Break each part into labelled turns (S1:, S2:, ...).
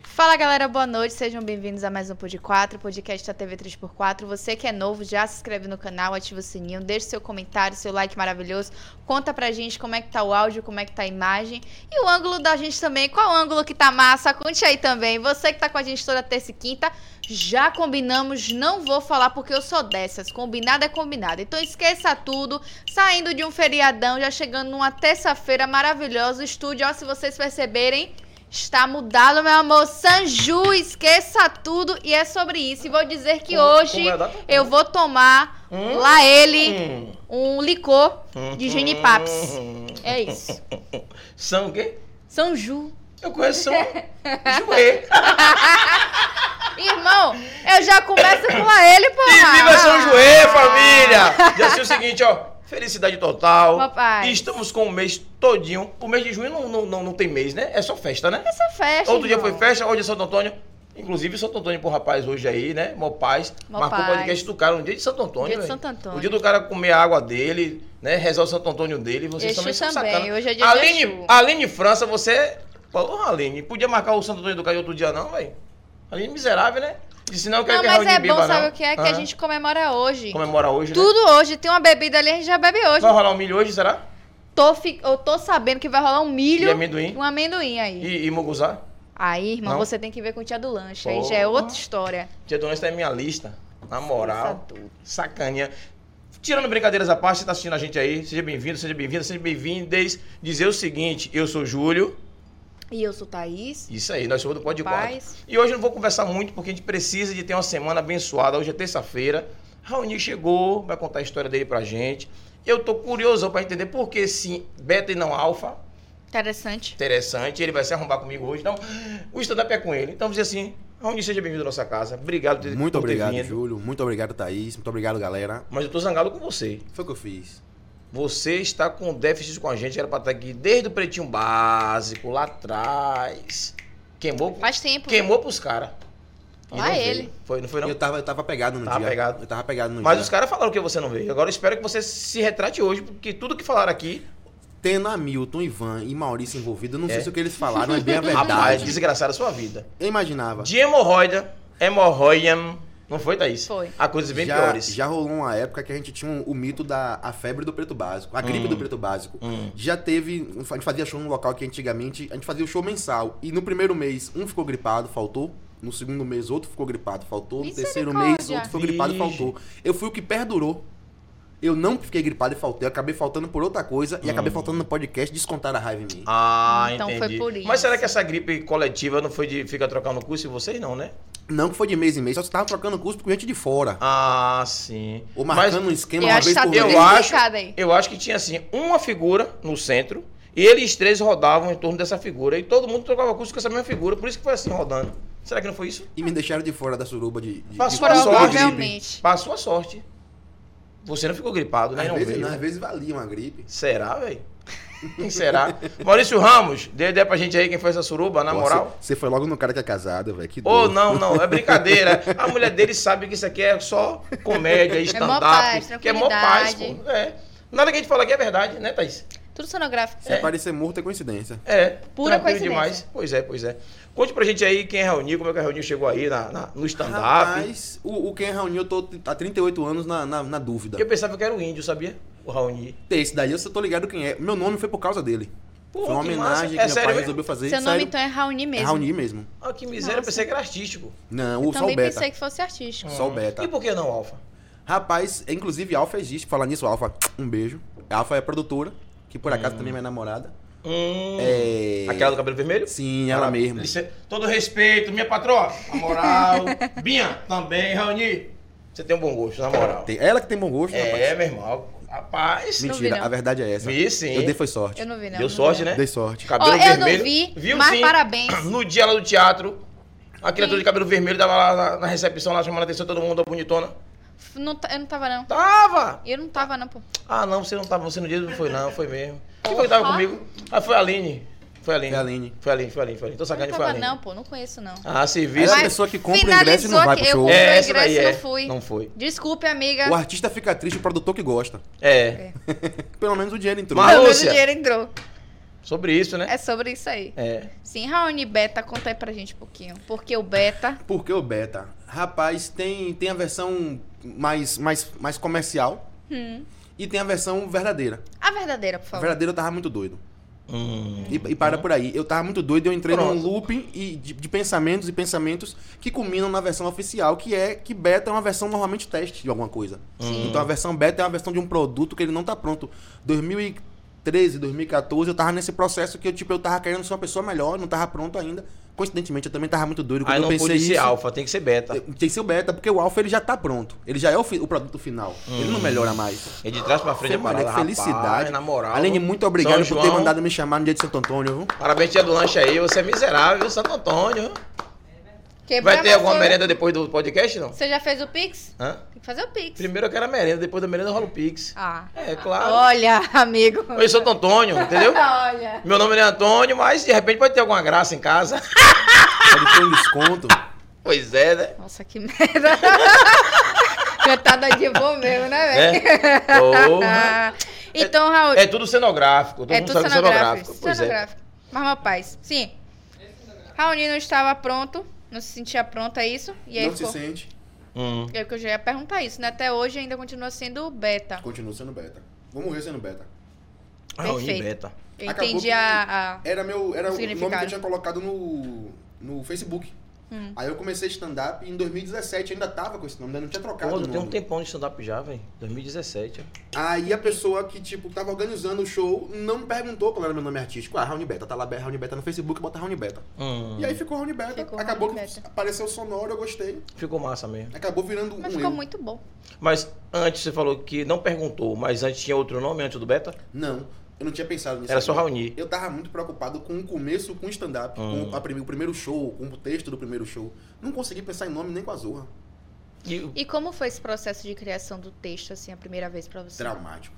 S1: Fala galera, boa noite, sejam bem-vindos a mais um Pod 4, podcast da TV 3x4. Você que é novo, já se inscreve no canal, ativa o sininho, deixa seu comentário, seu like maravilhoso. Conta pra gente como é que tá o áudio, como é que tá a imagem e o ângulo da gente também. Qual ângulo que tá massa? Conte aí também. Você que tá com a gente toda terça e quinta, já combinamos, não vou falar porque eu sou dessas. Combinado é combinado. Então esqueça tudo, saindo de um feriadão, já chegando numa terça-feira maravilhosa. O estúdio, ó, se vocês perceberem, está mudado, meu amor. Sanju, esqueça tudo e é sobre isso. E vou dizer que
S2: Como-
S1: hoje
S2: como é a data?
S1: eu vou tomar
S2: Hum.
S1: lá ele
S2: Hum.
S1: um licor de genipaps.
S2: Hum.
S1: É isso.
S2: São o quê?
S1: Sanju.
S2: Eu conheço São Joê.
S1: Irmão, eu já começo com lá ele, pô. Ah,
S2: E viva São Joê, família! Já sei o seguinte, ó. Felicidade total.
S1: Papai.
S2: Estamos com o mês todinho. O mês de junho não, não, não, não tem mês, né? É só festa, né?
S1: Essa festa.
S2: Outro dia
S1: irmão.
S2: foi festa, hoje é Santo Antônio. Inclusive, Santo Antônio pro rapaz hoje aí, né? Mó paz.
S1: Mó
S2: Marcou
S1: paz.
S2: o podcast do cara no dia de Santo Antônio.
S1: Dia de
S2: velho.
S1: Santo Antônio.
S2: O dia do cara comer a água dele, né? Rezar o Santo Antônio dele. Vocês
S1: Exu
S2: também são
S1: também,
S2: sacanas.
S1: hoje é dia de
S2: Aline, ah,
S1: Exu.
S2: Aline França, você... Porra, Aline, podia marcar o Santo Antônio do cara outro dia não, velho? Aline miserável, né? Disse não, eu quero
S1: Não,
S2: que
S1: mas
S2: Raul
S1: é
S2: beba,
S1: bom,
S2: não. Ah.
S1: sabe o que é? Que a
S2: Aham.
S1: gente comemora hoje.
S2: Comemora hoje, né?
S1: Tudo hoje. Tem uma bebida ali, a gente já bebe hoje.
S2: Vai rolar um milho hoje, será?
S1: Tô fi- Eu tô sabendo que vai rolar um milho
S2: E amendoim?
S1: um amendoim aí.
S2: é E, e munguzá?
S1: Aí, irmão,
S2: Não?
S1: você tem que ver com o tia do lanche. Aí já é
S2: Porra.
S1: outra história.
S2: Dia do Lanche tá em minha lista. Na moral.
S1: Força dupla.
S2: Sacaninha. Tirando brincadeiras à parte, você tá assistindo a gente aí. Seja bem-vindo, seja bem-vinda, seja bem-vindes. Dizer o seguinte, eu sou Júlio.
S1: E eu sou Thaís.
S2: Isso aí, nós somos do Pode 4.
S1: Paz.
S2: E hoje eu não vou conversar muito, porque a gente precisa de ter uma semana abençoada. Hoje é terça-feira. Raoni chegou, vai contar a história dele pra gente. Eu tô curioso pra entender por que sim beta e não alfa.
S1: Interessante.
S2: Interessante, ele vai se arrombar comigo hoje. Então, o stand-up é com ele. Então, vamos dizer assim, Raoni, seja bem-vindo à nossa casa. Obrigado por ter-
S3: Muito
S2: por ter
S3: obrigado,
S2: vindo.
S3: Júlio. Muito obrigado, Thaís. Muito obrigado, galera.
S2: Mas eu tô zangado com você.
S3: Foi o que eu fiz.
S2: Você está com déficit com a gente, era pra estar aqui desde o pretinho básico, lá atrás. Queimou,
S1: Faz tempo.
S2: queimou pros caras. E
S1: Lá
S2: não
S1: ele.
S2: veio. Foi, não foi não?
S3: Eu tava, eu tava pegado no
S2: Tava
S3: dia.
S2: pegado.
S3: Eu tava pegado no
S2: Mas
S3: dia.
S2: os caras falaram que você não veio. Agora eu espero que você se retrate hoje, porque tudo que falaram aqui,
S3: Tendo Hamilton, Ivan e Maurício envolvidos, eu não
S2: É.
S3: sei se o que eles falaram é bem a verdade.
S2: rapaz, desgraçaram a sua vida.
S3: Eu imaginava.
S2: De hemorroida, hemorroia, não foi, Thaís?
S1: Foi.
S2: Há coisas bem
S3: já,
S2: piores.
S3: já rolou uma época que a gente tinha um- o mito da a febre do preto básico, a gripe
S2: Hum.
S3: do preto básico.
S2: Hum.
S3: Já teve. A gente fazia show num local que antigamente a gente fazia o show mensal. E no primeiro mês, um ficou gripado, faltou. No segundo mês, outro ficou gripado, faltou. No terceiro mês,
S1: Misericórdia.
S3: outro ficou gripado,
S2: Vixe.
S3: faltou. Eu fui o que perdurou. Eu não fiquei gripado e faltei. Eu acabei faltando por outra coisa e
S2: Hum.
S3: acabei faltando no podcast, descontaram a raiva em mim.
S2: Ah,
S1: Então foi
S2: entendi.
S1: por isso.
S2: Mas será que essa gripe coletiva não foi de ficar trocando curso e vocês não, né?
S3: Não que foi de mês em mês, só que tava trocando curso com gente de fora.
S2: Ah, sim.
S3: Ou
S2: Mas
S3: marcando um esquema
S1: Eu
S3: uma
S1: acho que
S3: vez
S1: tá
S3: por
S1: tudo
S2: Eu
S3: mês.
S2: acho-
S1: explicado aí.
S2: eu acho que tinha assim, uma figura no centro e eles três rodavam em torno dessa figura e todo mundo trocava curso com essa mesma figura, por isso que foi assim rodando. Será que não foi isso?
S3: E me deixaram de fora da suruba de. de
S2: Passou
S3: de-
S2: a sorte.
S1: Provavelmente.
S2: Passou a sorte. Você não ficou gripado, né?
S3: Às
S2: não
S3: vezes,
S2: veio.
S3: não, às vezes valia uma gripe.
S2: Será, velho? Quem será? Maurício Ramos, dê ideia pra gente aí quem foi essa suruba, na
S3: Pô,
S2: moral.
S3: Você você foi logo no cara que é casado, velho. Que
S2: Ô,
S3: dor.
S2: não, não, é brincadeira. A mulher dele sabe que isso aqui é só comédia,
S1: É mó paz,
S2: stand-up, que é mó paz, pô. É. Nada que a gente fala aqui é verdade, né, Thaís?
S1: Tudo sonográfico.
S3: Se aparecer morto é coincidência.
S2: É.
S1: Pura
S2: tranquilo
S1: coincidência.
S2: demais. Pois é, pois é. Conte pra gente aí quem é Raoni, como é que a Raoni chegou aí na, na- no stand-up.
S3: Rapaz, o, o Ken Raoni, eu tô há 38 anos na, na, na dúvida.
S2: Eu pensava que era o índio, sabia? O Raoni.
S3: Esse daí eu só tô ligado quem é. Meu nome foi por causa dele.
S2: Pô,
S3: foi uma
S2: que
S3: homenagem
S2: massa.
S3: que
S2: É
S3: meu
S2: sério
S3: pai
S2: mesmo?
S3: resolveu fazer.
S1: Seu nome
S3: Sério,
S1: então é Raoni
S3: é
S1: mesmo.
S3: Raoni mesmo.
S2: Ah, que miséria, eu
S1: Nossa.
S2: pensei que era artístico.
S3: Não,
S1: Eu
S3: o Sol
S1: também
S3: Beta.
S1: pensei que fosse artístico.
S3: Sol Beta.
S2: E por que não, Alfa?
S3: Rapaz, é, inclusive Alfa existe. Falar nisso, Alfa, um beijo. Alfa é produtora, que por acaso também é minha namorada.
S2: Hum,
S3: É.
S2: Aquela do cabelo vermelho?
S3: Sim, ela mesma.
S2: Lice- Todo respeito, minha patroa, na moral. Binha, também, Raoni. Você tem um bom gosto, na moral.
S3: Tem- Ela que tem bom gosto,
S2: É,
S3: rapaz.
S2: meu irmão. Rapaz,
S1: Não vi,
S3: Mentira,
S1: não.
S3: a verdade é essa.
S2: Vi, sim.
S3: Eu dei foi sorte.
S1: Eu não vi, não.
S2: deu
S1: não
S2: sorte,
S1: vi, não.
S2: né?
S3: Dei sorte.
S2: Cabelo
S1: Ó, eu não
S2: vermelho.
S1: vi,
S2: Viu
S1: mas
S2: sim.
S1: parabéns.
S2: No dia lá do teatro, a
S1: Sim.
S2: criatura de cabelo vermelho tava lá na, na recepção, lá chamando a atenção todo mundo, a bonitona.
S1: F- não ta- eu não tava, não.
S2: Tava!
S1: Eu não tava, não, pô.
S2: Ah, não, você não tava, você no dia não foi, não, foi mesmo. Quem foi que
S1: Porra.
S2: tava comigo? Ah, foi a Aline. Foi a Aline. Foi a
S3: Foi a Aline.
S2: Aline, foi a Aline, foi a Aline. Tô
S1: Eu não
S2: sacanagem, foi a
S1: tava,
S2: Aline.
S1: não, pô. Não conheço, não.
S2: Ah,
S3: Essa é
S2: serviço.
S1: Mas
S3: pessoa que compra o ingresso e não
S1: finalizou
S3: vai
S1: que
S3: pro
S1: eu
S3: show.
S1: comprei
S2: É,
S1: o
S2: essa daí
S1: ingresso e
S2: é.
S1: não fui.
S2: Não foi.
S1: Desculpe, amiga.
S3: O artista fica triste, o produtor que gosta.
S2: É.
S3: Pelo menos o dinheiro entrou.
S2: Mas-
S1: Pelo menos o
S2: Lúcia.
S1: dinheiro entrou.
S2: Sobre isso, né?
S1: É sobre isso aí.
S2: É.
S1: Sim, Raoni Beta, conta aí pra gente um pouquinho. Porque o Beta.
S3: Por que o beta? Rapaz, tem, tem a versão mais, mais, mais comercial
S1: Hum,
S3: e tem a versão verdadeira.
S1: a verdadeira, por
S3: A
S1: favor.
S3: verdadeira eu tava muito doido.
S2: Hum.
S3: E, e para por aí. Eu tava muito doido e eu entrei
S2: Pronto.
S3: num looping e, de, de pensamentos e pensamentos que culminam na versão oficial, que é que beta é uma versão normalmente teste de alguma coisa.
S1: Sim.
S3: Então a versão beta é uma versão de um produto que ele não tá pronto. 2013, 2014, eu tava nesse processo que eu, tipo, eu tava querendo ser uma pessoa melhor, não tava pronto ainda. Coincidentemente, eu também tava muito doido quando
S2: Aí
S3: eu
S2: não
S3: pensei
S2: pode ser
S3: isso.
S2: alfa, tem que ser beta.
S3: Tem que ser o beta, porque o alfa ele já tá pronto. Ele já é o, fi- o produto final. Ele
S2: Uhum.
S3: não melhora mais.
S2: É de trás pra frente a
S3: Fê,
S2: parada,
S3: moleque,
S2: rapaz,
S3: felicidade.
S2: na moral.
S3: Aline, muito obrigado
S2: São
S3: por ter
S2: João.
S3: mandado me chamar no dia de Santo Antônio, viu?
S2: Parabéns, tia do lanche aí. Você é miserável, viu, Santo Antônio.
S1: Que É
S2: Vai
S1: pra
S2: ter alguma
S1: você-
S2: merenda depois do podcast, não?
S1: Você já fez o Pix?
S2: Hã?
S1: Tem que fazer o Pix.
S2: Primeiro eu quero a merenda, depois da merenda rola o Pix.
S1: Ah.
S2: É, claro.
S1: Olha, amigo.
S2: Oi, Santo Antônio, entendeu?
S1: Olha.
S2: Meu nome não é Antônio, mas de repente pode ter alguma graça em casa.
S3: Pode ter um desconto.
S2: pois é, né?
S1: Nossa, que merda. Cantada de bom mesmo, né, velho?
S2: Né? Porra.
S1: então, Raul,
S2: É tudo cenográfico. Todo
S1: É
S2: mundo
S1: tudo
S2: sabe que
S1: cenográfico.
S2: Pois é.
S1: Cenográfico. Mas, meu pai, sim. Raoni não estava pronto, não se sentia pronto, é isso? E aí
S3: não
S1: ficou.
S3: se sente,
S2: Hum.
S1: É que eu já ia perguntar isso, né? Até hoje ainda continua sendo o beta.
S3: continua sendo beta. Vou morrer sendo beta.
S2: Raoni
S1: Perfeito.
S2: É Beta.
S1: Eu
S3: Acabou
S1: entendi
S3: que-
S1: a, a-
S3: Era, meu, era o nome que
S1: Significado.
S3: eu tinha colocado no, no Facebook.
S1: Hum.
S3: Aí eu comecei stand-up em 2017, ainda tava com esse nome, ainda não tinha trocado
S2: Pô,
S3: o
S2: tu tem um
S3: nome.
S2: tempão de stand-up já, velho. 2017. ó.
S3: Aí a pessoa que, tipo, tava organizando o show não me perguntou qual era meu nome artístico. Ah, Raoni Beta, tá lá Raoni Beta no Facebook, bota Raoni Beta.
S2: Hum.
S3: E aí ficou Raoni Beta.
S1: Ficou
S3: Acabou
S1: Raoni
S3: que
S1: Beta.
S3: apareceu sonoro, eu gostei.
S2: Ficou massa mesmo.
S3: Acabou virando um
S1: Mas ficou
S3: eu.
S1: muito bom.
S2: Mas antes você falou que não perguntou, mas antes tinha outro nome antes do Beta?
S3: Não, eu não tinha pensado nisso.
S2: Era só
S3: ainda.
S2: Raoni.
S3: Eu tava muito preocupado com o começo, com o stand-up,
S2: Hum.
S3: com a prime- o primeiro show, com o texto do primeiro show. Não consegui pensar em nome nem com a Zorra.
S2: E
S1: E como foi esse processo de criação do texto, assim, a primeira vez pra você?
S3: Traumático.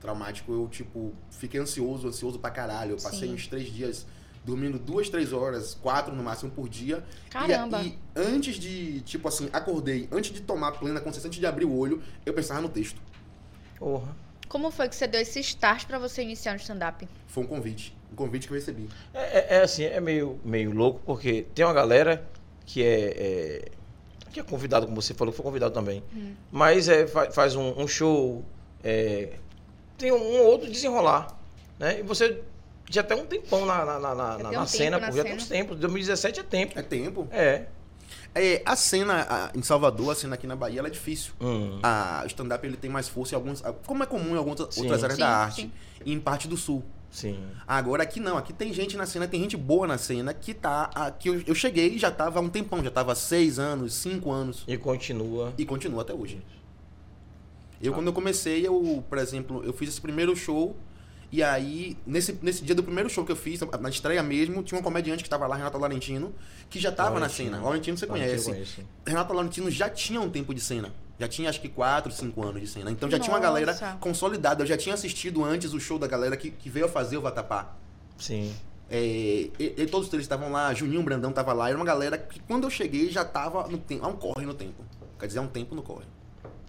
S3: Traumático, eu, tipo, fiquei ansioso, ansioso pra caralho. Eu passei
S1: Sim.
S3: uns três dias dormindo duas, três horas, quatro no máximo por dia. E a-
S1: Caramba.
S3: E, antes de, tipo assim, acordei, antes de tomar plena consciência, antes de abrir o olho, eu pensava no texto.
S2: Porra.
S1: Como foi que você deu esse start pra você iniciar no stand-up?
S3: Foi um convite. Um convite que eu recebi.
S2: É, é- é assim, é meio, meio louco, porque tem uma galera que é, é- que é convidado, como você falou, que foi convidado também.
S1: Hum.
S2: Mas é, fa- faz um, um show, é, tem um, um outro desenrolar. Né? E você já tem um tempão na, na, na, na,
S1: Já
S2: na
S1: tem um
S2: cena,
S1: tempo na
S2: pô, já tem
S1: cena.
S2: uns tempos. 2017 é tempo.
S3: É tempo.
S2: É.
S3: É, a cena a- em Salvador, a cena aqui na Bahia, ela é difícil.
S2: Hum.
S3: A- o stand-up ele tem mais força em alguns. Como é comum em algumas
S2: Sim.
S3: outras áreas da
S1: Sim,
S3: arte.
S1: sim.
S3: E em parte do sul.
S2: Sim.
S3: Agora aqui não, aqui tem gente na cena, tem gente boa na cena que tá. a- que eu, eu cheguei e já tava há um tempão, já tava há seis anos, cinco anos.
S2: E continua.
S3: E continua até hoje. Eu, quando eu comecei, eu, por exemplo, eu fiz esse primeiro show. E aí, nesse, nesse dia do primeiro show que eu fiz, na estreia mesmo, tinha um comediante que tava lá, Renato Laurentino, que já tava
S2: Laurentino.
S3: na cena. Laurentino você
S2: Tá, que
S3: conhece.
S2: Eu conheço.
S3: Renato Laurentino já tinha um tempo de cena. Já tinha acho que 4, 5 anos de cena. Então já tinha uma
S1: Nossa.
S3: galera consolidada. Eu já tinha assistido antes o show da galera que, que veio a fazer o Vatapá.
S2: Sim.
S3: É, e, e todos eles estavam lá, Juninho Brandão tava lá. Era uma galera que quando eu cheguei já tava no tempo. Há um corre no tempo. Quer dizer, há um tempo no corre.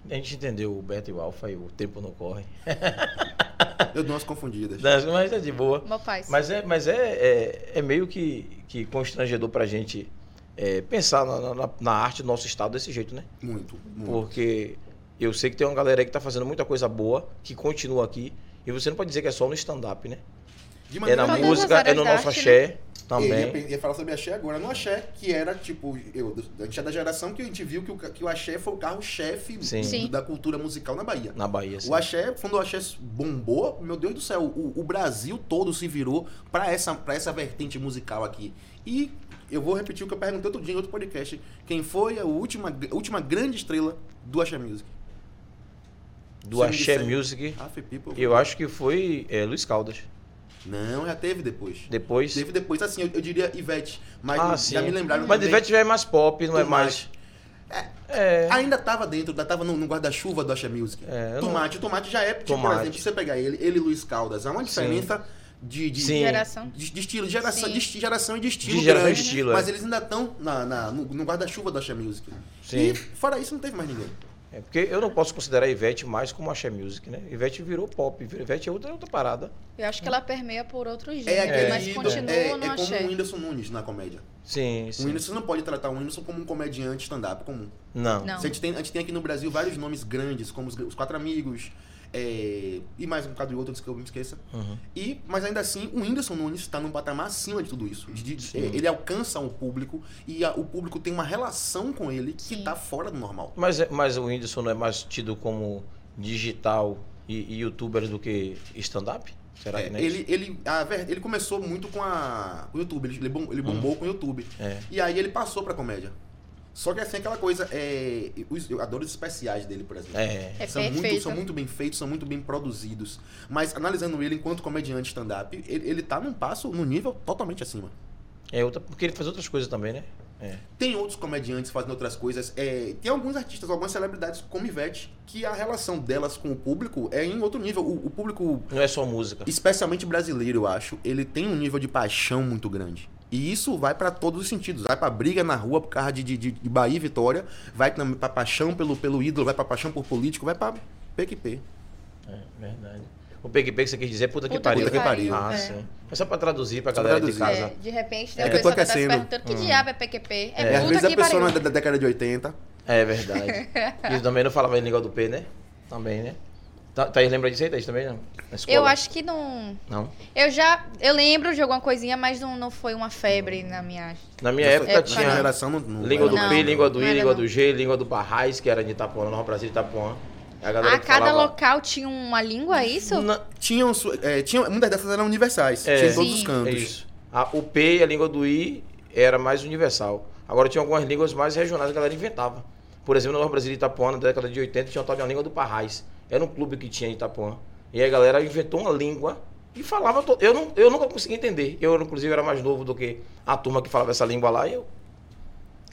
S2: A gente entendeu o Beto e o Alfa e o tempo não corre.
S3: Eu dou umas confundidas.
S2: Mas mas é de boa.
S1: Meu pai.
S2: Mas é, mas é, é, é meio que, que constrangedor pra gente é, pensar na, na- na arte do nosso estado desse jeito, né?
S3: Muito, muito.
S2: Porque eu sei que tem uma galera aí que tá fazendo muita coisa boa, que continua aqui. E você não pode dizer que é só no stand-up, né?
S3: De
S2: É na
S1: Todas as
S2: música, é
S1: áreas
S2: no
S1: da
S2: nosso
S1: arte,
S2: axé
S3: Eu
S2: também.
S3: ia, ia falar sobre axé agora. No axé, que era tipo. Eu, a gente é da geração que a gente viu que o, ca- que o axé foi o carro-chefe
S2: Sim.
S3: do-
S1: Sim.
S3: da cultura musical na Bahia.
S2: Na Bahia, assim.
S3: O axé, quando o axé bombou, meu Deus do céu, o, o Brasil todo se virou pra essa, pra essa vertente musical aqui. E eu vou repetir o que eu perguntei outro dia em outro podcast. Quem foi a última, a última grande estrela do axé music?
S2: Do
S3: Sim,
S2: axé
S3: sim.
S2: music,
S3: Aff, people.
S2: eu acho que foi é, Luiz Caldas.
S3: Não, já teve depois.
S2: Depois...
S3: Teve depois, assim, eu, eu diria Ivete. Mas
S2: ah,
S3: já
S2: sim.
S3: me lembraram
S2: Mas
S3: também.
S2: Ivete já é mais pop, não é mais...
S3: Tomate.
S2: É...
S3: Ainda tava dentro, da- tava no, no guarda-chuva do Axé Music.
S2: É, eu não-
S3: tomate, o tomate já é, tipo, por
S2: Tomate.
S3: exemplo, você pegar ele, ele e Luiz Caldas, há uma diferença de, de,
S2: Sim.
S1: Geração.
S3: de, de estilo, de geração,
S1: Sim.
S3: de esti- geração e de estilo
S2: De geração e
S3: grande,
S2: estilo,
S3: mas
S2: é.
S3: eles ainda estão na, na- no, no guarda-chuva da Axé Music.
S2: Sim.
S3: E fora isso, não teve mais ninguém.
S2: É, porque eu não posso considerar a Ivete mais como axé music, né? Ivete virou pop, Ivete é outra, outra parada.
S1: Eu acho que ela permeia por outros
S3: É
S1: gêneros,
S3: aquele
S1: mas
S3: ídolo.
S1: continua
S3: é, é
S1: no
S3: como
S1: axé.
S3: o Whindersson Nunes na comédia.
S2: Sim,
S3: O
S2: sim.
S3: Whindersson não pode tratar o Whindersson como um comediante stand-up comum.
S2: Não.
S1: Não.
S3: Se A, gente tem, a gente tem aqui no Brasil vários nomes grandes, como os, os Quatro Amigos, é, e mais um bocado de outros que eu me esqueça.
S2: Uhum.
S3: E, mas ainda assim, o Whindersson Nunes está num patamar acima de tudo isso. De- de-
S2: Sim.
S3: é, ele alcança o público e a- o público tem uma relação com ele que
S1: Sim.
S3: está fora do normal.
S2: Mas, é- mas o Whindersson não é mais tido como digital e, e youtuber do que stand-up? Será
S3: É,
S2: que não é
S3: ele, ele, a ver- ele começou muito com a, o YouTube, ele, ele bom- ele bombou
S1: Uhum.
S3: com o YouTube.
S2: isso? É.
S3: E aí ele passou pra comédia. Só que assim, aquela coisa, é, os- eu adoro os especiais dele, por exemplo.
S2: É.
S1: É
S3: são, muito,
S1: perfeito.
S3: são muito bem feitos, são muito bem produzidos. Mas analisando ele enquanto comediante stand-up, ele, ele tá num passo, num nível totalmente acima.
S2: É outra, porque ele faz outras coisas também, né? É.
S3: Tem outros comediantes fazendo outras coisas. é, tem alguns artistas, algumas celebridades como Ivete, que a relação delas com o público é em outro nível. O, o público,
S2: Não é só música.
S3: especialmente brasileiro, eu acho, ele tem um nível de paixão muito grande. E isso vai pra todos os sentidos. Vai pra briga na rua por causa de, de, de- de Bahia e Vitória, vai tam- pra paixão pelo, pelo ídolo, vai pra paixão por político, vai pra PQP.
S2: É, verdade. O PicPay que você quer dizer é puta que
S1: Puta
S2: pariu.
S3: que Puta que pariu,
S1: pariu,
S2: Ah,
S1: é.
S2: sim. É só pra traduzir pra
S3: Só pra
S2: galera de
S3: traduzir.
S2: casa.
S1: É, de repente,
S3: É
S1: a
S3: que eu tô
S1: pessoa que tá se
S3: aquecendo.
S1: perguntando
S2: Hum.
S1: que diabo é PQP. É,
S2: É,
S3: E às
S1: puta
S3: vezes a
S1: que
S3: pessoa
S1: pariu.
S3: na- da década de 80
S2: É, verdade. e também não falava em língua do P, né? Também, né? Tha- Thaís lembra disso aí, Thaís, também não? Na escola?
S1: Eu acho que não...
S2: Não.
S1: Eu já... Eu lembro de alguma coisinha, mas não, não foi uma febre na minha...
S2: Na minha
S3: Essa-
S2: época
S1: É,
S2: tinha
S1: não.
S3: geração não, não
S2: língua do
S1: Não.
S2: P, língua do
S1: Não
S2: I,
S1: era,
S2: língua
S1: não.
S2: do G, língua do Barrais, que era de Itapuã, no Brasil de Itapuã. A galera
S1: A
S2: que
S1: cada
S2: falava...
S1: local tinha uma língua, é isso?
S3: Hum.
S2: Na-
S3: tinham, su- é, tinham muitas dessas eram universais
S2: É.
S3: tinha em todos os
S1: Sim.
S2: É
S3: cantos
S2: isso. A- o P e a língua do I era mais universal. Agora tinha algumas línguas mais regionais que a galera inventava. Por exemplo, no Nova Brasil de Itapuã, na década de 80, tinha uma tal de uma língua do Parrais. Era um clube que tinha em Itapuã. E aí a galera inventou uma língua e falava. to- Eu, não, eu nunca consegui entender. Eu, inclusive, era mais novo do que a turma que falava essa língua lá. E eu,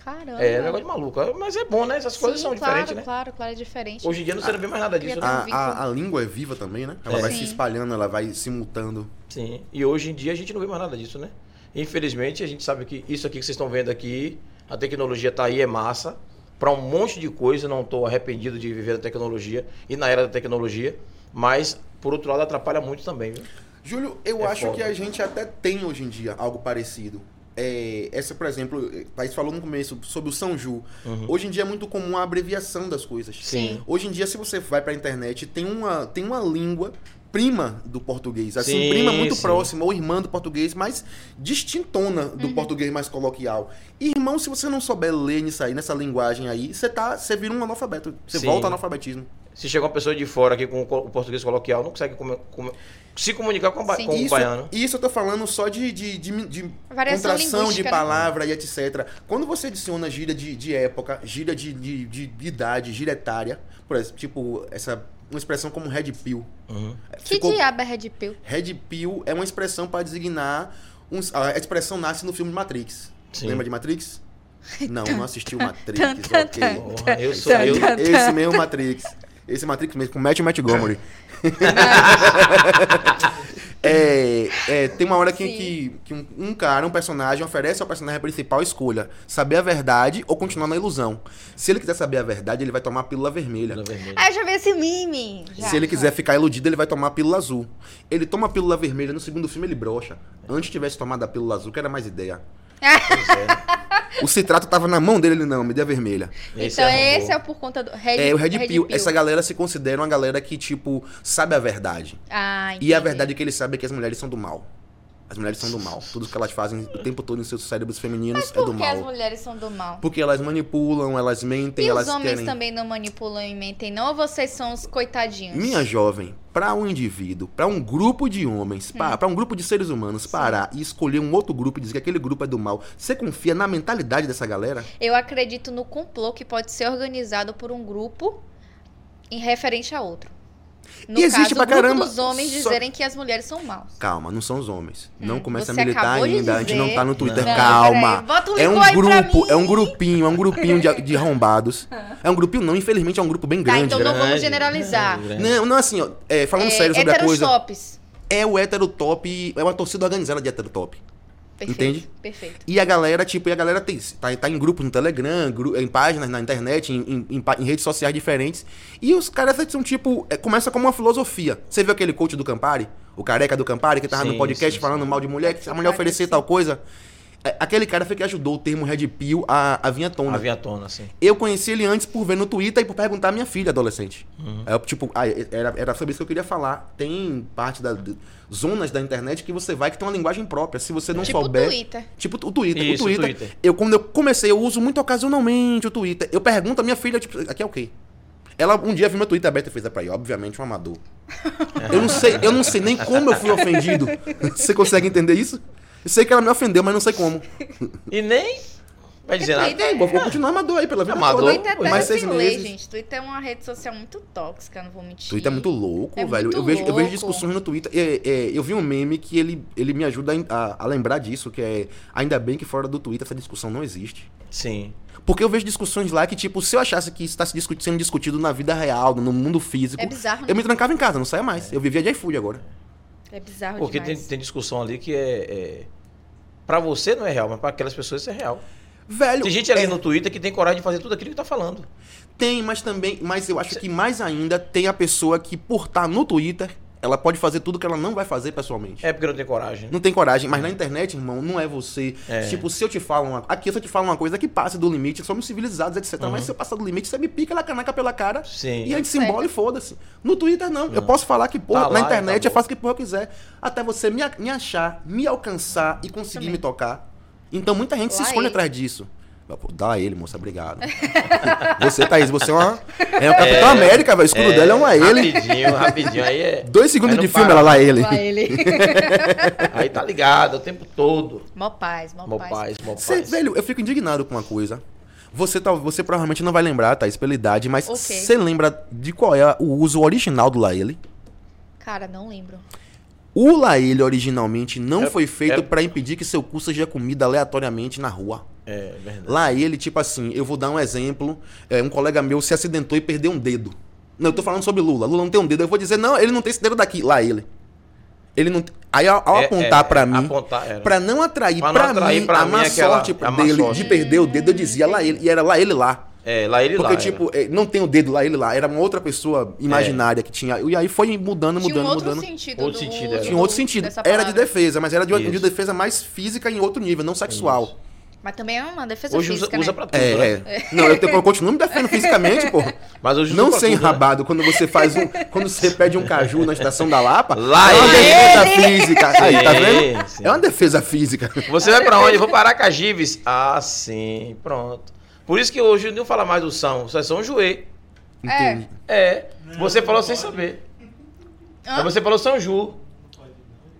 S1: Caramba.
S2: é, é um negócio de maluco. Mas é bom, né? Essas coisas
S1: Sim,
S2: são
S1: claro,
S2: diferentes, né?
S1: Claro, claro, é diferente.
S2: Hoje em dia não você não vê mais nada disso, né?
S1: Ah.
S3: a, a, a língua é viva também né ela
S2: É.
S3: vai
S1: Sim.
S3: se espalhando ela vai se mutando
S2: Sim, e hoje em dia a gente não vê mais nada disso, né? Infelizmente, a gente sabe que isso aqui que vocês estão vendo aqui, a tecnologia tá aí, é massa, para um monte de coisa, não estou arrependido de viver na tecnologia e na era da tecnologia, mas, por outro lado, atrapalha muito também, viu?
S3: Júlio eu
S2: É
S3: acho
S2: foda.
S3: que a gente até tem hoje em dia algo parecido É, essa por exemplo o Thaís falou no começo sobre o São
S2: Uhum.
S3: Ju hoje em dia é muito comum a abreviação das coisas
S1: Sim.
S3: Hoje em dia, se você vai pra internet, tem uma, tem uma língua prima do português. Assim,
S2: Sim,
S3: prima muito
S2: sim.
S3: próxima, ou irmã do português, mas distintona do português mais coloquial. E, irmão, se você não souber ler nisso aí, nessa linguagem aí, você tá, você vira um analfabeto. Você
S2: Sim.
S3: volta ao analfabetismo.
S2: Se chegar uma pessoa de fora aqui com o co- o português coloquial, não consegue come- come- se comunicar com, o ba-
S1: Sim.
S2: com o
S3: isso,
S2: baiano.
S3: isso eu tô falando só de, de, de, de
S1: Variação
S3: contração de
S1: linguística, né?
S3: palavra e etc. Quando você adiciona gíria de, de época, gíria de, de, de- de idade, gíria etária, por exemplo, tipo, essa, uma expressão como red pill.
S2: Uhum.
S1: Que
S3: Ficou-
S1: diabo é Red Pill?
S3: Red Pill é uma expressão para designar. uns- a expressão nasce no filme Matrix.
S2: Sim.
S3: Lembra de Matrix? Não, não assisti o Matrix.
S1: Tan, tan,
S3: ok.
S1: tan.
S2: Porra, eu sou
S1: Tá,
S2: eu.
S1: tá.
S3: Esse mesmo Matrix. Esse Matrix mesmo, com Matt e Montgomery. é, é, tem uma hora que,
S1: Sim.
S3: que, que um, um cara, um personagem, oferece ao personagem principal a escolha: saber a verdade ou continuar na ilusão. Se ele quiser saber a verdade, ele vai tomar a pílula vermelha.
S2: Pílula vermelha.
S1: Ah, eu já vi esse meme. Já,
S3: Se ele
S1: já.
S3: quiser ficar iludido, ele vai tomar a pílula azul. Ele toma a pílula vermelha, no segundo filme ele brocha. Antes tivesse tomado a pílula azul, que era mais ideia.
S2: Pois é, né?
S3: O citrato tava na mão dele, ele não, me dê a vermelha.
S1: Então
S2: arrombou.
S1: esse é o por conta do Red,
S3: É, o Red, Pill, essa galera se considera uma galera que, tipo, sabe a verdade.
S1: Ah,
S3: E a
S1: entendi.
S3: verdade que ele sabe é que as mulheres são do mal. As mulheres são do mal. Tudo que elas fazem o tempo todo em seus cérebros femininos é do
S1: Por que
S3: mal.
S1: as mulheres são do mal?
S3: Porque elas manipulam, elas mentem,
S1: e
S3: elas
S1: os homens
S3: querem.
S1: também não manipulam e mentem, não? Ou vocês são os coitadinhos?
S3: Minha jovem, para um indivíduo, para um grupo de homens,
S1: Hum.
S3: para um grupo de seres humanos parar e escolher um outro grupo e dizer que aquele grupo é do mal, você confia na mentalidade dessa galera?
S1: Eu acredito no complô que pode ser organizado por um grupo em referente a outro. No
S3: E
S1: caso,
S3: existe pra
S1: o grupo
S3: caramba,
S1: dos homens
S3: só-
S1: dizerem que as mulheres são maus.
S3: Calma, não são os homens. não começa a
S1: Hum, você
S3: militar
S1: acabou de
S3: ainda, a gente não
S1: dizer.
S3: tá no Twitter.
S1: Não,
S3: Calma.
S1: peraí, bota um
S3: é um
S1: licor aí pra
S3: grupo,
S1: mim.
S3: é um grupinho, é um grupinho de, de arrombados. É um grupinho não, infelizmente é um grupo bem
S1: Tá,
S3: grande.
S1: então não
S3: né?
S1: vamos
S2: Grande,
S1: generalizar.
S2: grande, grande.
S3: Não, não, assim, ó, é, falando sério sobre a coisa,
S1: heterostops.
S3: é o hétero top, é uma torcida organizada de hétero top.
S1: Perfeito.
S3: Entende?
S1: Perfeito.
S3: E a galera, tipo, e a galera tem, tá, tá em grupos no Telegram, gru- em páginas na internet, em, em- em pa- em redes sociais diferentes. E os caras são tipo, é, começa como uma filosofia. Você viu aquele coach do Campari? O careca do Campari que tava no
S2: Sim,
S3: podcast
S2: sim,
S3: falando mal de mulher, que se a mulher
S1: Careca,
S3: oferecer
S1: sim.
S3: tal coisa. É, Aquele cara foi que ajudou o termo Red Pill a, a vir à tona.
S2: A vinha à tona, assim.
S3: Eu conheci ele antes por ver no Twitter e por perguntar à minha filha adolescente. Aí eu, tipo, ah, era, era sobre isso que eu queria falar. Tem parte das zonas da internet que você vai que tem uma linguagem própria. Se você não
S1: tipo
S3: souber.
S1: Twitter.
S3: Tipo o Twitter.
S2: Isso,
S3: o
S2: o
S3: Twitter.
S2: Twitter.
S3: Eu, quando eu comecei, eu uso muito ocasionalmente o Twitter. Eu pergunto à minha filha, tipo, aqui é o quê? Ela um dia viu meu Twitter aberto e fez, é pra aí, obviamente, um amador. Eu não sei, eu não sei nem como eu fui ofendido. Você consegue entender isso? Eu sei que ela me ofendeu, mas não sei como.
S2: E nem vai
S1: Twitter.
S2: dizer
S1: é
S2: nada.
S3: E daí, vou vou continuar amador aí pela vida
S2: Amador,
S3: toda.
S1: Twitter
S2: pô,
S1: até
S2: mais
S1: sem lei, gente. Twitter é uma rede social muito tóxica, não vou mentir.
S3: Twitter é muito louco,
S1: É
S3: velho.
S1: muito
S3: eu, vejo, eu vejo
S1: louco.
S3: discussões no Twitter. É, é, eu vi um meme que ele, ele me ajuda a- a, a lembrar disso, que é ainda bem que fora do Twitter essa discussão não existe.
S2: Sim.
S3: Porque eu vejo discussões lá que, tipo, se eu achasse que isso tá se discu- sendo discutido na vida real, no mundo físico,
S1: É bizarro, né?
S3: eu me trancava em casa, não saia mais. Eu vivia de iFood agora.
S1: É bizarro
S2: Porque tem,
S1: demais.
S2: tem discussão ali que é, é. Pra você não é real, mas pra aquelas pessoas isso é real.
S3: Velho,
S2: Tem gente ali
S3: é,
S2: no Twitter que tem coragem de fazer tudo aquilo que tá falando.
S3: tem, mas também, mas eu acho que mais ainda tem a pessoa que por estar no Twitter, ela pode fazer tudo que ela não vai fazer pessoalmente.
S2: É porque não tem coragem. né?
S3: Não tem coragem, mas na internet, irmão, não é você.
S2: É.
S3: Tipo, se eu te falo uma aqui se eu te falo uma coisa que passa do limite, somos civilizados, etc. Mas se eu passar do limite, você me pica na canaca pela cara.
S2: Uhum. Sim.
S3: E a gente se embola e foda-se. No Twitter, não. Eu
S2: Não.
S3: posso falar que, porra,
S2: Tá
S3: na
S2: lá e
S3: internet eu
S2: acabou.
S3: faço o que porra eu quiser. Até você me, a- me achar, me alcançar e conseguir
S1: Também.
S3: me tocar. Então muita gente se
S1: Lá
S3: esconde
S1: ele.
S3: atrás disso. Mas, pô, Dá a ele, moça, obrigado. você, Thaís, você é uma. É o Capitão América, velho. O escudo dela é
S2: Tá.
S3: um a ele.
S2: Rapidinho, rapidinho. Aí é.
S3: Dois segundos
S2: Aí não
S3: de filme,
S2: para.
S3: ela lá ele.
S1: Lá ele.
S2: Aí tá ligado o tempo todo.
S1: mó paz, mó,
S2: Mó
S1: paz.
S2: paz, mó
S3: Cê-
S2: paz.
S3: velho, eu fico indignado com uma coisa. Você, tal, você provavelmente não vai lembrar, Thaís, pela idade, mas
S1: Ok.
S3: você lembra de qual é o uso original do Laele?
S1: Cara, não lembro.
S3: Tá O Laele originalmente não
S2: É-
S3: foi feito
S2: é-
S3: pra impedir que seu cu seja comida aleatoriamente na rua.
S2: É verdade.
S3: Lá ele, tipo assim, eu vou dar um exemplo. é, um colega meu se acidentou e perdeu um dedo. Não, eu tô falando sobre Lula. Lula não tem um dedo. Eu vou dizer, não, ele não tem esse dedo daqui. Lá ele. Ele não. tem- Aí ao, ao
S2: É,
S3: apontar
S2: é,
S3: pra
S2: é,
S3: mim,
S2: Apontar, era.
S3: Pra não atrair
S2: Pra
S3: pra,
S2: não atrair
S3: mim
S2: pra
S3: a
S2: mim
S3: má
S2: aquela-
S3: sorte
S2: a má
S3: dele
S2: sorte.
S3: de perder o dedo, eu dizia lá ele, e era lá ele lá.
S2: É, lá ele
S3: Porque,
S2: lá. É.
S3: tipo, eh, não tem o dedo lá ele lá, era uma outra pessoa imaginária que tinha. E aí foi mudando, mudando,
S1: Tinha um outro
S3: mudando.
S1: sentido do
S2: Outro sentido, era.
S1: do-
S3: Tinha um outro sentido.
S1: dessa
S3: Era de
S1: palavra.
S3: defesa, mas era de, uma- de
S2: Isso.
S3: defesa mais física em outro nível, não sexual.
S1: Mas também é uma defesa
S2: era. Hoje usa,
S1: física,
S2: usa
S1: né?
S2: pra tudo,
S3: É,
S2: né?
S3: é. Não, eu, te- eu continuo me defendendo fisicamente, pô.
S2: Mas hoje usa
S3: Não
S2: pra
S3: ser
S2: tudo, né?
S3: enrabado quando você faz um. Quando você pede um caju na estação da Lapa.
S2: Lá
S3: é
S2: ele.
S3: uma defesa física. Aí, tá
S2: Sim,
S3: vendo?
S2: sim.
S3: É uma defesa física.
S2: Você vai pra onde? Vou parar Cagives. Ah, sim, pronto. Por isso que hoje não fala mais do São, só é São Juê.
S1: É.
S3: Entendi.
S2: É. Você falou sem saber.
S1: Hã?
S2: Mas você falou São Ju.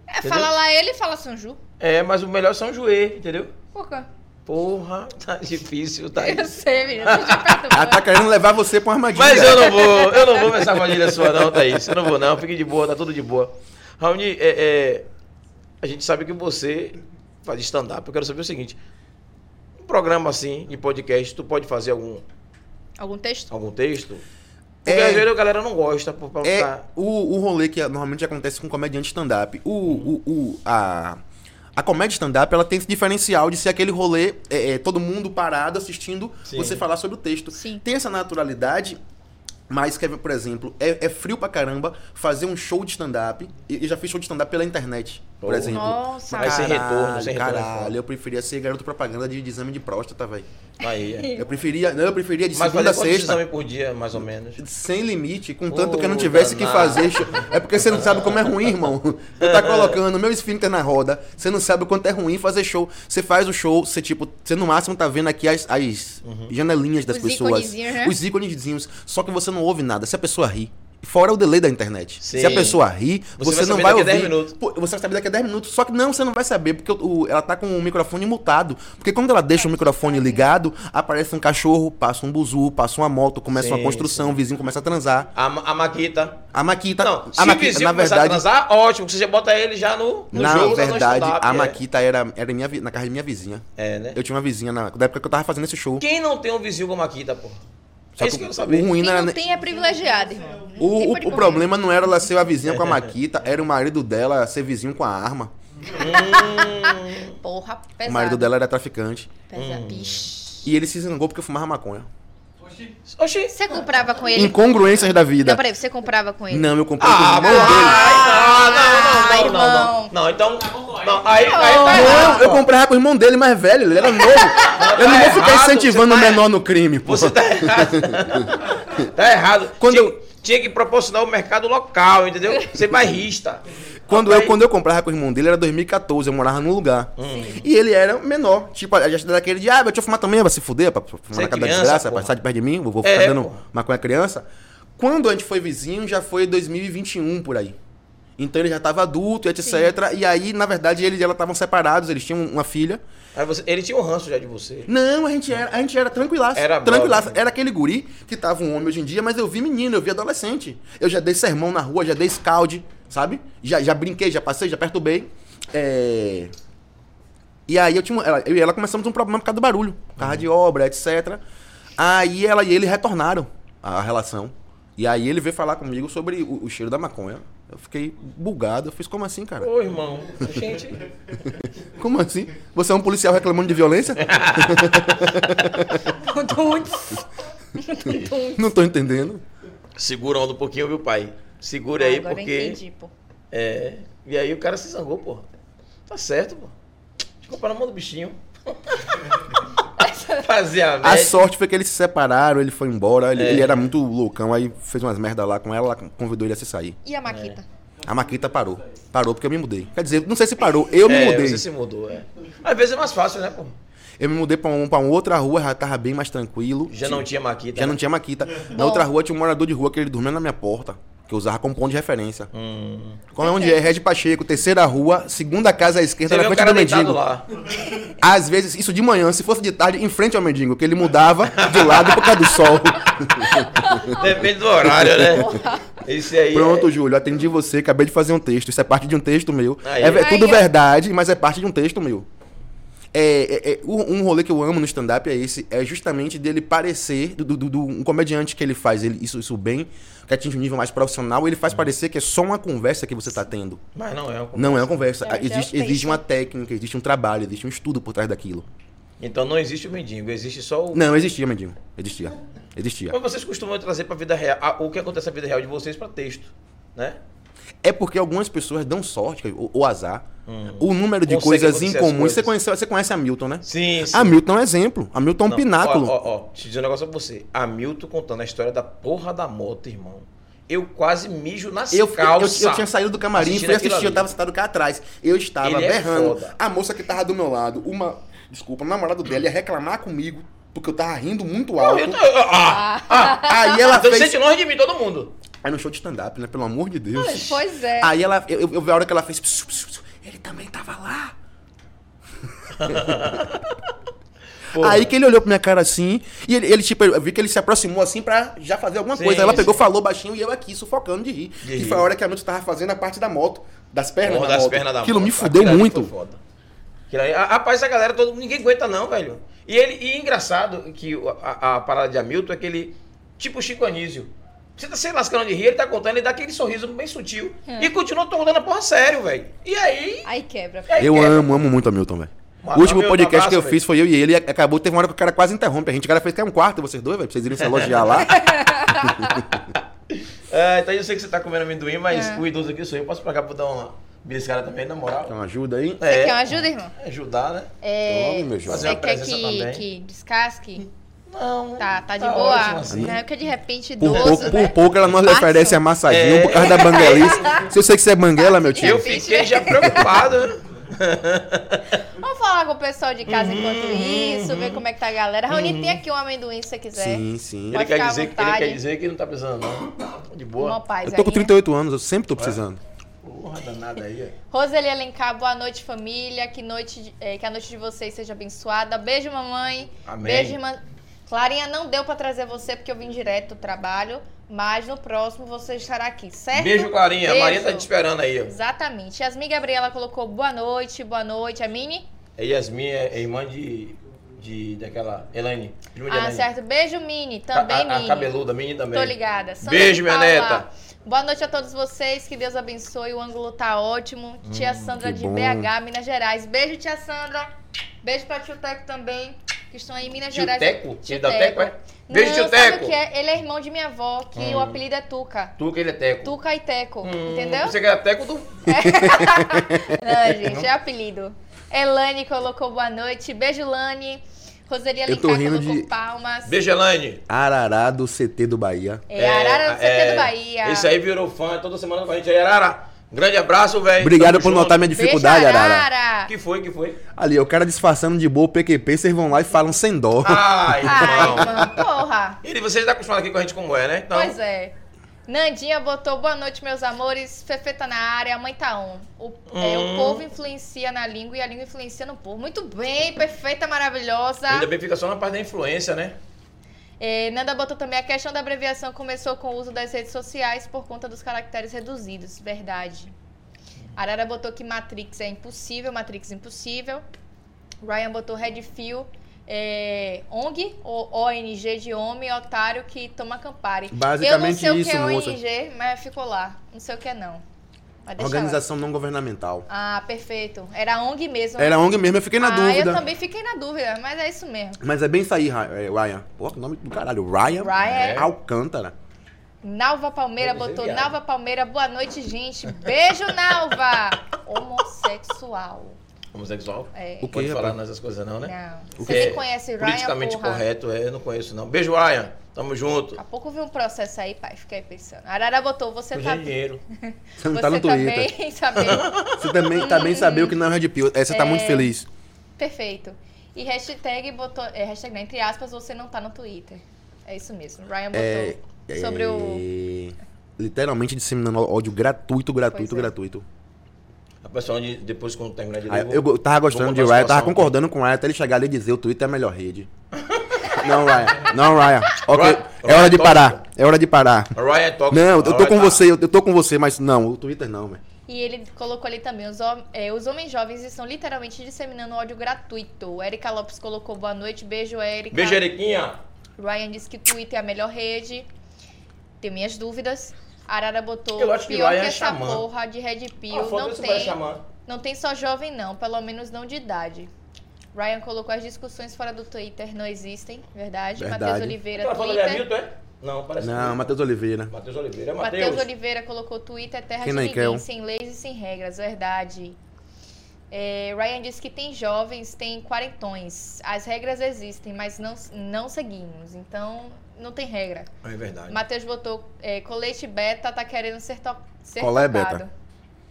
S1: É, fala lá ele e fala Sanju.
S2: É, mas o melhor é São Juê, entendeu?
S1: Por quê?
S2: Porra, tá difícil, tá aí.
S1: Eu sei, menino. Tô te perturbando.
S3: Ela tá querendo levar você pra uma armadilha.
S2: Mas eu não vou, eu não vou nessa família sua não, Thaís. Eu não vou não, fique de boa, tá tudo de boa. Raoni, é, é, a gente sabe que você faz stand-up. Eu quero saber o seguinte. Um programa assim, de podcast, tu pode fazer algum,
S1: Algum texto?
S2: algum texto? Porque
S3: É.
S2: às vezes a galera não gosta por, pra
S3: É
S2: ficar...
S3: o, o rolê que normalmente acontece com comediante stand-up. O, o, o- a, a comédia stand-up ela tem esse diferencial de ser aquele rolê, é, é, todo mundo parado assistindo
S2: Sim.
S3: você falar sobre o texto.
S1: Sim.
S3: Tem essa naturalidade, mas, Kevin, por exemplo, é, é frio pra caramba fazer um show de stand-up. E e já fiz show de stand-up pela internet, por
S2: Pô.
S3: exemplo.
S1: Nossa.
S2: Mas sem retorno, sem retorno é
S3: caralho,
S2: foda.
S3: eu preferia ser garoto propaganda de, de exame de próstata, velho.
S2: Aí, é.
S3: Eu preferia, não, eu preferia de
S2: Mas
S3: segunda a
S2: fazer quantos
S3: sexta
S2: exames por dia, mais ou menos?
S3: sem limite, contanto
S2: Ô,
S3: que eu não tivesse que
S2: danado.
S3: fazer. cho- É porque você não sabe como é ruim, irmão. Eu tá colocando meu esfíncter na roda, você não sabe o quanto é ruim fazer show. Você faz o show, você tipo, você no máximo tá vendo aqui as, as
S2: Uhum.
S3: janelinhas das
S1: Os
S3: pessoas.
S1: íconezinhos, né?
S3: Os íconezinhos, só que você não ouve nada. Se a pessoa ri, fora o delay da internet. Se a
S2: Sim.
S3: pessoa ri,
S2: Você
S3: você,
S2: vai
S3: não
S2: saber daqui
S3: vai
S2: a
S3: ouvir.
S2: 10 minutos.
S3: Pô, você vai saber daqui a 10 minutos. Só que não, você não vai saber, porque o- o- ela tá com o microfone mutado. Porque quando ela deixa o microfone ligado, aparece um cachorro, passa um buzu, passa uma moto, começa uma
S2: Sim,
S3: construção, o vizinho começa a transar.
S2: A, ma- a Maquita.
S3: A Maquita,
S2: Não, se
S3: Tá, a
S2: o
S3: Maquita
S2: vizinho
S3: na
S2: começar a
S3: verdade,
S2: transar, ótimo, que você já bota ele já no, no
S3: na
S2: jogo, tá no
S3: verdade,
S2: stand-up,
S3: a
S2: é.
S3: Maquita era, era minha, vi- na casa de minha vizinha.
S2: É, né?
S3: Eu tinha uma vizinha na, da época que eu tava fazendo esse show.
S2: Quem não tem um vizinho com Maquita, pô?
S3: Só um.
S2: é isso que eu quero
S3: o-
S2: saber.
S3: o ruim
S1: Quem
S3: não era
S1: não
S3: ne-
S1: tem é privilegiado, irmão. Não tem
S3: né? O, o-
S1: pra
S3: o
S1: ninguém.
S3: problema não era ela ser a vizinha com a Maquita, era o marido dela ser vizinho com a arma.
S2: Hum,
S1: Porra, pesado.
S3: O marido dela era traficante.
S1: Pesado.
S2: Hum.
S1: Bicho.
S3: E ele se zangou porque eu fumava maconha.
S4: Oxi.
S2: Oxi.
S1: Você comprava com ele?
S3: Incongruências da vida.
S1: Não, peraí, você comprava com ele?
S3: Não, eu comprei com
S2: Ah,
S3: o
S2: mas-
S3: irmão dele.
S1: Ah,
S2: ah, não, não, não, não, não,
S1: irmão.
S2: não. Não, então.
S4: concorrendo.
S2: Não, aí, aí tá
S3: Não,
S2: errado,
S3: eu
S2: pô.
S3: comprava com o irmão dele, mais velho, ele era novo. Eu não vou ficar
S2: errado,
S3: incentivando o
S2: você tá-
S3: menor no crime, pô.
S2: Você tá errado. tá errado.
S3: Quando
S2: tinha,
S3: eu-
S2: tinha que proporcionar o mercado local, entendeu? Ser bairrista.
S3: Quando eu, quando eu comprava com o irmão dele, era 2014, eu morava num lugar.
S2: Hum.
S3: E ele era menor. Tipo, a gente daquele de, ah, deixa eu fumar também, vai se fuder, pra pra fumar
S2: Você
S3: na
S2: é
S3: casa da
S2: criança,
S3: desgraça,
S2: porra.
S3: pra sair de perto de mim, eu vou ficar
S2: É,
S3: dando
S2: porra.
S3: maconha criança. Quando a gente foi vizinho, já foi 2021 por aí. Então ele já tava adulto, etc. E aí, na verdade, ele e ela estavam separados, eles tinham uma filha.
S2: Aí você, ele tinha um ranço já de você.
S3: Não, a gente era, a gente era tranquilaço.
S2: Era
S3: tranquilaço.
S2: brother.
S3: Era aquele guri que tava um homem hoje em dia, mas eu vi menino, eu vi adolescente. Eu já dei sermão na rua, já dei scald, sabe? Já, já brinquei, já passei, já perturbei. É... E aí eu tinha. um- Ela, eu e ela começamos um problema por causa do barulho. Por causa de obra, etc. Aí ela e ele retornaram a relação. E aí ele veio falar comigo sobre o, o cheiro da maconha. Eu fiquei bugado. Eu fiz, como assim, cara?
S2: Ô, irmão. Gente.
S3: Como assim? Você é um policial reclamando de violência? Não tô entendendo.
S2: Segura a onda um pouquinho, viu, pai? Segura aí,
S1: Agora
S2: porque.
S1: eu entendi, pô.
S2: É. E aí o cara se zangou, pô. Tá certo, pô. Deixa eu comprar na mão do bichinho. Fazer a
S3: A
S2: média.
S3: sorte foi que eles se separaram, ele foi embora, ele,
S2: É.
S3: ele era muito loucão, aí fez umas merda lá com ela, ela convidou ele a se sair.
S1: E a Maquita?
S3: A Maquita parou. Parou porque eu me mudei. Quer dizer, não sei se parou, eu me
S2: é,
S3: mudei.
S2: Você se mudou, é. Às vezes é mais fácil, né, pô?
S3: Eu me mudei pra, um, pra uma outra rua, já tava bem mais tranquilo.
S2: Já não tinha maquita.
S3: Já não
S2: né?
S3: tinha Maquita. Na outra rua tinha um morador de rua que ele dormia na minha porta, que eu usava como ponto de referência.
S2: Hum.
S3: Qual é onde é? Red Pacheco, terceira rua, segunda casa à esquerda,
S2: Você
S3: na
S2: vê o
S3: frente
S2: cara
S3: do
S2: deitado
S3: mendigo.
S2: lá.
S3: Às vezes, isso de manhã, se fosse de tarde, em frente ao mendigo, que ele mudava de lado por causa do sol.
S2: Depende do horário, né? Esse aí.
S3: Pronto,
S2: é...
S3: Júlio, atendi você, acabei de fazer um texto. Isso é parte de um texto meu.
S2: Aí.
S3: É ve-
S1: Aí,
S3: tudo
S1: ó.
S3: verdade, mas é parte de um texto meu. É, é- é- um um rolê que eu amo no stand-up é esse, é justamente dele parecer, do, do- do- do- um comediante que ele faz ele, isso, isso bem, que atinge um nível mais profissional, ele
S2: Hum.
S3: faz parecer que é só uma conversa que você tá tendo.
S2: Mas não é. um
S3: Não é uma conversa.
S1: É, já é o
S3: existe,
S1: texto.
S3: existe uma técnica, existe um trabalho, existe um estudo por trás daquilo.
S2: Então não existe o mendigo, existe só o.
S3: Não, existia, Mendinho. Existia. Existia.
S2: Mas vocês costumam trazer pra vida real a- o que acontece na vida real de vocês pra texto, né?
S3: É porque algumas pessoas dão sorte, ou, ou azar. O número
S2: Hum.
S3: de
S2: Consegue
S3: coisas
S2: acontecer as
S3: incomuns.
S2: coisas.
S3: Você, conheceu, você conhece Hamilton, né?
S2: Sim, sim.
S3: Hamilton é um exemplo. Hamilton é um
S2: Não,
S3: pináculo.
S2: Ó, ó, ó, deixa eu dizer um negócio pra você. Hamilton contando a história da porra da moto, irmão. Eu quase mijo na
S3: eu, eu,
S2: calça.
S3: eu tinha saído do camarim,
S2: Assistindo
S3: fui assistir,
S2: aquilo
S3: eu
S2: ali.
S3: tava sentado cá atrás. Eu estava
S2: Ele é
S3: berrando.
S2: foda.
S3: a moça que tava do meu lado, uma. Desculpa, o namorado dela ia reclamar comigo, porque eu tava rindo muito
S2: Não,
S3: alto.
S2: eu tô- eu- ah, ah,
S3: Aí ela
S2: então sente
S3: fez.
S2: longe de mim, todo mundo.
S3: Aí no show de stand-up, né? Pelo amor de Deus.
S1: Pois é.
S3: Aí ela, eu, eu- eu vi a hora que ela fez. psiu, psiu, psiu, Ele também tava lá.
S2: Porra.
S3: Aí que ele olhou pra minha cara assim, e ele, ele, tipo, eu vi que ele se aproximou assim pra já fazer alguma
S2: Sim,
S3: coisa. Ela pegou,
S2: sim.
S3: falou baixinho e eu aqui, sufocando de rir.
S2: De
S3: que
S2: rir.
S3: foi a hora que a Milton tava fazendo a parte da moto, das pernas
S2: Porra
S3: da
S2: das
S3: moto.
S2: pernas da
S3: Aquilo
S2: moto. Tá então,
S3: me fudeu
S2: Aquilo ali
S3: muito.
S2: foi foda. Aquilo ali- a- Rapaz, essa galera, todo, ninguém aguenta não, velho. E ele, e engraçado que o- a, a parada de Hamilton é aquele tipo o Chico Anísio. Você tá se lascando de rir, ele tá contando, ele dá aquele sorriso bem sutil.
S1: É.
S2: E continua contando a porra sério, velho. E aí...
S1: Aí quebra.
S2: aí
S3: Eu
S2: quebra.
S3: amo, amo muito a Milton, velho.
S2: Mano,
S3: O último
S2: Hamilton,
S3: podcast que eu
S2: abraço,
S3: fiz foi eu e ele, e acabou, teve uma hora que o cara quase interrompe a gente. O cara fez que é um quarto, vocês dois, velho, pra vocês irem se elogiar lá.
S2: É, então eu sei que você tá comendo amendoim, mas
S1: É.
S2: o idoso aqui sou eu. Posso pagar pra dar uma beliscada também, na moral? É.
S3: Então ajuda aí.
S1: Você quer uma ajuda, irmão?
S2: Ajudar, né?
S1: É,
S3: Tome, meu jovem.
S1: você
S2: Fazer uma
S1: quer
S2: presença
S1: que,
S2: também.
S1: que descasque?
S2: Não.
S1: Tá, tá de boa.
S2: ótimo assim.
S1: Não, porque de repente
S3: Por,
S1: idoso,
S3: pouco,
S1: né?
S3: por pouco ela não
S1: Fácil.
S3: oferece a massaginha
S2: É.
S3: por causa da banguelice. Se eu sei que você é banguela, meu tio.
S2: Eu
S1: né?
S2: fiquei já preocupado, né?
S1: Vamos falar com o pessoal de casa enquanto
S2: uhum,
S1: isso, ver como é que tá a galera. Raoni, tem aqui um amendoim se você quiser.
S3: Sim, sim.
S2: Ele
S1: Pode
S2: quer,
S1: ficar à
S2: dizer, que- ele
S1: vontade.
S2: quer dizer que não tá precisando, não. De boa.
S1: Uma paz
S3: Eu tô com
S1: aí.
S3: 38 anos, eu sempre tô precisando.
S2: Porra danada aí, ó.
S1: Roseli Alencar, boa noite, família. Que, noite de- eh, que a noite de vocês seja abençoada. Beijo, mamãe.
S2: Amém.
S1: Beijo, irmã. Clarinha, não deu pra trazer você porque eu vim direto do trabalho, mas no próximo você estará aqui, certo?
S2: Beijo, Clarinha.
S1: Beijo.
S2: A Maria tá te esperando aí, ó.
S1: Exatamente. Yasmin Gabriela colocou boa noite, boa noite. A Mini?
S2: É Yasmin, é, é irmã de de, daquela Elaine. Prima de
S1: Ah,
S2: Elaine.
S1: certo. Beijo, Mini.
S2: Ca-
S1: Também,
S2: a, a
S1: Mini.
S2: cabeluda, mini também.
S1: Tô ligada. Sandra
S2: Beijo,
S1: de
S2: minha
S1: Paula.
S2: neta.
S1: Boa noite a todos vocês. Que Deus abençoe. O ângulo tá ótimo.
S2: Hum,
S1: Tia Sandra
S3: que
S1: de
S3: bom.
S1: BH, Minas Gerais. Beijo, tia Sandra. Beijo pra Tio Teco também, que estão aí em Minas
S2: Tio
S1: Gerais.
S2: Teco?
S1: Tio
S2: Ele dá
S1: Teco.
S2: Teco, é? Beijo,
S1: Não,
S2: Tio
S1: sabe
S2: Teco. Hum.
S1: o que é? Ele é irmão de minha avó, que o apelido é Tuca.
S2: Tu que ele é Teco.
S1: Tuca e Teco,
S2: Hum,
S1: entendeu?
S2: Você Uhum. que era Teco do...
S1: Não, gente, é apelido. Elane colocou boa noite. Beijo, Lani. Roseria
S3: Eu tô
S1: Alencar
S3: rindo
S1: colocou
S3: de-
S1: palmas.
S2: Beijo, Elaine.
S3: Arará do CT do Bahia.
S1: É, Arara do CT
S2: é,
S1: do Bahia.
S2: Esse aí virou fã, toda semana com a gente aí. Arara, grande abraço, velho.
S3: Obrigado
S2: Tamo
S3: por
S2: junto.
S3: notar minha dificuldade,
S1: É, Beijo,
S3: Arara.
S1: Arara.
S2: Que foi, que foi?
S3: Ali, o cara disfarçando de boa o PQP, vocês vão lá e falam sem dó.
S1: Ah,
S2: Ai,
S1: Ai,
S2: Ah, irmão.
S1: mano, porra.
S2: E vocês estão acostumados aqui com a gente como é, né? Então,
S1: Pois é. Nandinha botou boa noite, meus amores. Fefe tá na área, a mãe tá on. O, é, o
S2: Hum.
S1: povo influencia na língua e a língua influencia no povo. Muito bem, perfeita, maravilhosa.
S2: ainda bem que fica só na parte da influência, né?
S1: É, Nanda botou também a questão da abreviação começou com o uso das redes sociais por conta dos caracteres reduzidos. Verdade. Arara botou que Matrix é impossível, Matrix impossível. Ryan botou Redfield, é, ONG, ou ONG de homem, otário que toma Campari.
S3: Basicamente
S1: Eu não sei
S3: isso,
S1: o que é
S3: moça.
S1: ONG, mas ficou lá. Não sei o que é não. Mas deixa lá.
S3: Organização não governamental.
S1: Ah, perfeito. Era ONG mesmo.
S3: Era ONG mesmo, eu fiquei na
S1: ah, eu
S3: dúvida.
S1: também fiquei na dúvida, mas é isso mesmo.
S3: Mas é bem isso aí, Ra- é, Ryan. Pô, que nome do caralho. Ryan,
S1: Ryan. é.
S3: Alcântara.
S1: Nalva Palmeira
S2: Vamos
S1: botou.
S2: enviar.
S1: Nalva Palmeira, boa noite, gente. Beijo, Nalva! Homossexual.
S2: Homossexual.
S1: É.
S3: O
S2: Não pode
S3: que,
S2: falar
S3: rapaz?
S2: nessas coisas não, né?
S1: Não.
S2: O
S1: Você
S2: que
S1: nem
S2: é
S1: conhece Ryan,
S2: Politicamente
S1: porra.
S2: correto, é, eu não conheço não. Beijo, Ryan. Tamo junto.
S1: Daqui a pouco vi um processo aí, pai. Fiquei pensando. Arara botou, você
S2: Você
S1: tá.
S2: tá... dinheiro.
S3: Você não
S1: você
S3: tá no Twitter.
S1: bem, tá bem.
S3: Você também tá bem saber o que não é Red Pill. É, você tá muito feliz.
S1: Perfeito. E hashtag botou. É, hashtag, não, entre aspas, você não tá no Twitter. É isso mesmo. Ryan
S3: É,
S1: botou sobre o.
S3: é, Literalmente disseminando ódio gratuito, gratuito,
S1: Pois é.
S3: gratuito.
S2: A pessoa onde depois quando terminar de
S3: Aí,
S2: novo...
S3: Ah, eu go- tava gostando
S2: vou
S3: de
S2: botar um a
S3: Ryan, tava
S2: situação.
S3: concordando com o Ryan até ele chegar ali e dizer o Twitter é a melhor rede. não, Ryan. Não, Ryan. Ok.
S2: Ryan,
S3: É hora de
S2: Ryan,
S3: parar. É hora de parar.
S2: Ryan é tóxico.
S3: Não, eu tô
S2: Ryan
S3: com
S2: tá-
S3: você, eu eu tô com você, mas não, o Twitter não, velho.
S1: E ele colocou ali também, os, hom- é, os homens jovens estão literalmente disseminando ódio gratuito. Erika Lopes colocou boa noite, beijo, Erika.
S2: Beijo, Eriquinha.
S1: Ryan disse que Twitter é a melhor rede. Tenho minhas dúvidas. Arara botou,
S2: Eu acho que
S1: pior que,
S2: Ryan é
S1: essa
S2: xamã.
S1: porra de Red
S2: Ah,
S1: Pill não
S2: foda-se, vai
S1: tem,
S2: chamar.
S1: não tem só jovem não, pelo menos não de idade. Ryan colocou as discussões fora do Twitter não existem, verdade?
S3: Verdade.
S1: Matheus
S2: Aquela
S1: Oliveira,
S2: foto ali é
S1: Twitter.
S2: Milton, é? Não, parece
S3: Não,
S2: Matheus.
S3: Matheus Oliveira.
S2: Matheus Oliveira. É
S1: Matheus
S2: Matheus.
S1: Oliveira colocou Twitter é terra
S3: Quem
S1: de
S3: não
S1: ninguém,
S3: quer um?
S1: sem leis e sem regras, verdade. É, Ryan disse que tem jovens, tem quarentões. As regras existem, mas não, não seguimos. Então, não tem regra.
S2: É verdade.
S1: Matheus botou é, colete beta, tá querendo ser, to ser
S2: é
S3: Colé
S1: tocado.
S3: beta.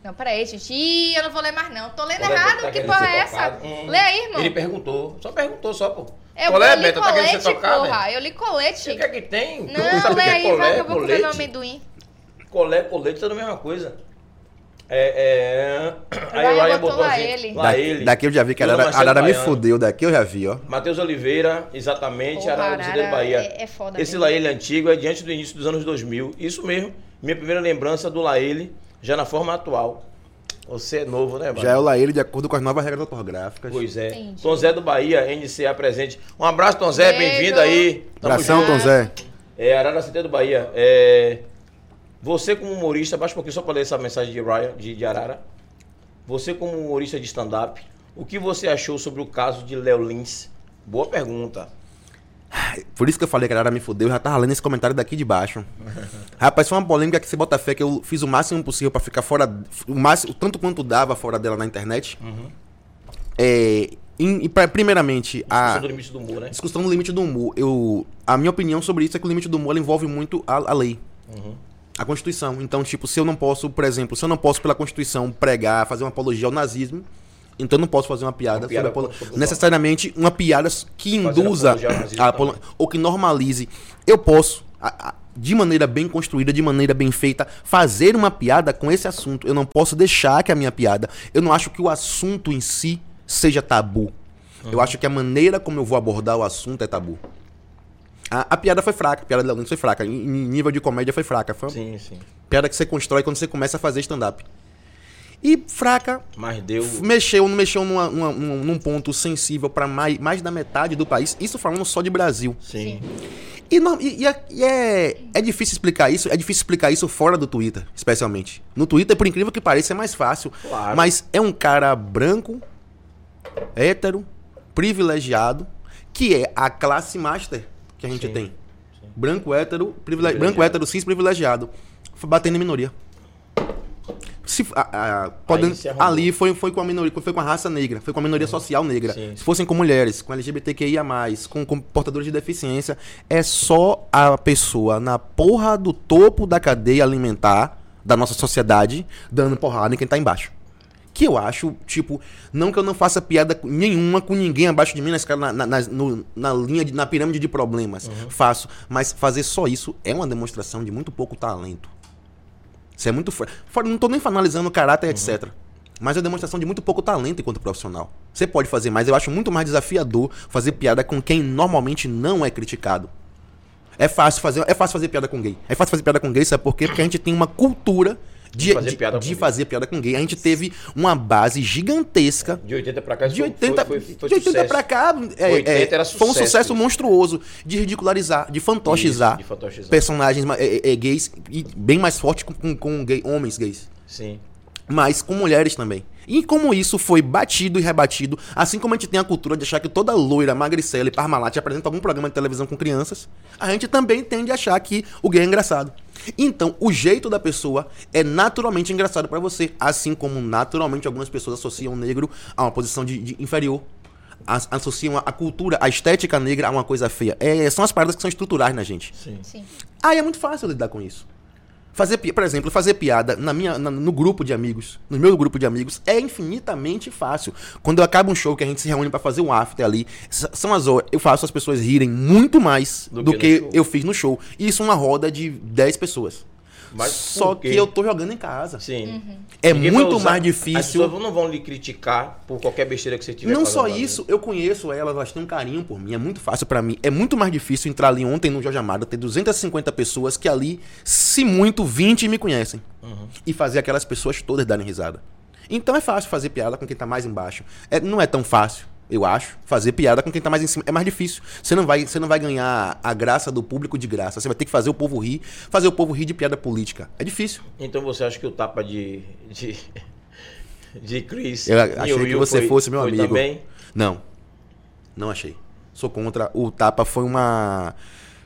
S1: Não, peraí, gente. Ih, eu não vou ler mais, não. Tô lendo
S2: Colé beta
S1: errado.
S2: tá
S1: que
S2: querendo
S1: porra
S2: ser
S1: é essa?
S2: tocado. Hum.
S1: Lê aí, irmão.
S2: Ele perguntou. Só perguntou, só, pô.
S1: Eu,
S2: Colé,
S1: eu li
S2: Beta, tá querendo
S1: colete,
S2: ser tocado,
S1: porra. Eu li colete.
S2: O que é que tem? Tu
S1: Não,
S2: sabe o
S1: lê
S2: que é
S1: aí, vai que eu vou comer meu
S2: colete?
S1: amendoim.
S2: Colé, colete, tudo a mesma coisa. É, é... Aí o
S1: Ryan
S2: Ryan
S1: botou
S2: botou,
S1: lá
S2: assim,
S1: ele.
S2: Lá
S3: Da-
S2: ele.
S3: Daqui eu já vi que a
S2: Bruno
S3: Arara, a
S2: Marcelo
S3: Arara me
S2: é Baiano.
S3: fudeu, daqui eu já vi, ó.
S2: Matheus Oliveira, exatamente,
S1: Porra,
S2: Arara do Cid do Bahia.
S1: É, é foda
S2: Esse
S1: mesmo.
S2: Laele antigo é diante do início dos anos 2000. Isso mesmo, minha primeira lembrança do Laele, já na forma atual. Você é novo, né, Bahia?
S3: Já é o Laíra de acordo com as novas regras ortográficas.
S2: Pois é.
S1: Entendi.
S2: Tom Zé do Bahia, NCA presente. Um abraço, Tom Zé,
S1: Beijo.
S2: bem-vindo aí. Tamo
S3: Abração,
S1: junto.
S3: Tom Zé.
S2: É, Arara CT do Bahia. É, você como humorista, baixa um pouquinho só para ler essa mensagem de, Ryan, de, de Arara. Você como humorista de stand-up, o que você achou sobre o caso de Léo Lins? Boa pergunta.
S3: Por isso que eu falei que a Arara me fudeu, eu já tava lendo esse comentário daqui de baixo. Rapaz, foi uma polêmica que se bota fé que eu fiz o máximo possível pra ficar fora. O, máximo, o tanto quanto dava fora dela na internet. É, em- e pra- primeiramente,
S2: Ah.
S3: a
S2: Sobre o limite do humor, né?
S3: discussão do limite do humor. Eu, a minha opinião sobre isso é que o limite do humor ela envolve muito a, a lei.
S2: Uhum.
S3: A Constituição. Então, tipo, se eu não posso, por exemplo, se eu não posso pela Constituição pregar, fazer uma apologia ao nazismo, então eu não posso fazer uma piada,
S2: Uma piada
S3: sobre apolo-
S2: contra o Bolsonaro.
S3: necessariamente uma piada que
S2: Fazer
S3: induza
S2: apologia ao nazismo
S3: a apolo- ou que normalize. Eu posso a- a- de maneira bem construída, de maneira bem feita, fazer uma piada com esse assunto. Eu não posso deixar que a minha piada. Eu não acho que o assunto em si seja tabu.
S2: Uhum.
S3: Eu acho que a maneira como eu vou abordar o assunto é tabu. A, a piada foi fraca, a piada da Lins foi fraca. Em, em nível de comédia foi fraca. Foi uma
S2: Sim, sim.
S3: piada que você constrói quando você começa a fazer stand-up. E fraca,
S2: Mas deu.
S3: f- mexeu, mexeu numa, numa- num num ponto sensível para mais, mais da metade do país. Isso falando só de Brasil.
S2: Sim.
S3: E, não- e- e é- e é, é difícil explicar isso, é difícil explicar isso fora do Twitter, especialmente. No Twitter, por incrível que pareça, é mais fácil.
S2: Claro.
S3: Mas é um cara branco, hétero, privilegiado, que é a classe master que a gente
S2: Sim,
S3: tem.
S2: sim.
S3: Branco, hétero, privile-
S2: Privilegiado.
S3: branco, hétero, cis, privilegiado. F- Batendo em minoria. Se, f- a- a- podendo-
S2: se um arrumou.
S3: ali foi, foi com a minoria, foi com a raça negra, foi com a minoria social negra.
S2: É. Sim, sim.
S3: Se fossem com mulheres, com LGBTQIA, com, com portadores de deficiência, é só a pessoa na porra do topo da cadeia alimentar da nossa sociedade dando porrada em quem tá embaixo. Que eu acho, tipo, não que eu não faça piada com- nenhuma com ninguém abaixo de mim na, escala- na, na- nas- no- na linha, de- na pirâmide de problemas.
S2: Uhum.
S3: Faço. Mas fazer só isso é uma demonstração de muito pouco talento. Isso é muito. Fora, fora- não tô nem analisando caráter, etc. Mas é demonstração de muito pouco talento enquanto profissional. Você pode fazer mais, eu acho muito mais desafiador fazer piada com quem normalmente não é criticado. É fácil fazer, é fácil fazer piada com gay. É fácil fazer piada com gay, sabe por quê? Porque a gente tem uma cultura de,
S2: De fazer
S3: de-
S2: piada com
S3: de
S2: gay.
S3: fazer piada com gay. A gente teve uma base gigantesca
S2: De 80 pra cá,
S3: de
S2: foi-
S3: 80,
S2: foi, foi, foi
S3: de 80
S2: sucesso.
S3: pra cá, é,
S2: 80
S3: é,
S2: era
S3: foi um
S2: sucesso
S3: sucesso
S2: isso.
S3: monstruoso de ridicularizar, de fantochizar
S2: Isso, de fantochizar.
S3: personagens ma- é, é, é, gays e bem mais forte com, com, com gay- homens gays,
S2: Sim.
S3: mas com mulheres também. E como isso foi batido e rebatido, assim como a gente tem a cultura de achar que toda loira, magricela e parmalat apresenta algum programa de televisão com crianças, a gente também tende a achar que o gay é engraçado. Então, o jeito da pessoa é naturalmente engraçado pra você, assim como naturalmente algumas pessoas associam o negro a uma posição de- de inferior as- associam a- a cultura, a estética negra a uma coisa feia. É, são as paradas que são estruturais na gente.
S2: Sim.
S1: Sim.
S3: Aí é muito fácil lidar com isso. Fazer, pi- por exemplo, fazer piada na minha, na- no grupo de amigos, no meu grupo de amigos, é infinitamente fácil. Quando eu acabo um show que a gente se reúne pra fazer um after ali, s- são as horas, eu faço as pessoas rirem muito mais do,
S2: Do
S3: que,
S2: que no show.
S3: eu fiz no show. E isso é uma roda de 10 pessoas.
S2: Mas
S3: Só
S2: por quê?
S3: que eu tô jogando em casa.
S2: Sim.
S3: É
S2: Ninguém vai
S3: muito
S2: usar-
S3: mais
S2: As
S3: difícil.
S2: pessoas não vão lhe criticar por qualquer besteira que você tiver né?
S3: Não
S2: fazendo
S3: só
S2: lá dentro.
S3: isso, eu conheço elas, elas têm um carinho por mim, é muito fácil pra mim. É muito mais difícil entrar ali ontem no Jorge Amado, ter 250 pessoas que ali, se muito, 20 me conhecem.
S2: Uhum.
S3: E fazer aquelas pessoas todas darem risada. Então é fácil fazer piada com quem tá mais embaixo. É, não é tão fácil, eu acho, fazer piada com quem tá mais em cima. É mais difícil. Você não, vai, você não vai ganhar a graça do público de graça. Você vai ter que fazer o povo rir, fazer o povo rir de piada política. É difícil.
S2: Então você acha que o tapa de. de, de Chris.
S3: Eu
S2: e
S3: achei
S2: o
S3: que
S2: Will
S3: você
S2: foi-
S3: fosse meu
S2: foi
S3: amigo.
S2: Também?
S3: Não. Não achei. Sou contra. O tapa foi uma.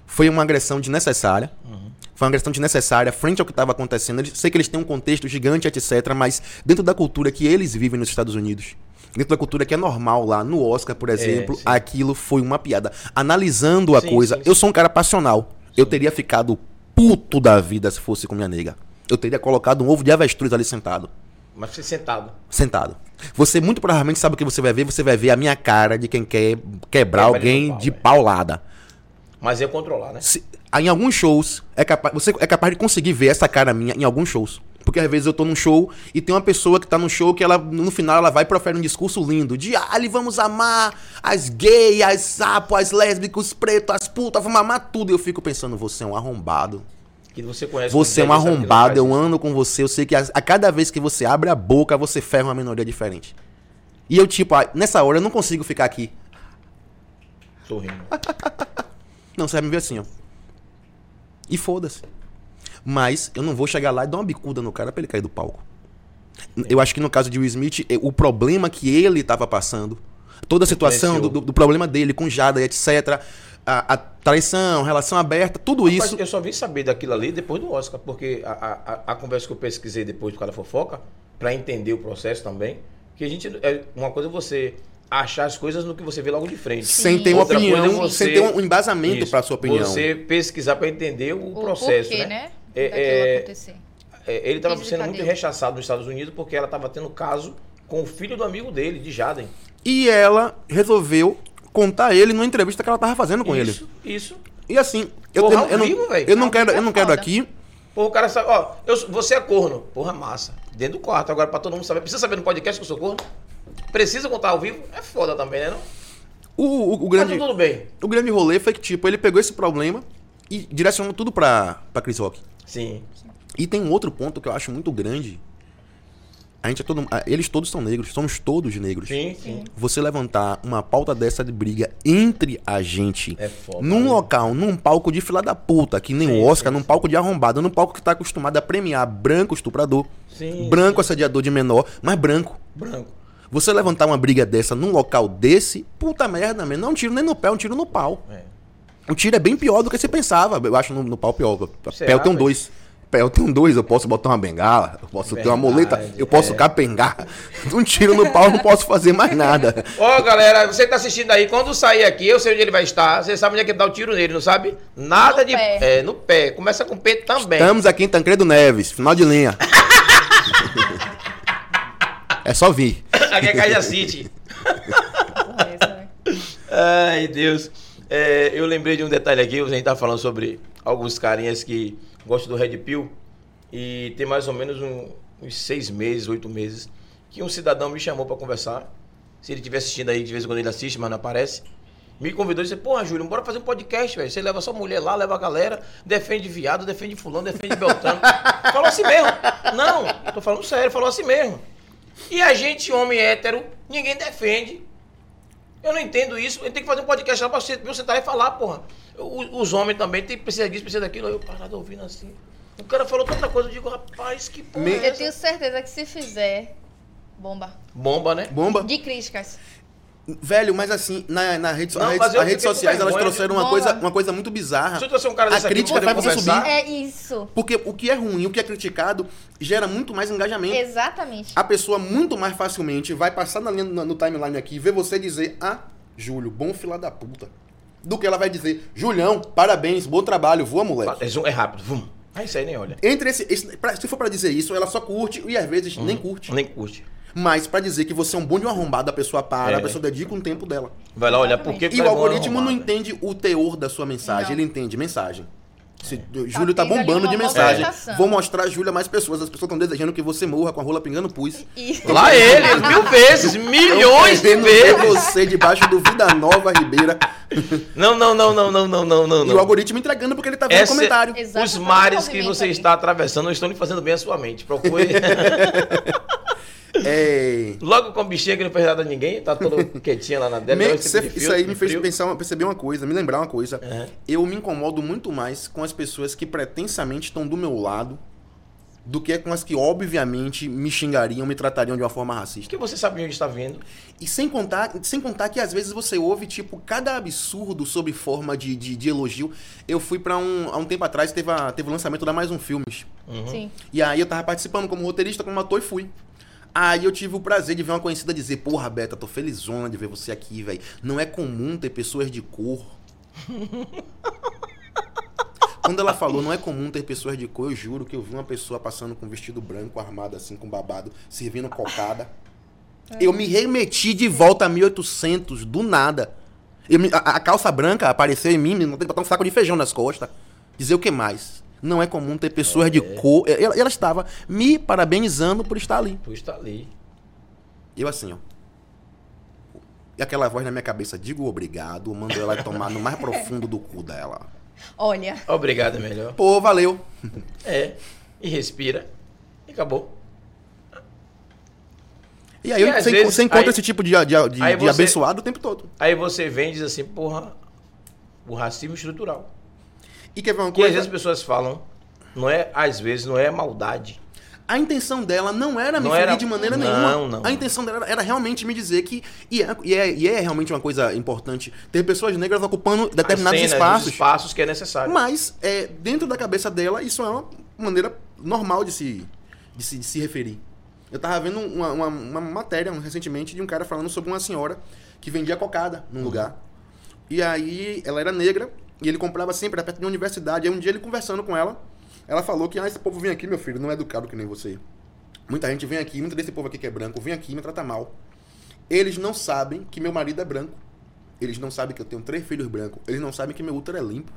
S3: Foi uma agressão desnecessária.
S2: Uhum.
S3: Foi uma agressão desnecessária frente ao que estava acontecendo. Eles- sei que eles têm um contexto gigante, etc. Mas dentro da cultura que eles vivem nos Estados Unidos, dentro da cultura que é normal lá, no Oscar, por exemplo,
S2: É, sim.
S3: aquilo foi uma piada. Analisando a
S2: Sim,
S3: coisa,
S2: sim,
S3: eu sou um cara passional. Eu teria ficado puto da vida se fosse com minha nega. Eu teria colocado um ovo de avestruz ali sentado
S2: Mas você sentado.
S3: sentado. Você muito provavelmente sabe o que você vai ver, você vai ver a minha cara de quem quer quebrar
S2: Quebra
S3: alguém
S2: de pau, é.
S3: de
S2: velho.
S3: paulada.
S2: Mas ia controlar, né?
S3: Se- em alguns shows, é capaz, você é capaz de conseguir ver essa cara minha em alguns shows. Porque às vezes eu tô num show e tem uma pessoa que tá num show que ela, no final, ela vai e profere um discurso lindo de "Ah, ali vamos amar as gays, as sapos, as lésbicas, os pretos, as putas, vamos amar tudo. E eu fico pensando, você é um arrombado.
S2: Que você conhece.
S3: Você é um
S2: muito bem, sabe que não
S3: arrombado,
S2: faz
S3: eu ando com você. Eu sei que a, a cada vez que você abre a boca, você ferra uma minoria diferente. E eu, tipo, ah, nessa hora eu não consigo ficar aqui.
S2: isso. Sorrindo.
S3: Não, você vai me ver assim, ó. E foda-se. Mas eu não vou chegar lá e dar uma bicuda no cara pra ele cair do palco. Eu acho que no caso de Will Smith, eh, o problema que ele tava passando, toda a situação do,
S2: Influenciou.
S3: do- do problema dele com Jada e etc., a, a traição, relação aberta, tudo
S2: Rapaz,
S3: isso.
S2: eu só vim saber daquilo ali depois do Oscar, porque a, a- a- a conversa que eu pesquisei depois do cara fofoca, pra entender o processo também, que a gente. É uma coisa é você achar as coisas no que você vê logo de frente.
S3: Sem ter
S1: Sim.
S3: uma
S2: Outra coisa é
S3: opinião,
S2: você-
S3: sem ter um embasamento
S2: Isso.
S3: pra sua opinião.
S2: Você pesquisar pra entender o,
S1: O
S2: processo,
S1: porquê,
S2: né?
S1: né?
S2: É,
S1: daquilo
S2: é,
S1: acontecer.
S2: É, ele estava
S1: Vídeo de
S2: sendo muito
S1: cadeia.
S2: rechaçado nos Estados Unidos porque ela estava tendo caso com o filho do amigo dele, de Jaden.
S3: E ela resolveu contar a ele numa entrevista que ela tava fazendo com
S2: isso,
S3: ele.
S2: Isso.
S3: E assim, eu,
S2: Porra,
S3: eu-
S2: ao
S3: eu não,
S2: vivo, velho. Tá
S3: eu não
S1: Ao
S3: quero,
S1: vivo
S3: eu
S1: é
S3: não quero
S1: foda.
S3: aqui.
S2: Porra, o cara sabe, ó, eu, sou- você é corno. Porra, massa. Dentro do quarto, agora pra todo mundo saber. Precisa saber no podcast que eu sou corno? Precisa contar ao vivo? É foda também, né? Não?
S3: O, o, o
S2: Mas
S3: grande,
S2: tá tudo bem.
S3: o grande rolê foi que tipo ele pegou esse problema e direcionou tudo pra pra Chris Rock.
S2: Sim.
S3: E tem um outro ponto que eu acho muito grande A gente é todo, a- eles todos são negros, somos todos negros.
S2: Sim, sim.
S3: Você levantar uma pauta dessa de briga entre a gente,
S2: É foda.
S3: num
S2: né?
S3: local, num palco de fila da puta, que nem
S2: Sim,
S3: o Oscar,
S2: sim,
S3: num palco de arrombado, num palco que tá acostumado a premiar branco estuprador,
S2: Sim,
S3: branco assediador de menor, mas branco.
S2: branco.
S3: Você levantar uma briga dessa num local desse, puta merda, mesmo. Não é um tiro nem no pé, é um tiro no pau.
S2: É.
S3: O tiro é bem pior do que você pensava. Eu acho no, no pau pior.
S2: Será,
S3: Pé eu tenho
S2: velho?
S3: dois. Pé eu tenho dois. Eu posso botar uma bengala. Eu posso ter uma
S2: Verdade,
S3: muleta. Eu posso
S2: é.
S3: capengar. Um tiro no pau, eu não posso fazer mais nada.
S2: Ó, galera, você que tá assistindo aí, quando sair aqui, eu sei onde ele vai estar. Você sabe onde é que ele dá o tiro nele, não sabe? Nada
S1: No
S2: de.
S1: pé.
S2: É, no pé. Começa com P também.
S3: Estamos aqui em Tancredo Neves. Final de linha. É só vir.
S2: Aqui é Caja City.
S1: Porra, essa, né?
S2: Ai, Deus. É, eu lembrei de um detalhe aqui, a gente tá falando sobre alguns carinhas que gostam do Red Pill. E tem mais ou menos um- uns seis meses, oito meses, que um cidadão me chamou pra conversar. Se ele estiver assistindo aí, de vez em quando ele assiste, mas não aparece. Me convidou e disse, porra, Júlio, bora fazer um podcast, velho. Você leva sua mulher lá, leva a galera, defende viado, defende fulano, defende Beltrano. falou assim mesmo. Não, tô falando sério, falou assim mesmo. E a gente, homem hétero, ninguém defende. Eu não entendo isso. A gente tem que fazer um podcast lá pra você, pra eu sentar e falar, porra. O- os homens também tem, precisa disso, precisa daquilo. Aí Eu parado ouvindo assim. O cara falou tanta coisa, eu digo, rapaz, que porra
S3: Me-
S2: é
S1: Eu
S2: essa?
S1: tenho certeza que se fizer, bomba.
S2: Bomba, né?
S3: Bomba.
S1: De críticas.
S3: Velho, mas assim, na, na rede, so-
S2: Não,
S3: a rede-
S2: mas eu
S3: as redes
S2: fiquei com
S3: sociais elas
S2: vergonha de-
S3: trouxeram uma
S1: Boa.
S3: coisa, uma coisa muito bizarra.
S2: Se eu trouxer um cara
S3: Ah, A
S2: desse aqui
S3: crítica
S2: pra poder
S3: faz você
S2: conversar,
S3: subir.
S1: É isso.
S3: Porque o que é ruim, o que é criticado, gera muito mais engajamento.
S2: Ah.
S1: Exatamente.
S3: a pessoa muito mais facilmente vai passar na linha, no, no timeline aqui e ver você dizer, ah, Júlio, bom fila da puta. Do que ela vai dizer, Julião, parabéns, bom trabalho, voa, moleque.
S2: é zoom, é rápido, vum. Aí isso aí nem olha.
S3: Entre esse. esse- pra- se for pra dizer isso, ela só curte e às vezes nem curte.
S2: Nem curte.
S3: Mas pra dizer que você é um bom de um arrombado, a pessoa para,
S2: É.
S3: a pessoa dedica um tempo dela.
S2: Vai lá olhar por que que
S3: E
S2: tá
S3: o algoritmo
S2: arrumado.
S3: não entende o teor da sua mensagem,
S1: Não.
S3: ele entende mensagem. Se-
S2: É.
S3: Júlio tá
S1: tendo ali
S3: bombando
S1: uma
S3: de mensagem.
S1: movimentação.
S3: Vou mostrar a Júlia a mais pessoas. As pessoas estão desejando que você morra com a rola pingando pus.
S1: E...
S2: Lá ele, mil vezes, milhões de
S3: Querendo ver
S2: vezes.
S3: você debaixo do Vida Nova Ribeira.
S2: Não, não, não, não, não, não, não, não.
S3: E o algoritmo entregando porque ele tá vendo
S2: Essa-
S3: comentário.
S2: Os
S1: Exatamente,
S2: mares que
S1: movimento
S2: você
S1: ali.
S2: está atravessando não estão lhe fazendo bem a sua mente. Procure.
S3: É...
S2: Logo com a bichinha que não fez nada a ninguém, tá todo quietinha lá na dela.
S3: me-
S2: dá um tipo
S3: cê-
S2: de
S3: isso aí
S2: filtro,
S3: me
S2: de
S3: fez
S2: frio.
S3: pensar, uma- perceber uma coisa, me lembrar uma coisa.
S2: É.
S3: Eu me incomodo muito mais com as pessoas que pretensamente estão do meu lado do que com as que obviamente me xingariam, me tratariam de uma forma racista.
S2: Porque você sabe de onde está vindo.
S3: E sem contar, sem contar que às vezes você ouve, tipo, cada absurdo sob forma de, de, de elogio. Eu fui pra um. Há um tempo atrás teve, a- teve o lançamento da Mais Um Filmes.
S2: Uhum.
S1: Sim.
S3: E aí eu tava participando como roteirista, como ator e fui. Aí eu tive o prazer de ver uma conhecida dizer, porra, Beta, tô felizona de ver você aqui, velho. Não é comum ter pessoas de cor. Quando ela falou, não é comum ter pessoas de cor, eu juro que eu vi uma pessoa passando com um vestido branco, armada assim, com babado, servindo cocada. Eu me remeti de volta a 1800, do nada. Eu me- a, a calça branca apareceu em mim, não tem que botar um saco de feijão nas costas. Dizer o que mais? Não é comum ter pessoas de cor. E- Ela, ela estava me parabenizando por estar ali.
S2: Pois tá ali.
S3: Eu assim, ó. E aquela voz na minha cabeça, digo obrigado, mando ela tomar no mais profundo do cu dela.
S1: Olha.
S2: Obrigado, é melhor.
S3: Pô, valeu.
S2: É. E respira. E acabou.
S3: E aí
S2: E
S3: eu-
S2: às
S3: você, enco-
S2: vezes,
S3: você encontra
S2: aí-
S3: esse tipo de, de, de-
S2: aí
S3: de
S2: você-
S3: abençoado o tempo todo.
S2: Aí você vem e diz assim, porra, o racismo estrutural.
S3: E quer ver uma
S2: Que às
S3: coisa?
S2: vezes as pessoas falam, não é, às vezes, não é maldade.
S3: A intenção dela não era me
S2: Não
S3: ferir
S2: era-
S3: de maneira
S2: não,
S3: nenhuma.
S2: não.
S3: A intenção dela era realmente me dizer que. E é, e é- e é realmente uma coisa importante ter pessoas negras ocupando determinados
S2: As cenas,
S3: espaços.
S2: Os espaços que é necessário.
S3: Mas, é, dentro da cabeça dela, isso é uma maneira normal de se, de se, de se referir. Eu tava vendo uma, uma- uma matéria um, recentemente de um cara falando sobre uma senhora que vendia cocada num lugar. E aí ela era negra e ele comprava sempre era perto de uma universidade. Aí um dia ele conversando com ela, ela falou que ah, esse povo vem aqui, meu filho, não é educado que nem você. Muita gente vem aqui, muito desse povo aqui que é branco, vem aqui e me trata mal. Eles não sabem que meu marido é branco. Eles não sabem que eu tenho três filhos brancos. Eles não sabem que meu útero é limpo.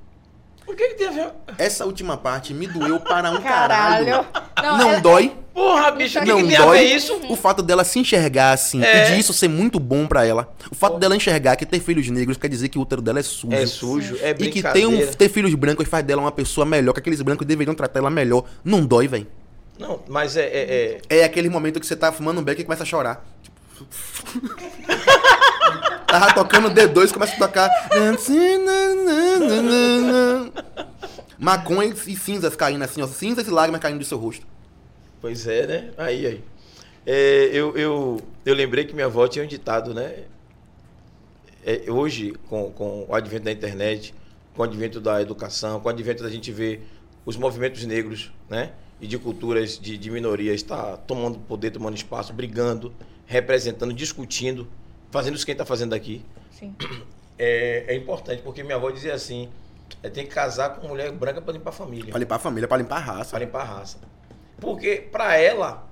S2: Por que, que tem a ver?
S3: Essa última parte me doeu para um caralho.
S1: Caralho. é-
S3: Não
S1: ela-
S3: dói,
S2: Porra, bicho, o que,
S1: Não
S2: que tem a
S3: dói.
S2: ver isso?
S3: o fato dela se enxergar assim
S2: É.
S3: e de isso ser muito bom pra ela. O fato dela enxergar que ter filhos negros quer dizer que o útero dela é sujo.
S2: É sujo, é
S3: e que ter, um-
S2: brincadeira.
S3: ter filhos brancos faz dela uma pessoa melhor, que aqueles brancos deveriam tratar ela melhor. Não dói, velho.
S2: Não, mas é- é- é,
S3: É aquele momento que você tá fumando um beck e começa a chorar. Tipo, Tava tocando D2, começa a tocar. Maconha e cinzas caindo assim, ó. Cinzas e lágrimas caindo do seu rosto.
S2: Pois é, né? Aí, aí. É, eu, eu, eu lembrei que minha avó tinha um ditado, né? É, hoje, com, com o advento da internet, com o advento da educação, com o advento da gente ver os movimentos negros, né? E de culturas de, de minorias tá tomando poder, tomando espaço, brigando, representando, discutindo, fazendo isso que a gente está fazendo aqui.
S1: Sim.
S2: É, é importante, porque minha avó dizia assim: é, tem que casar com mulher branca para limpar a família
S3: Pra limpar a família, pra limpar a raça.
S2: para limpar a raça. Porque para ela,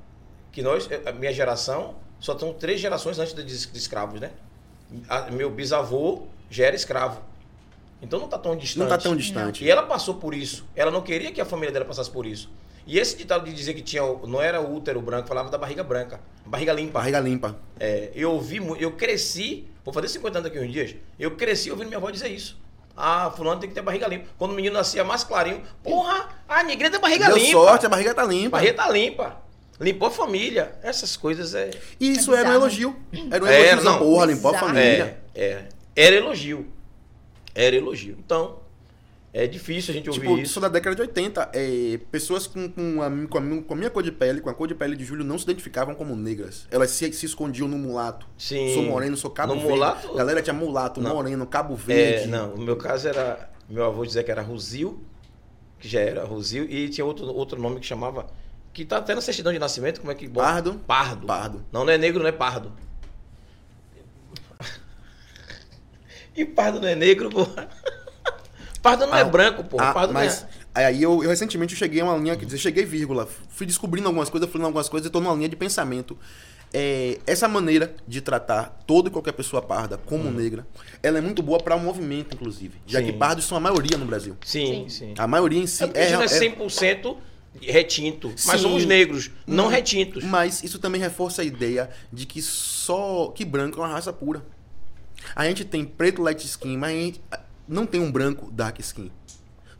S2: que nós, eh, a minha geração, só estão três gerações antes de, de escravos, né? A- meu bisavô já era escravo. Então não está tão distante.
S3: Não tá tão distante.
S2: E ela passou por isso. Ela não queria que a família dela passasse por isso. E esse ditado de dizer que tinha, o- não era o útero branco, falava da barriga branca, barriga limpa.
S3: Barriga limpa.
S2: É, eu ouvi, mu- eu cresci, vou fazer 50 anos daqui a uns dias, eu cresci ouvindo minha avó dizer isso. Ah, fulano tem que ter barriga limpa. Quando o menino nascia mais clarinho, porra, a negreta tem barriga
S3: Deu
S2: limpa.
S3: sorte, a barriga tá
S2: A
S3: limpa.
S2: barriga tá limpa. Limpou a família. Essas coisas é.
S3: E isso
S1: É
S3: era um
S1: bizarro.
S3: elogio. Era um
S2: É,
S3: elogio. essa
S2: não.
S3: porra, limpar a
S1: Bizarro.
S3: família.
S2: É, é. Era elogio. Era elogio. Então, é difícil a gente ouvir
S3: Tipo,
S2: isso.
S3: isso da década de 80. é, pessoas com, com, a, mi- com, a, mi- com a minha cor de pele, com a cor de pele de Júlio, não se identificavam como negras. Elas se, se escondiam no mulato.
S2: Sim.
S3: Sou moreno, sou cabo
S2: No
S3: verde.
S2: mulato-
S3: Galera tinha mulato,
S2: Não.
S3: moreno, cabo verde.
S2: É, não, o meu caso era. Meu avô dizia que era Rosil, que já era Rosil, e tinha outro, outro nome que chamava. Que tá até na certidão de nascimento, como é que. bota?
S3: Pardo.
S2: Pardo.
S3: Ah, Pardo.
S2: Não, não é negro, não é pardo. E pardo não é negro, porra. Pardo não é
S3: Ah,
S2: branco, porra.
S3: Ah,
S2: pardo
S3: mas
S2: não é.
S3: aí eu, eu recentemente cheguei a uma linha que diz, cheguei vírgula, fui descobrindo algumas coisas, fui lendo algumas coisas e tô numa linha de pensamento. É, essa maneira de tratar toda e qualquer pessoa parda como negra, ela é muito boa para o movimento, inclusive. Já
S2: Uhum. Sim.
S3: que pardos são a maioria no Brasil.
S2: Sim,
S1: Sim.
S2: sim.
S3: A maioria em si
S2: É porque
S3: é,
S2: a gente não é
S3: é-
S2: 100% retinto. Mas
S3: Sim.
S2: somos negros, não
S3: Hum.
S2: retintos.
S3: Mas isso também reforça a ideia de que só que branco é uma raça pura. A gente tem preto light skin, mas a gente não tem um branco dark skin.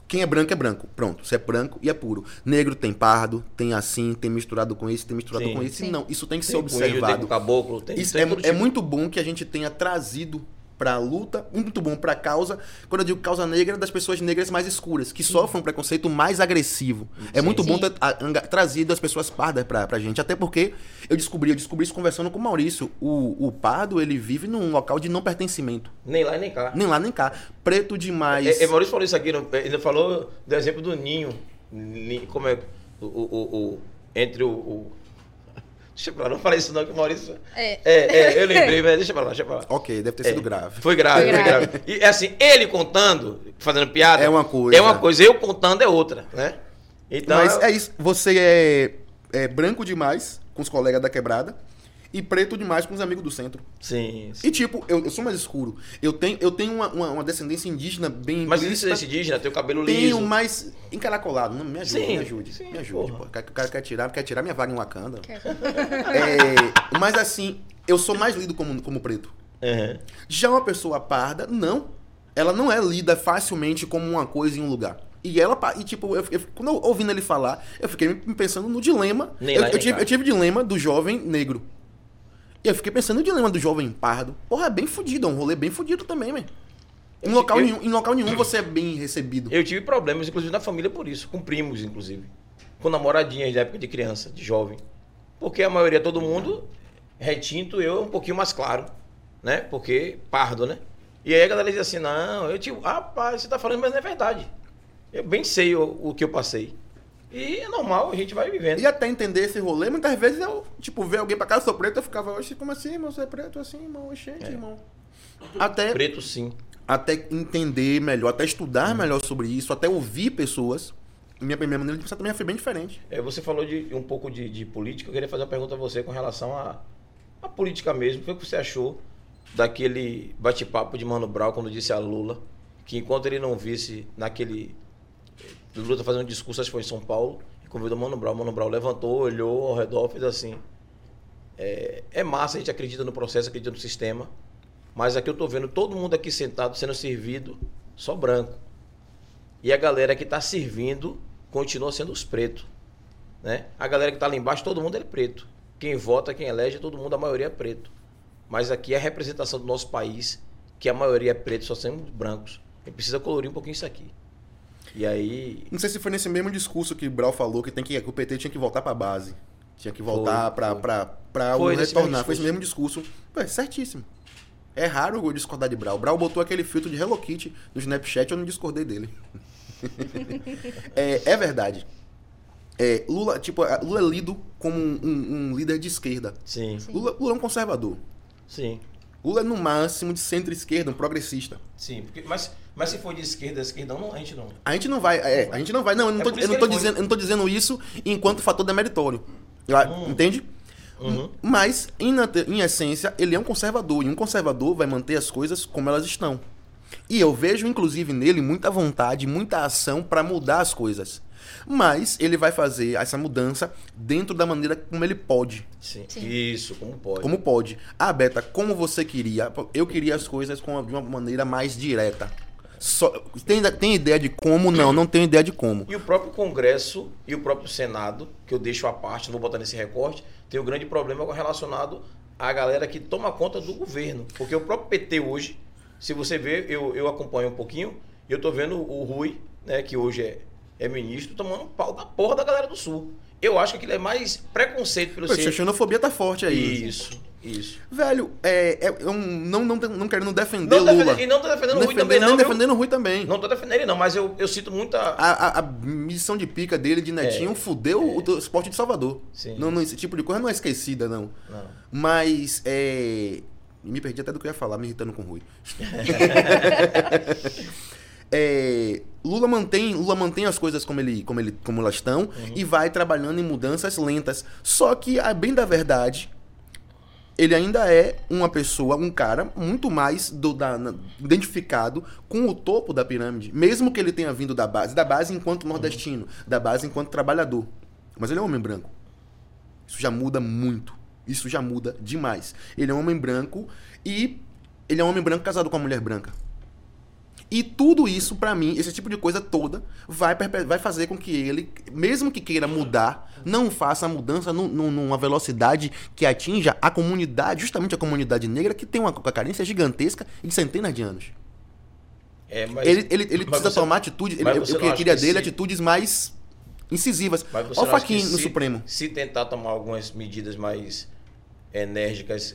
S3: Quem é branco é branco. Pronto, você é branco e é puro. Negro tem pardo, tem assim, tem misturado com esse, tem misturado
S2: Sim.
S3: com esse.
S1: Sim.
S3: Não, isso tem que ser
S2: Tem com índio, Tem com
S3: observado.
S2: caboclo, tem,
S3: Isso
S2: tem
S3: é,
S2: todo
S3: é
S2: tipo.
S3: muito bom que a gente tenha trazido pra luta, muito bom pra causa. Quando eu digo causa negra, é das pessoas negras mais escuras, que sofrem um preconceito mais agressivo. É
S2: Sim.
S3: muito bom
S1: Sim.
S3: ter a- anga- trazido as pessoas pardas pra, pra gente. Até porque eu descobri, eu descobri isso conversando com o Maurício. O, o pardo, ele vive num local de não pertencimento.
S2: Nem lá, nem cá.
S3: Nem lá, nem cá. Preto demais.
S2: É, é, Maurício falou isso aqui, não- ele falou do exemplo do ninho. Ni- Como é. O, o- o- o- entre o. o... Deixa pra lá, não falei isso não, que o Maurício.
S1: É.
S2: É, é, eu lembrei, mas deixa pra lá, deixa pra lá.
S3: Ok, deve ter
S2: É.
S3: sido grave.
S2: Foi grave,
S1: Foi
S2: foi grave.
S1: grave.
S2: E assim, ele contando, fazendo piada.
S3: É uma coisa.
S2: É uma coisa, eu contando é outra, né? Então.
S3: Mas é isso. Você é, é branco demais com os colegas da quebrada e preto demais com os amigos do centro.
S2: Sim. sim.
S3: E tipo, eu, eu sou mais escuro. Eu tenho, eu tenho uma, uma- uma descendência indígena bem.
S2: Mas
S3: implícita.
S2: isso é indígena, tem o cabelo
S3: Tenho
S2: liso.
S3: mais encaracolado. Não, me ajude,
S2: Sim,
S3: me ajude.
S2: sim,
S3: me ajude,
S2: porra.
S3: pô. O cara- o cara quer tirar, quer tirar minha vaga em Wakanda.
S1: Quer.
S3: É, mas assim, eu sou mais lido como, como preto.
S2: É.
S3: Já uma pessoa parda, não. Ela não é lida facilmente como uma coisa em um lugar. E ela, pa- e tipo, eu, eu- quando eu ouvindo ele falar, eu fiquei me pensando no dilema.
S2: Nem
S3: eu,
S2: lá, nem cá.
S3: eu tive, eu tive o dilema do jovem negro. E eu fiquei pensando no dilema do jovem pardo. Porra, é bem fudido, é um rolê bem fudido também, man. Em
S2: Eu-
S3: local,
S2: eu-
S3: nenhum, em local nenhum você é bem recebido.
S2: Eu tive problemas, inclusive, na família por isso, com primos, inclusive. Com namoradinhas da época de criança, de jovem. Porque a maioria, todo mundo, retinto, eu um pouquinho mais claro, né? Porque pardo, né? E aí a galera diz assim, não, eu tipo, ah, rapaz, você tá falando, mas não é verdade. Eu bem sei o, o que eu passei. E é normal, a gente vai vivendo.
S3: E até entender esse rolê, muitas vezes eu, tipo, ver alguém pra casa, sou preto, eu ficava, oxe, como assim, irmão? Você é preto assim, irmão?
S2: É.
S3: Oxente, irmão. Até,
S2: Preto, sim.
S3: até entender melhor, até estudar melhor sobre isso, até ouvir pessoas. Minha primeira maneira de pensar também foi bem diferente.
S2: É, Você falou de um pouco de, de política. Eu queria fazer uma pergunta a você com relação à à política mesmo. O que você achou daquele bate-papo de Mano Brown quando disse a Lula que enquanto ele não visse naquele Lula tá fazendo um discurso, acho que foi em São Paulo, e convidou Mano Brown. Mano Brown levantou, olhou ao redor, fez assim. É, é massa, a gente acredita no processo, acredita no sistema. Mas aqui eu tô vendo todo mundo aqui sentado sendo servido, só tá branco. E a galera que está servindo continua sendo os pretos. né? A galera que tá lá embaixo, todo mundo é preto. Quem vota, quem elege, todo mundo, a maioria é preto. Mas aqui é a representação do nosso país, que a maioria é preto, só temos brancos. A gente precisa colorir um pouquinho isso aqui. E aí,
S3: Não sei se foi nesse mesmo discurso que o Brau falou que, tem que, que o PT tinha que voltar pra base. Tinha que voltar
S2: Foi,
S3: pra,
S2: foi.
S3: pra, pra
S2: Foi
S3: o
S2: nesse
S3: retornar.
S2: mesmo
S3: Foi esse
S2: discurso.
S3: mesmo discurso. Ué, certíssimo. É raro eu discordar de Brau. Brau botou aquele filtro de Hello Kitty do Snapchat eu não discordei dele. é, é verdade. É, Lula, tipo, Lula é lido como um, um- um líder de esquerda.
S2: sim,
S1: Sim.
S3: Lula, Lula é um conservador.
S2: sim.
S3: Lula é no máximo de centro-esquerda, um progressista.
S2: Sim, porque, mas, mas se for de esquerda, esquerda não, a gente não.
S3: A gente não vai, é, a gente não vai. Não, eu não
S2: É
S3: tô,
S2: por
S3: eu
S2: isso
S3: não
S2: que
S3: tô
S2: ele foi.
S3: dizendo, eu não tô dizendo isso enquanto fator demeritório. Eu a-
S2: Hum.
S3: Entende?
S2: Uhum.
S3: Mas, em, nate- em essência, ele é um conservador. E um conservador vai manter as coisas como elas estão. E eu vejo, inclusive, nele muita vontade, muita ação para mudar as coisas. Mas ele vai fazer essa mudança dentro da maneira como ele pode.
S2: Sim.
S1: Sim.
S2: Isso, como pode.
S3: Como pode. Ah, Beta, como você queria? Eu queria as coisas com- de uma maneira mais direta. Só- tem, tem ideia de como? Não, não tenho ideia de como.
S2: E o próprio Congresso e o próprio Senado, que eu deixo à parte, não vou botar nesse recorte, tem um grande problema relacionado à galera que toma conta do governo. Porque o próprio PT hoje, se você ver, eu, eu acompanho um pouquinho, e eu tô vendo o Rui, né, que hoje é, é ministro, tomando um pau da porra da galera do Sul. Eu acho que aquilo é mais preconceito pelo
S3: Poxa, a
S2: ser.
S3: xenofobia tá forte aí.
S2: Isso, isso.
S3: Velho, é, é- eu não, não, não querendo defender
S2: Não tá
S3: Lula.
S2: defendendo, e não tô defendendo o Rui
S3: Defendendo-
S2: também, não.
S3: nem Ah,
S2: viu?
S3: defendendo o Rui também.
S2: Não tô defendendo ele, não, mas eu, eu sinto muita.
S3: A, a- a missão de pica dele,
S2: É.
S3: de Netinho, fudeu o do- esporte de Salvador.
S2: Sim.
S3: Não, não, esse tipo de coisa não é esquecida, não.
S2: Não.
S3: Mas, é... Me perdi até do que eu ia falar, me irritando com o Rui. É, Lula mantém, Lula mantém as coisas como, ele, como, ele, como elas estão e vai trabalhando em mudanças lentas. Só que, a bem da verdade, ele ainda é uma pessoa, um cara muito mais do- da- na- identificado com o topo da pirâmide. Mesmo que ele tenha vindo da base, da base enquanto nordestino, da base enquanto trabalhador. Mas ele é um homem branco. Isso já muda muito. Isso já muda demais. Ele é um homem branco e ele é um homem branco casado com uma mulher branca. E tudo isso, pra mim, esse tipo de coisa toda, vai, perpe- vai fazer com que ele, mesmo que queira mudar, não faça a mudança num- num- numa velocidade que atinja a comunidade, justamente a comunidade negra, que tem uma carência gigantesca e de centenas de anos.
S2: É, mas.
S3: Ele, ele, ele
S2: mas
S3: precisa
S2: você-
S3: tomar atitudes, ele,
S2: mas
S3: eu,
S2: você
S3: eu
S2: não acha
S3: queria
S2: que
S3: dele
S2: se-
S3: atitudes mais incisivas.
S2: Mas você
S3: Olha o
S2: não acha
S3: Faquinha
S2: que
S3: no
S2: se-
S3: Supremo.
S2: Se tentar tomar algumas medidas mais enérgicas,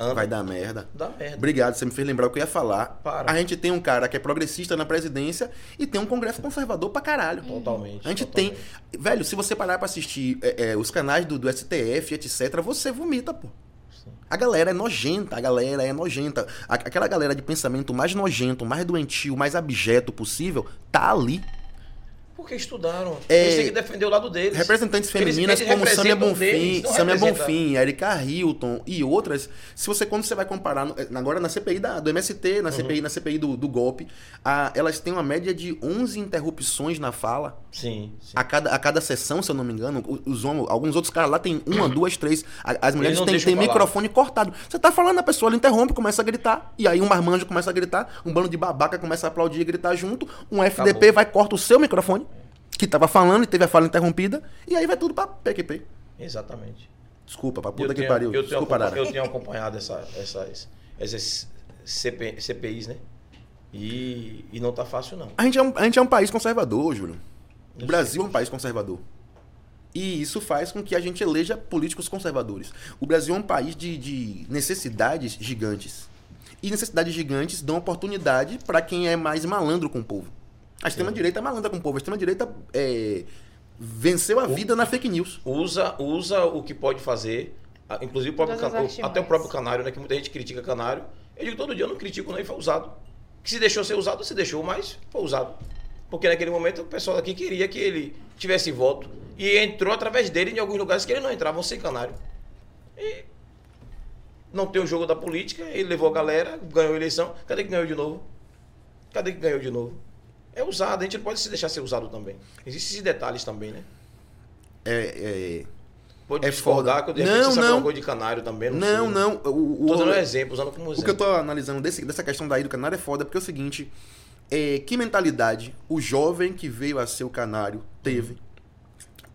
S2: anda,
S3: Vai dar merda.
S2: dá merda.
S3: Obrigado, você me fez lembrar o que eu ia falar.
S2: Para.
S3: A gente tem um cara que é progressista na presidência e tem um congresso conservador pra caralho.
S2: Totalmente.
S3: A gente
S2: totalmente.
S3: tem. Velho, se você parar pra assistir é, é, os canais do, do STF, etc., você vomita, pô.
S2: Sim.
S3: A galera é nojenta, a galera é nojenta. A- aquela galera de pensamento mais nojento, mais doentio, mais abjeto possível, tá ali.
S2: Porque estudaram.
S3: É,
S2: Eles têm que defender o lado deles.
S3: Representantes
S2: Eles-
S3: femininas
S2: eles
S3: como Samia
S2: representam
S3: Bonfim,
S2: deles, não
S3: Samia
S2: representam-
S3: Bonfim, Erika Hilton e outras, se você quando você vai comparar no- eh, agora na CPI da, do MST, na
S2: Uhum.
S3: CPI, na CPI do, do golpe, a- elas têm uma média de 11 interrupções na fala
S2: Sim, sim.
S3: a cada, a cada sessão, se eu não me engano. o- Os homens, alguns outros caras lá tem uma, duas, três. a- As mulheres
S2: não
S3: têm,
S2: deixam
S3: têm
S2: falar.
S3: microfone cortado. Você tá falando, a pessoa ela interrompe, começa a gritar. E aí um marmanjo começa a gritar, um bando de babaca começa a aplaudir e gritar junto. Um FDP
S2: Acabou.
S3: vai corta o seu microfone, que tava falando e teve a fala interrompida. E aí vai tudo pra PQP.
S2: Exatamente.
S3: Desculpa, pra
S2: Eu
S3: puta que
S2: tenho-
S3: pariu.
S2: Eu tenho,
S3: Desculpa,
S2: acompa-
S3: Arara.
S2: eu tenho acompanhado essa- essas, essas CP CPIs, né? E, e não tá fácil, não.
S3: A gente, é um, a gente é um país conservador, Júlio. O
S2: Eu
S3: Brasil é um país conservador. E isso faz com que a gente eleja políticos conservadores. O Brasil é um país de, de necessidades gigantes. E necessidades gigantes dão oportunidade para quem é mais malandro com o povo. A extrema-direita é malandra com o povo. A extrema-direita é, venceu a vida na fake news.
S2: usa, usa o que pode fazer. a- Inclusive, o próprio
S1: Todas as
S2: can- o-
S1: artimanhas.
S2: até o próprio canário, né? Que muita gente critica canário. Eu digo todo dia, eu não critico, não, e foi usado. Que se deixou ser usado, se deixou, mas foi usado. Porque naquele momento o pessoal daqui queria que ele tivesse voto. E entrou através dele em alguns lugares que ele não entrava, sem canário. E não tem o jogo da política, ele levou a galera, ganhou a eleição. Cadê que ganhou de novo? Cadê que ganhou de novo? É usado, a gente não pode se deixar ser usado também. Existem esses detalhes também, né?
S3: É, é,
S2: Pode
S3: É
S2: discordar
S3: foda.
S2: que eu de repente
S3: Não,
S2: você sabe
S3: não.
S2: alguma coisa de canário também.
S3: Não,
S2: sei.
S3: não. O, o-
S2: Tô dando um exemplo, usando como
S3: O que eu
S2: exemplo.
S3: tô analisando desse- dessa questão daí do canário é foda, porque é o seguinte: é, que mentalidade o jovem que veio a ser o canário teve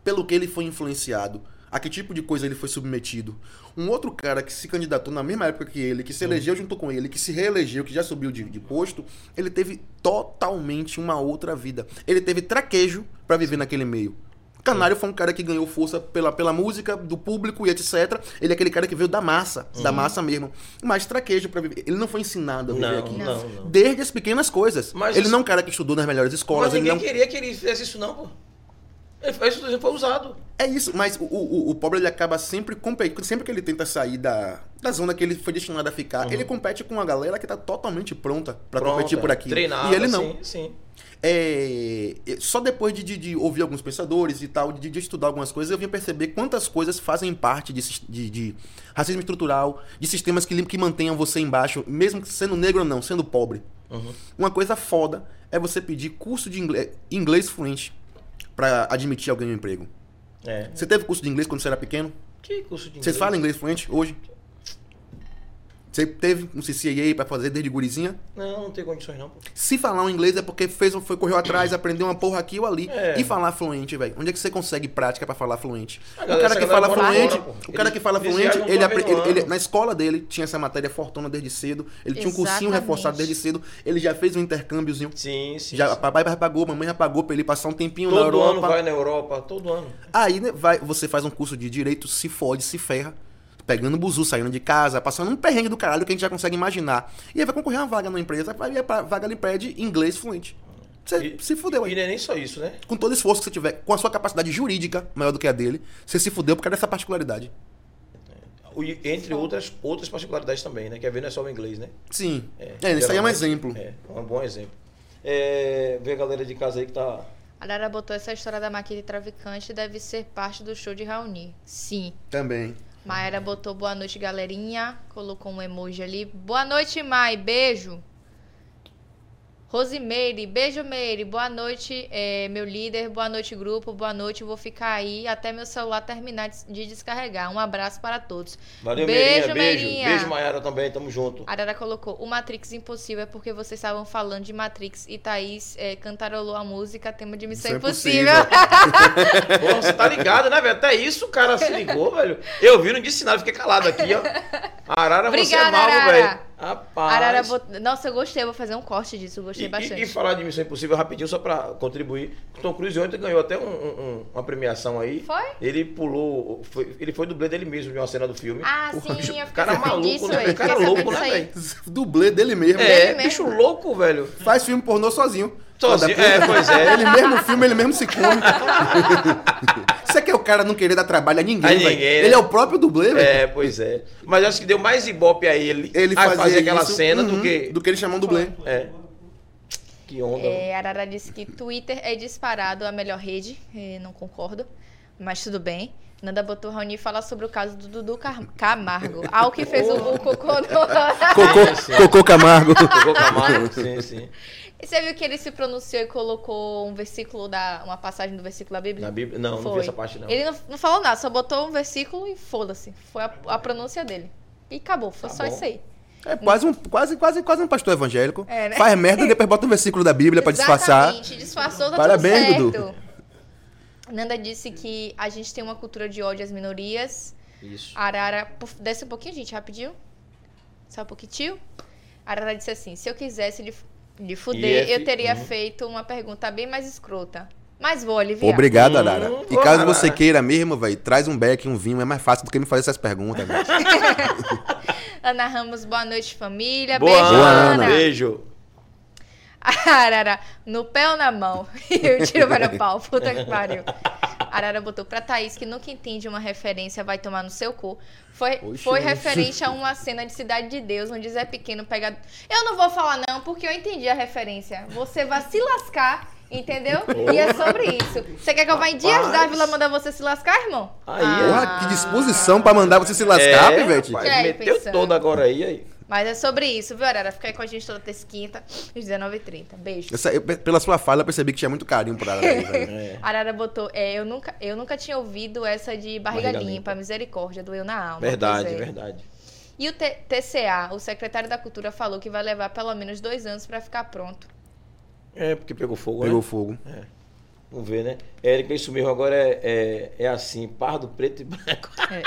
S3: pelo que ele foi influenciado, a que tipo de coisa ele foi submetido. Um outro cara que se candidatou na mesma época que ele, que se elegeu junto com ele, que se reelegeu, que já subiu de, de posto, ele teve totalmente uma outra vida. Ele teve traquejo pra viver naquele meio. Canário foi um cara que ganhou força pela, pela música, do público e etc. Ele é aquele cara que veio da massa, da massa mesmo. Mas traquejo pra viver. Ele não foi ensinado a viver
S2: Não,
S3: aqui.
S2: não, não.
S3: Desde as pequenas coisas.
S2: Mas
S3: ele
S2: isso-
S3: não é um cara que estudou nas melhores escolas.
S2: Mas
S3: ele
S2: ninguém
S3: não...
S2: queria que ele fizesse isso, não, pô. Ele fez isso, ele foi usado.
S3: É isso, mas o, o, o pobre ele acaba sempre competindo. Sempre que ele tenta sair da, da zona que ele foi destinado a ficar, ele compete com uma galera que tá totalmente pronta pra
S2: Pronto, é.
S3: competir por aqui.
S2: Treinado,
S3: e ele não.
S2: Sim, sim.
S3: É, é, só depois de, de- de ouvir alguns pensadores e tal, de, de estudar algumas coisas, eu vim perceber quantas coisas fazem parte de, sis- de- de racismo estrutural, de sistemas que, lim- que mantenham você embaixo, mesmo sendo negro ou não, sendo pobre.
S2: Uhum.
S3: Uma coisa foda é você pedir curso de inglês, inglês fluente pra admitir alguém no emprego.
S2: É.
S3: Você teve curso de inglês quando você era pequeno?
S2: Que curso de
S3: Vocês falam inglês fluente hoje? Você teve um CCA pra fazer desde gurizinha?
S2: Não, não tem condições, não, pô.
S3: Se falar um inglês é porque fez, foi, correu atrás, aprendeu uma porra aqui ou ali.
S2: É.
S3: E falar fluente, velho. Onde é que você consegue prática pra falar fluente?
S2: A
S3: O
S2: galera-
S3: cara
S2: essa
S3: que
S2: galera
S3: fala
S2: mora
S3: fluente,
S2: fora, pô.
S3: o cara que fala
S2: Eles- eles
S3: fluente,
S2: viajam
S3: ele,
S2: só
S3: apre-
S2: pelo
S3: ele- ele-
S2: ano.
S3: na escola dele tinha essa matéria fortuna desde cedo. Ele tinha um cursinho
S1: Exatamente.
S3: reforçado desde cedo. Ele já fez um intercâmbiozinho.
S2: Sim, sim.
S3: Já,
S2: sim.
S3: papai já pagou, mamãe já pagou pra ele passar um tempinho
S2: Todo
S3: na Europa.
S2: ano vai na Europa, todo ano.
S3: Aí né, vai, você faz um curso de direito, se fode, se ferra, pegando buzu, saindo de casa, passando um perrengue do caralho que a gente já consegue imaginar. E aí vai concorrer a uma vaga numa empresa, vai, e a pra- vaga lhe pede inglês fluente. Você
S2: E-
S3: se fudeu
S2: E
S3: aí.
S2: não é nem só isso, né?
S3: Com todo o esforço que você tiver, com a sua capacidade jurídica maior do que a dele, você se fudeu por causa dessa particularidade.
S2: O- e- Entre outras, outras particularidades também, né? Quer ver, não é só o inglês, né?
S3: Sim. É, isso aí é um
S2: geralmente.
S3: exemplo.
S2: É, é um bom exemplo. É, vê a galera de casa aí que tá.
S1: A Lara botou essa história da maquete traficante deve ser parte do show de Raoni. Sim.
S3: Também.
S1: Maera botou boa noite, galerinha. Colocou um emoji ali. Boa noite, Mai. Beijo. Rosimeire, beijo, Meire. Boa noite, eh, meu líder. Boa noite, grupo. Boa noite. Vou ficar aí até meu celular terminar de de descarregar. Um abraço para todos.
S2: Valeu,
S1: Beijo,
S2: Meirinha. Beijo.
S1: Meirinha.
S2: Beijo, Maiara também. Tamo junto.
S1: Arara colocou: O Matrix Impossível é porque vocês estavam falando de Matrix e Thaís eh, cantarolou a música, tema de Missão
S3: Isso é
S1: Impossível.
S2: Pô, você tá ligado, né, velho? Até isso o cara se ligou, velho. Eu vi, não disse nada, fiquei calado aqui, ó. Arara, você é
S1: Obrigada,
S2: mal,
S1: Arara.
S2: velho. Rapaz.
S1: Arara bot... Nossa, eu gostei. Vou fazer um corte disso. Eu Gostei
S2: E-
S1: bastante.
S2: E, e falar de Missão Impossível rapidinho, só pra contribuir. O Tom Cruise ontem ganhou até um- um- um- uma premiação aí.
S1: Foi?
S2: Ele pulou, foi- ele foi dublê dele mesmo de uma cena do filme.
S1: Ah,
S3: Porra,
S1: sim, eu
S3: bicho,
S1: fiquei
S2: o cara é
S1: sabendo
S2: maluco,
S1: disso,
S2: né?
S1: velho.
S2: O cara é
S1: Fiquei
S2: louco,
S1: sabendo
S2: né,
S1: disso aí.
S2: velho?
S3: Dublê dele mesmo. né?
S2: É,
S1: Ele
S2: bicho
S1: mesmo.
S2: louco, velho.
S3: Faz filme pornô sozinho.
S2: Sozinho,
S3: Foda
S2: é,
S3: puta. né?
S2: pois é.
S3: Ele mesmo filma, ele mesmo se come. Isso é que é o cara não querer dar trabalho a ninguém,
S2: A
S3: velho.
S2: ninguém, né?
S3: Ele é o próprio dublê, velho.
S2: É, pois é. Mas acho que deu mais ibope a ele,
S3: ele
S2: a
S3: fazia,
S2: fazer aquela
S3: isso,
S2: cena
S3: uhum,
S2: do que.
S3: do que ele chamou um dublê.
S2: É. Que onda. mano.
S1: É, Arara disse que Twitter é disparado a melhor rede. É, não concordo, mas tudo bem. Nanda botou Raoni falar sobre o caso do Dudu Car- Camargo. Ao que fez o, o cocô
S2: Ah,
S1: no...
S2: é
S3: Cocô, Cocô Camargo.
S2: Pegou Camargo? sim, sim.
S1: E Você viu que ele se pronunciou e colocou um versículo da... Uma passagem do versículo da Bíblia?
S2: Na Bíblia. Não, não vi
S1: Foi.
S2: essa parte, não.
S1: Ele não, não falou nada, só botou um versículo e foda-se. Foi a, a pronúncia dele. E acabou, foi
S2: Tá
S1: só
S2: bom.
S1: isso aí.
S3: É quase um, quase, quase, quase um pastor evangélico.
S1: É, né?
S3: Faz merda e depois bota um versículo da Bíblia pra disfarçar.
S1: Exatamente, disfarçou, tá
S3: Parabéns,
S1: tudo certo.
S3: Dudu.
S1: Nanda disse que a gente tem uma cultura de ódio às minorias.
S2: Isso.
S1: Arara, puf, desce um pouquinho, gente, rapidinho. Só um pouquinho. Arara disse assim: se eu quisesse lhe, lhe fuder,
S2: IF,
S1: eu teria
S2: uhum.
S1: feito uma pergunta bem mais escrota. Mas vou
S3: Pô,
S1: aliviar.
S3: Obrigado,
S2: Hum,
S3: Uhum. Arara. E
S2: pô,
S3: caso
S2: Arara.
S3: você queira mesmo, velho, traz um beck, um vinho. É mais fácil do que me fazer essas perguntas, velho.
S1: Ana Ramos, boa noite, família.
S2: Boa,
S1: Beijo,
S2: Ana.
S1: Ana.
S2: Beijo.
S1: Arara, no pé ou na mão? Eu tiro para o pau, puta que pariu. Arara botou pra Thaís, que nunca entende uma referência, vai tomar no seu cu. Foi,
S3: Oxe.
S2: né?
S1: foi referente a uma cena de Cidade de Deus, onde Zé Pequeno pega. Eu não vou falar, não, porque eu entendi a referência. Você vai se lascar, entendeu? E é sobre isso. Você quer que eu vá em Dias
S2: Rapaz.
S1: Dávila mandar você se lascar, irmão?
S2: Aí,
S3: Porra, Ah, que disposição pra mandar você se lascar,
S2: Ah. É,
S3: pivete.
S1: E
S2: rapaz,
S1: aí,
S2: meteu
S1: pensando?
S2: todo agora aí, aí.
S1: Mas é sobre isso, viu, Arara? Fica aí com a gente toda terça e quinta, às 19h30. Beijo.
S3: Essa- eu- pela sua fala, eu percebi que tinha muito carinho por Arara, aí, velho.
S2: É.
S1: Arara botou, Ah, é, eu, nunca, eu nunca tinha ouvido essa de barriga,
S2: Barriga
S1: limpa,
S2: limpa.
S1: misericórdia, doeu na alma.
S2: Verdade,
S1: Pois é.
S2: verdade.
S1: E o T- TCA, o secretário da Cultura, falou que vai levar pelo menos dois anos pra ficar pronto.
S2: É, porque pegou fogo,
S3: Pegou
S2: né?
S3: fogo.
S2: Vamos ver, né? Érica, isso mesmo agora é, é, é assim, pardo, preto e branco.
S1: É.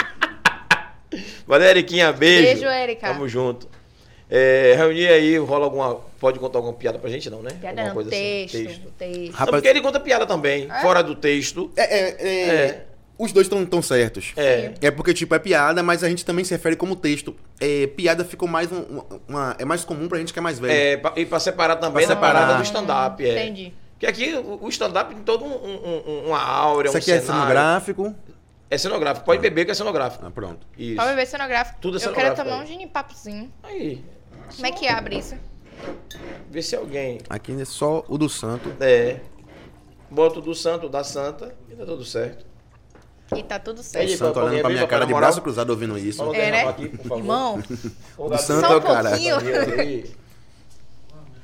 S2: Valeu, Eriquinha, beijo.
S1: Beijo, Érica.
S2: Tamo junto. É, reunir aí, rola alguma. Pode contar alguma piada pra gente, não, né?
S1: Piada
S2: alguma
S1: não, texto,
S2: assim,
S1: texto.
S2: Não,
S3: Rapaz-
S2: porque ele conta piada também, fora do texto.
S3: É, é, é,
S2: É.
S3: Os dois estão tão certos.
S2: É.
S3: É porque, tipo, é piada, mas a gente também se refere como texto. É, piada ficou mais um- uma, uma- É mais comum pra gente que é mais velho.
S2: É, pra- e pra separar também
S3: Pra
S2: da
S3: separar.
S2: parada do stand-up. É.
S1: Entendi.
S2: Porque aqui o o stand-up tem toda um, um- um- uma áurea,
S3: Isso
S2: um
S3: aqui é
S2: cenário.
S3: cenográfico.
S2: É cenográfico. Pode beber que é cenográfico.
S3: Ah, pronto.
S2: Isso.
S1: Pra beber cenográfico.
S2: Tudo é
S1: Eu quero
S2: cenográfico
S1: tomar um
S2: aí.
S1: gin papozinho.
S2: Aí,
S1: Como é que é? abre isso?
S2: vê se alguém...
S3: Aqui é só o do santo.
S2: É. Bota o do santo, da santa e tá tudo certo.
S1: E tá tudo
S3: O
S1: certo.
S2: Ele-
S3: santo
S2: pra alguém
S3: olhando pra
S2: abrir,
S3: minha
S2: pra
S3: cara de
S2: namorar.
S3: braço cruzado ouvindo isso.
S2: Fala
S1: É,
S2: alguém
S1: né?
S2: arrumar aqui, por favor.
S1: Irmão,
S2: O
S3: do santo
S1: Só
S3: é
S1: um
S3: o cara.
S1: pouquinho.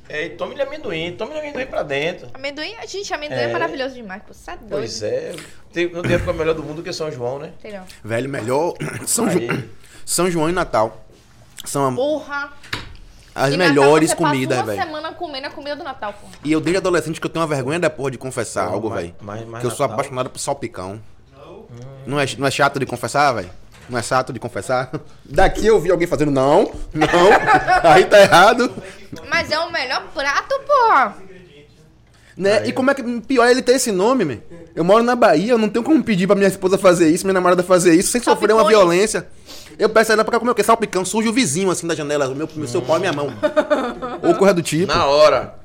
S2: É, e tome amendoim, tome amendoim pra dentro.
S1: amendoim, a gente, amendoim é,
S2: É.
S1: maravilhoso demais. Pô, você é doido.
S2: Pois é. Tem- não tem época melhor do mundo que São João, né?
S1: Sei não.
S3: Velho, melhor. São, Ju-
S2: Aí.
S3: São João e Natal. São a-
S1: Porra.
S3: as
S1: E Natal
S3: melhores
S1: você passa
S3: comidas,
S1: uma
S3: velho.
S1: semana comendo a comida do Natal, porra.
S3: E eu desde adolescente que eu tenho uma vergonha da porra de confessar
S2: Não,
S3: algo,
S2: mas-
S3: velho.
S2: mas- mas
S3: Que eu sou
S2: Natal-
S3: apaixonado por salpicão. Não é, não é chato de confessar, velho? Não é chato de confessar? Daqui eu vi alguém fazendo não, não, aí tá errado.
S1: Mas é o melhor prato, porra.
S3: Né? E como é que. Pior é ele ter esse nome, man. Eu moro na Bahia, eu não tenho como pedir pra minha esposa fazer isso, minha namorada fazer isso, sem sofrer uma
S1: Salpicões.
S3: violência. Eu peço a ela pra cá comer o quê? Salpicão, surge o vizinho assim da janela, o meu, meu seu pau e minha mão. Ou coisa do tipo.
S2: Na hora.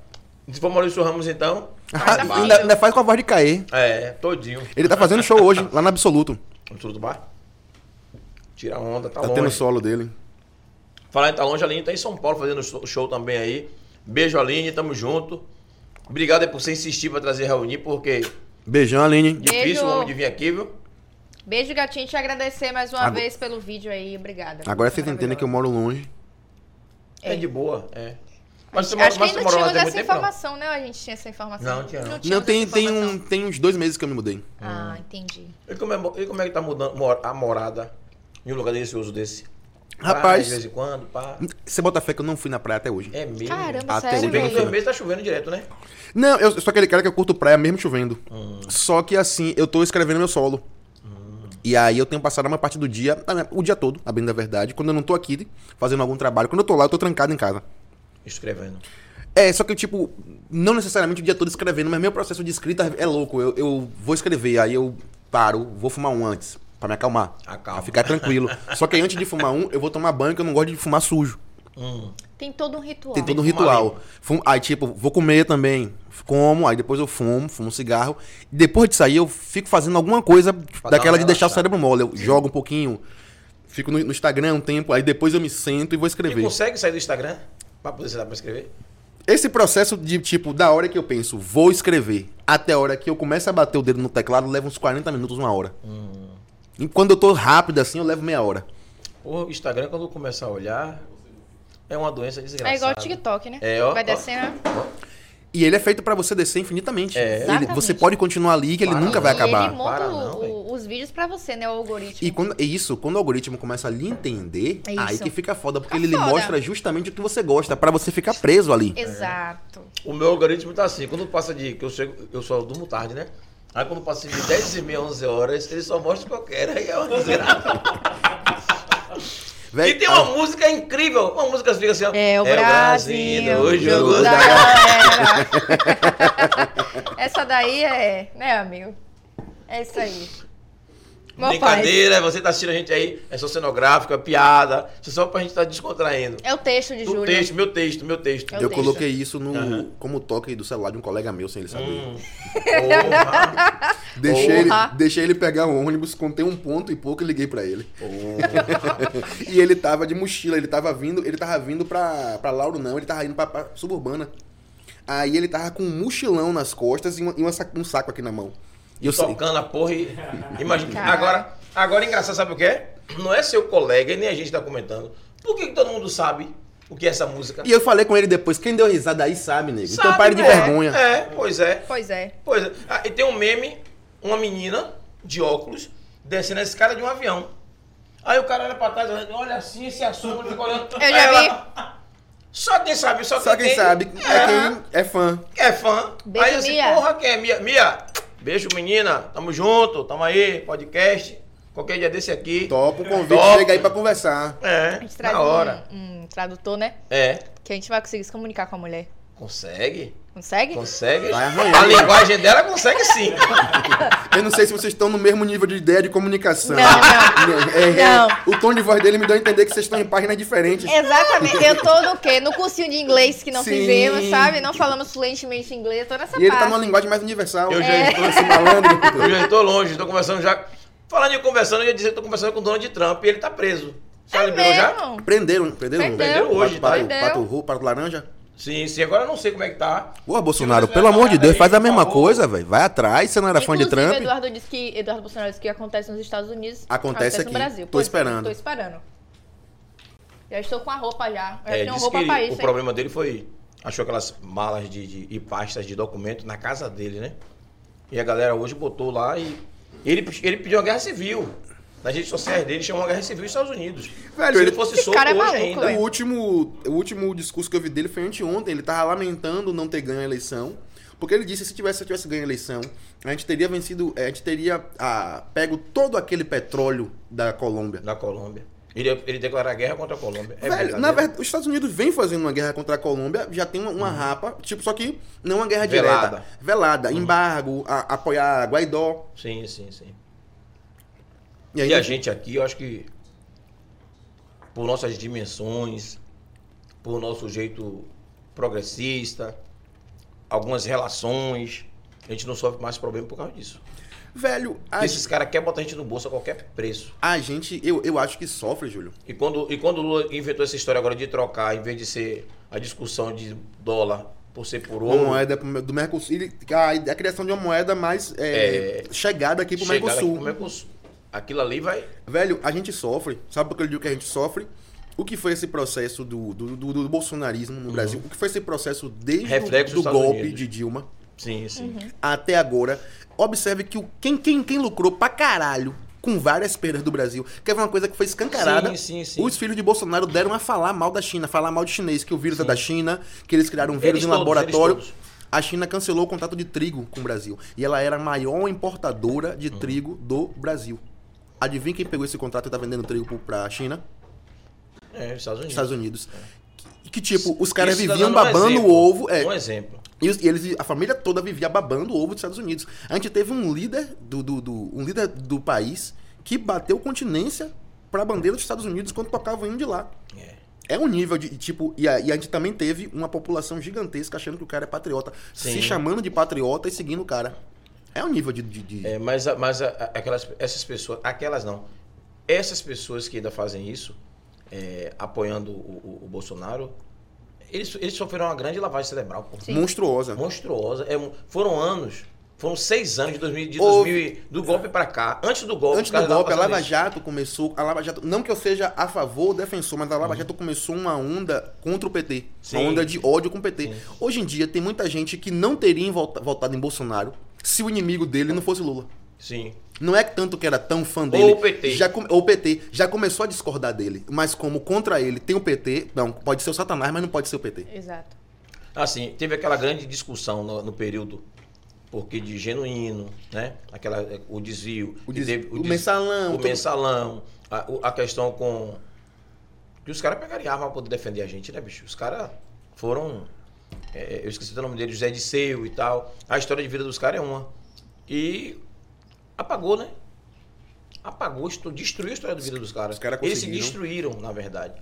S2: Se for Maurício Ramos, então...
S1: Ah, tá
S3: ainda, ainda faz com a voz de cair.
S2: É, todinho.
S3: Ele tá fazendo show hoje, lá na Absoluto.
S2: No sul do bar. Tira a onda, tá,
S3: Tá
S2: longe.
S3: tendo solo dele.
S2: Falar em tá longe, a Aline tá em São Paulo fazendo so- show também aí. Beijo, Aline, tamo junto. Obrigado aí por você insistir pra trazer reunir, porque
S3: Beijão, Aline.
S2: difícil
S1: Beijo.
S2: o homem de vir aqui, viu?
S1: Beijo, gatinho. Te agradecer mais uma
S3: Agora-
S1: vez pelo vídeo aí. Obrigada.
S3: Agora vocês entendem que eu moro longe.
S2: É,
S1: É.
S2: de boa, é. Mas você,
S1: Acho que
S2: mas
S1: ainda
S2: você morou lá
S1: tínhamos
S2: tem
S1: essa
S2: muito tempo, não?
S1: informação, né? A gente tinha essa informação.
S2: Não, tinha não.
S1: tínhamos
S3: Não, tem,
S1: essa
S3: tem,
S1: informação.
S3: um, tem uns dois meses que eu me mudei.
S1: Ah, entendi.
S2: E como, é, e como é que tá mudando mor- a morada em um lugar delicioso desse?
S3: Rapaz.
S2: Praia, de vez em quando, pá.
S3: Você bota fé que eu não fui na praia até hoje.
S2: É mesmo.
S1: Caramba,
S3: Até um
S1: sério,
S2: Você vê que
S3: hoje
S2: os
S1: velho.
S2: dois meses tá chovendo direto, né?
S3: Não, eu sou aquele cara que eu curto praia mesmo chovendo. Só que assim, eu tô escrevendo meu solo. E aí eu tenho passado uma parte do dia, ah, né, o dia todo, a bem da verdade, quando eu não tô aqui fazendo algum trabalho. Quando eu tô lá, eu tô trancado em casa.
S2: Escrevendo.
S3: É, só que, tipo, não necessariamente o dia todo escrevendo, mas meu processo de escrita é louco. Eu, eu vou escrever, aí eu paro, vou fumar um antes, pra me acalmar.
S2: Acalma.
S3: Pra ficar tranquilo. só que aí, antes de fumar um, eu vou tomar banho, que eu não gosto de fumar sujo.
S2: Hum.
S1: Tem todo um ritual.
S3: Tem todo um
S2: que fumar
S3: ritual. Fumo- aí, tipo, vou comer também. Como, aí depois eu fumo, fumo um cigarro. Depois de sair, eu fico fazendo alguma coisa
S2: uma
S3: daquela de deixar o
S2: relaxada.
S3: cérebro mole. Eu jogo um pouquinho, fico no, no Instagram um tempo, aí depois eu me sento e vou
S2: E
S3: escrever.
S2: consegue sair do Instagram pra poder se dar pra escrever?
S3: Esse processo de, tipo, da hora que eu penso, vou escrever, até a hora que eu começo a bater o dedo no teclado, leva uns 40 minutos, uma hora.
S2: Hum.
S3: E quando eu tô rápido assim, eu levo meia hora.
S2: Porra, o Instagram, quando eu começar a olhar, é uma doença desgraçada.
S1: É igual o TikTok, né?
S2: É, ó,
S1: Vai
S2: ó.
S1: descendo.
S3: E ele é feito pra você descer infinitamente.
S2: É.
S3: Ele- você
S1: Exatamente.
S3: pode continuar ali que ele
S2: Para
S3: nunca vai
S2: não.
S1: E ele
S3: acabar.
S1: monta
S2: Para
S1: o-
S2: não,
S1: o-
S2: velho.
S1: os vídeos pra você, né? O algoritmo.
S3: E quando, e isso, quando o algoritmo começa a lhe entender,
S1: É isso.
S3: aí que fica foda, porque
S1: Fica
S3: ele lhe
S1: foda.
S3: mostra justamente o que você gosta, pra você ficar preso ali.
S1: Exato.
S2: O meu algoritmo tá assim, quando passa de. que eu chego, eu só durmo tarde, né? Aí quando passa de 10 e meia, 11 horas, ele só mostra o que eu quero. Aí é uma desgraça.
S3: Véi, ah,
S2: e tem uma
S3: a-
S2: música incrível. Uma música que fica assim, ó.
S1: É o Brasil,
S2: o jogo da...
S1: galera. Essa daí é, né, amigo? É isso aí. Mó paz.
S2: Brincadeira, você tá assistindo a gente aí, é só cenográfico, é piada. Isso é só pra gente estar tá descontraindo.
S1: É o texto de
S2: O
S1: Júlio.
S2: texto, meu texto, meu texto.
S1: É o
S3: Eu
S1: texto.
S3: coloquei isso no,
S2: Aham.
S3: como toque do celular de um colega meu, sem ele saber.
S2: Hum. Porra,
S3: Deixei ele,
S1: Porra.
S3: deixei ele pegar o ônibus, contei um ponto e pouco e liguei pra ele.
S2: porra.
S3: E ele tava de mochila, ele tava vindo, ele tava vindo pra, pra Lauro não, ele tava indo pra, pra suburbana. Aí ele tava com um mochilão nas costas e, uma- e uma sa- um saco aqui na mão. E eu sei.
S2: Tocando a porra e. Imagina.
S1: Caralho.
S2: Agora, agora engraçado, sabe o que é? Não é seu colega e nem a gente tá comentando. Por que, que todo mundo sabe o que é essa música?
S3: E eu falei com ele depois, quem deu risada aí sabe, nego. então
S2: Sabe,
S3: pare de
S2: é.
S3: vergonha.
S2: É, pois é.
S1: Pois é.
S2: Pois é. Ah, e tem um meme, uma menina de óculos descendo a escada de um avião. Aí o cara olha pra trás, olha assim, esse assunto, fica olhando.
S1: Eu já
S2: Aí Só quem sabe, só,
S3: Só quem
S2: tem.
S3: sabe é
S2: É,
S3: quem é fã.
S2: é fã.
S1: Beijo,
S2: Aí eu assim,
S1: Mia.
S2: porra, quem é Mia? Mia, Beijo, menina. Tamo junto. Tamo aí. Podcast. Qualquer dia desse aqui.
S3: Top o convite,
S2: Top.
S3: chega aí pra conversar.
S1: A
S2: É,
S1: gente traz
S2: na hora.
S1: Um, um tradutor, né?
S2: É.
S1: Que a gente vai conseguir se comunicar com a mulher.
S2: Consegue?
S1: Consegue?
S2: Consegue?
S3: Vai
S2: A
S3: arranhando.
S2: linguagem dela consegue sim.
S3: Eu não sei se vocês estão no mesmo nível de ideia de comunicação.
S1: Não, não.
S3: É, é,
S1: Não.
S3: O tom de voz dele me deu a entender que vocês estão em páginas diferentes.
S1: Exatamente. Eu tô no quê? No cursinho de inglês que não
S3: Sim.
S1: fizemos, sabe? Não falamos fluentemente inglês, toda essa
S3: E ele tá
S1: parte. É.
S3: numa linguagem mais universal.
S2: Eu já estou assim,
S3: Esse malandro.
S2: Eu já estou longe, estou conversando já. Falando em conversando, eu ia dizer que estou conversando com o Donald Trump e ele tá preso. Já liberou já?
S1: É Mesmo?
S3: Prenderam, prenderam. um.
S1: Prendeu
S2: hoje,
S3: Pato,
S1: tá?
S3: pato, pato, ru- pato laranja.
S2: Sim, sim. Agora eu não sei como é que tá.
S3: Ô, Bolsonaro, pelo amor de Deus, faz a mesma coisa, velho. Vai atrás, você não era fã de
S1: Inclusive,
S3: Trump.
S1: Eduardo disse que Eduardo Bolsonaro disse que acontece nos Estados Unidos.
S3: Acontece
S1: no
S3: aqui.
S1: Brasil.
S3: Tô
S1: Pois,
S3: esperando.
S1: Tô esperando. Já estou com a roupa já. Já
S2: É,
S1: tenho
S2: disse
S1: roupa
S2: que
S1: um pra isso.
S2: o
S1: hein?
S2: problema dele foi. Achou aquelas malas de, de- e pastas de documento na casa dele, né? E a galera hoje botou lá e. Ele, ele pediu uma guerra civil. Nas redes sociais dele, chamou uma guerra civil nos Estados Unidos.
S3: Velho,
S2: Se
S3: ele-
S2: ele fosse
S1: Esse
S2: solto
S1: cara é
S2: hoje
S1: maluco,
S2: ainda.
S1: velho.
S3: O último, o último discurso que eu vi dele foi anteontem. Ele tava lamentando não ter ganho a eleição. Porque ele disse, se tivesse, se eu tivesse ganho a eleição, a gente teria vencido, eh, a gente teria ah, pego todo aquele petróleo da Colômbia.
S2: Da Colômbia. Ele, ele declarar guerra contra a Colômbia. É
S3: Velho, na
S2: brincadeira.
S3: verdade, os Estados Unidos vem fazendo uma guerra contra a Colômbia, já tem uma, uma rapa, tipo, só que não uma guerra
S2: Uhum. Velada. Uhum.
S3: direta. Velada, embargo, a- apoiar Guaidó.
S2: Sim, sim, sim.
S3: E aí,
S2: E a gente aqui, eu acho que por nossas dimensões, por nosso jeito progressista, algumas relações, a gente não sofre mais problema por causa disso.
S3: velho, a,
S2: Porque Esses caras querem botar a gente no bolso a qualquer preço.
S3: a gente, eu, eu acho que sofre, Júlio.
S2: E quando, e quando o Lula inventou essa história agora de trocar, em vez de ser a discussão de dólar por ser por
S3: Uma
S2: ouro,
S3: moeda pro- do Mercosul. ele- A, a criação de uma moeda mais eh, chegada aqui pro
S2: chegar É. aqui
S3: Mercosul.
S2: pro Mercosul. Aquilo ali vai.
S3: Velho, a gente sofre. Sabe por que eu digo que a gente sofre? O que foi esse processo do, do, do- do bolsonarismo no Brasil? O que foi esse processo desde
S2: Uhum. Reflexo dos
S3: o do
S2: Estados
S3: golpe
S2: Unidos.
S3: de Dilma
S2: Sim, sim.
S3: até agora? Observe que o, quem, quem, quem lucrou pra caralho com várias perdas do Brasil, que é uma coisa que foi escancarada.
S2: Sim, sim, sim.
S3: Os filhos de Bolsonaro deram a falar mal da China, falar mal de chinês, que o vírus é da China, que eles criaram um vírus
S2: Eles
S3: em
S2: todos,
S3: laboratório.
S2: eles todos.
S3: A China cancelou o contrato de trigo com o Brasil. E ela era a maior importadora de trigo do Brasil. Adivinha quem pegou esse contrato e tá vendendo trigo pro- pra China?
S2: É, Estados Unidos.
S3: Estados Unidos. Que, que, tipo, os caras
S2: Isso tá
S3: viviam
S2: dando um
S3: babando
S2: exemplo,
S3: o ovo. É,
S2: Um exemplo.
S3: e, os- e eles, a família toda vivia babando o ovo dos Estados Unidos. A gente teve um líder do, do, do- um líder do país que bateu continência pra bandeira dos Estados Unidos quando tocava o hino de lá.
S2: É.
S3: É um nível de, tipo, e a, e a gente também teve uma população gigantesca achando que o cara é patriota, se
S2: Sim.
S3: chamando de patriota e seguindo o cara. É um nível de. de- de-
S2: É, mas a- mas a- a- aquelas, essas pessoas, aquelas não, essas pessoas que ainda fazem isso, é, apoiando o, o- o Bolsonaro, eles, eles sofreram uma grande lavagem cerebral, pô.
S1: Sim.
S3: monstruosa.
S2: monstruosa. É um- foram anos, foram seis anos de 2000, de
S3: Houve-
S2: 2000 e- do golpe pra cá, antes do golpe. os
S3: Antes do
S2: caras estavam
S3: golpe, a
S2: fazendo
S3: Lava
S2: isso.
S3: Jato começou. A Lava Jato, não que eu seja a favor ou defensor, mas a Lava Jato começou uma onda contra o PT. Uma
S2: Uhum. Sim.
S3: onda de ódio com o PT.
S2: Sim.
S3: Hoje em dia tem muita gente que não teria volta- votado em Bolsonaro se o inimigo dele não fosse Lula.
S2: Sim.
S3: Não é tanto que era tão fã dele.
S2: o PT.
S3: Já come- ou o PT. Já começou a discordar dele. Mas como contra ele tem o PT. Não, pode ser o Satanás, mas não pode ser o PT.
S1: Exato.
S2: Assim, teve aquela grande discussão no, no período, porque de genuíno, né? Aquela, o desvio.
S3: O
S2: e
S3: des-
S2: teve-
S3: o
S2: des-
S3: mensalão,
S2: O
S3: tudo.
S2: mensalão. A, o- a questão com. Que os caras pegariam arma pra poder defender a gente, né, bicho? Os caras foram. é, eu esqueci o nome dele, José de Seu e tal. A história de vida dos caras é uma. E apagou, né? Apagou, estu- destruiu a história de vida dos caras.
S3: os caras
S2: Eles se
S3: conseguiram.
S2: destruíram, na verdade.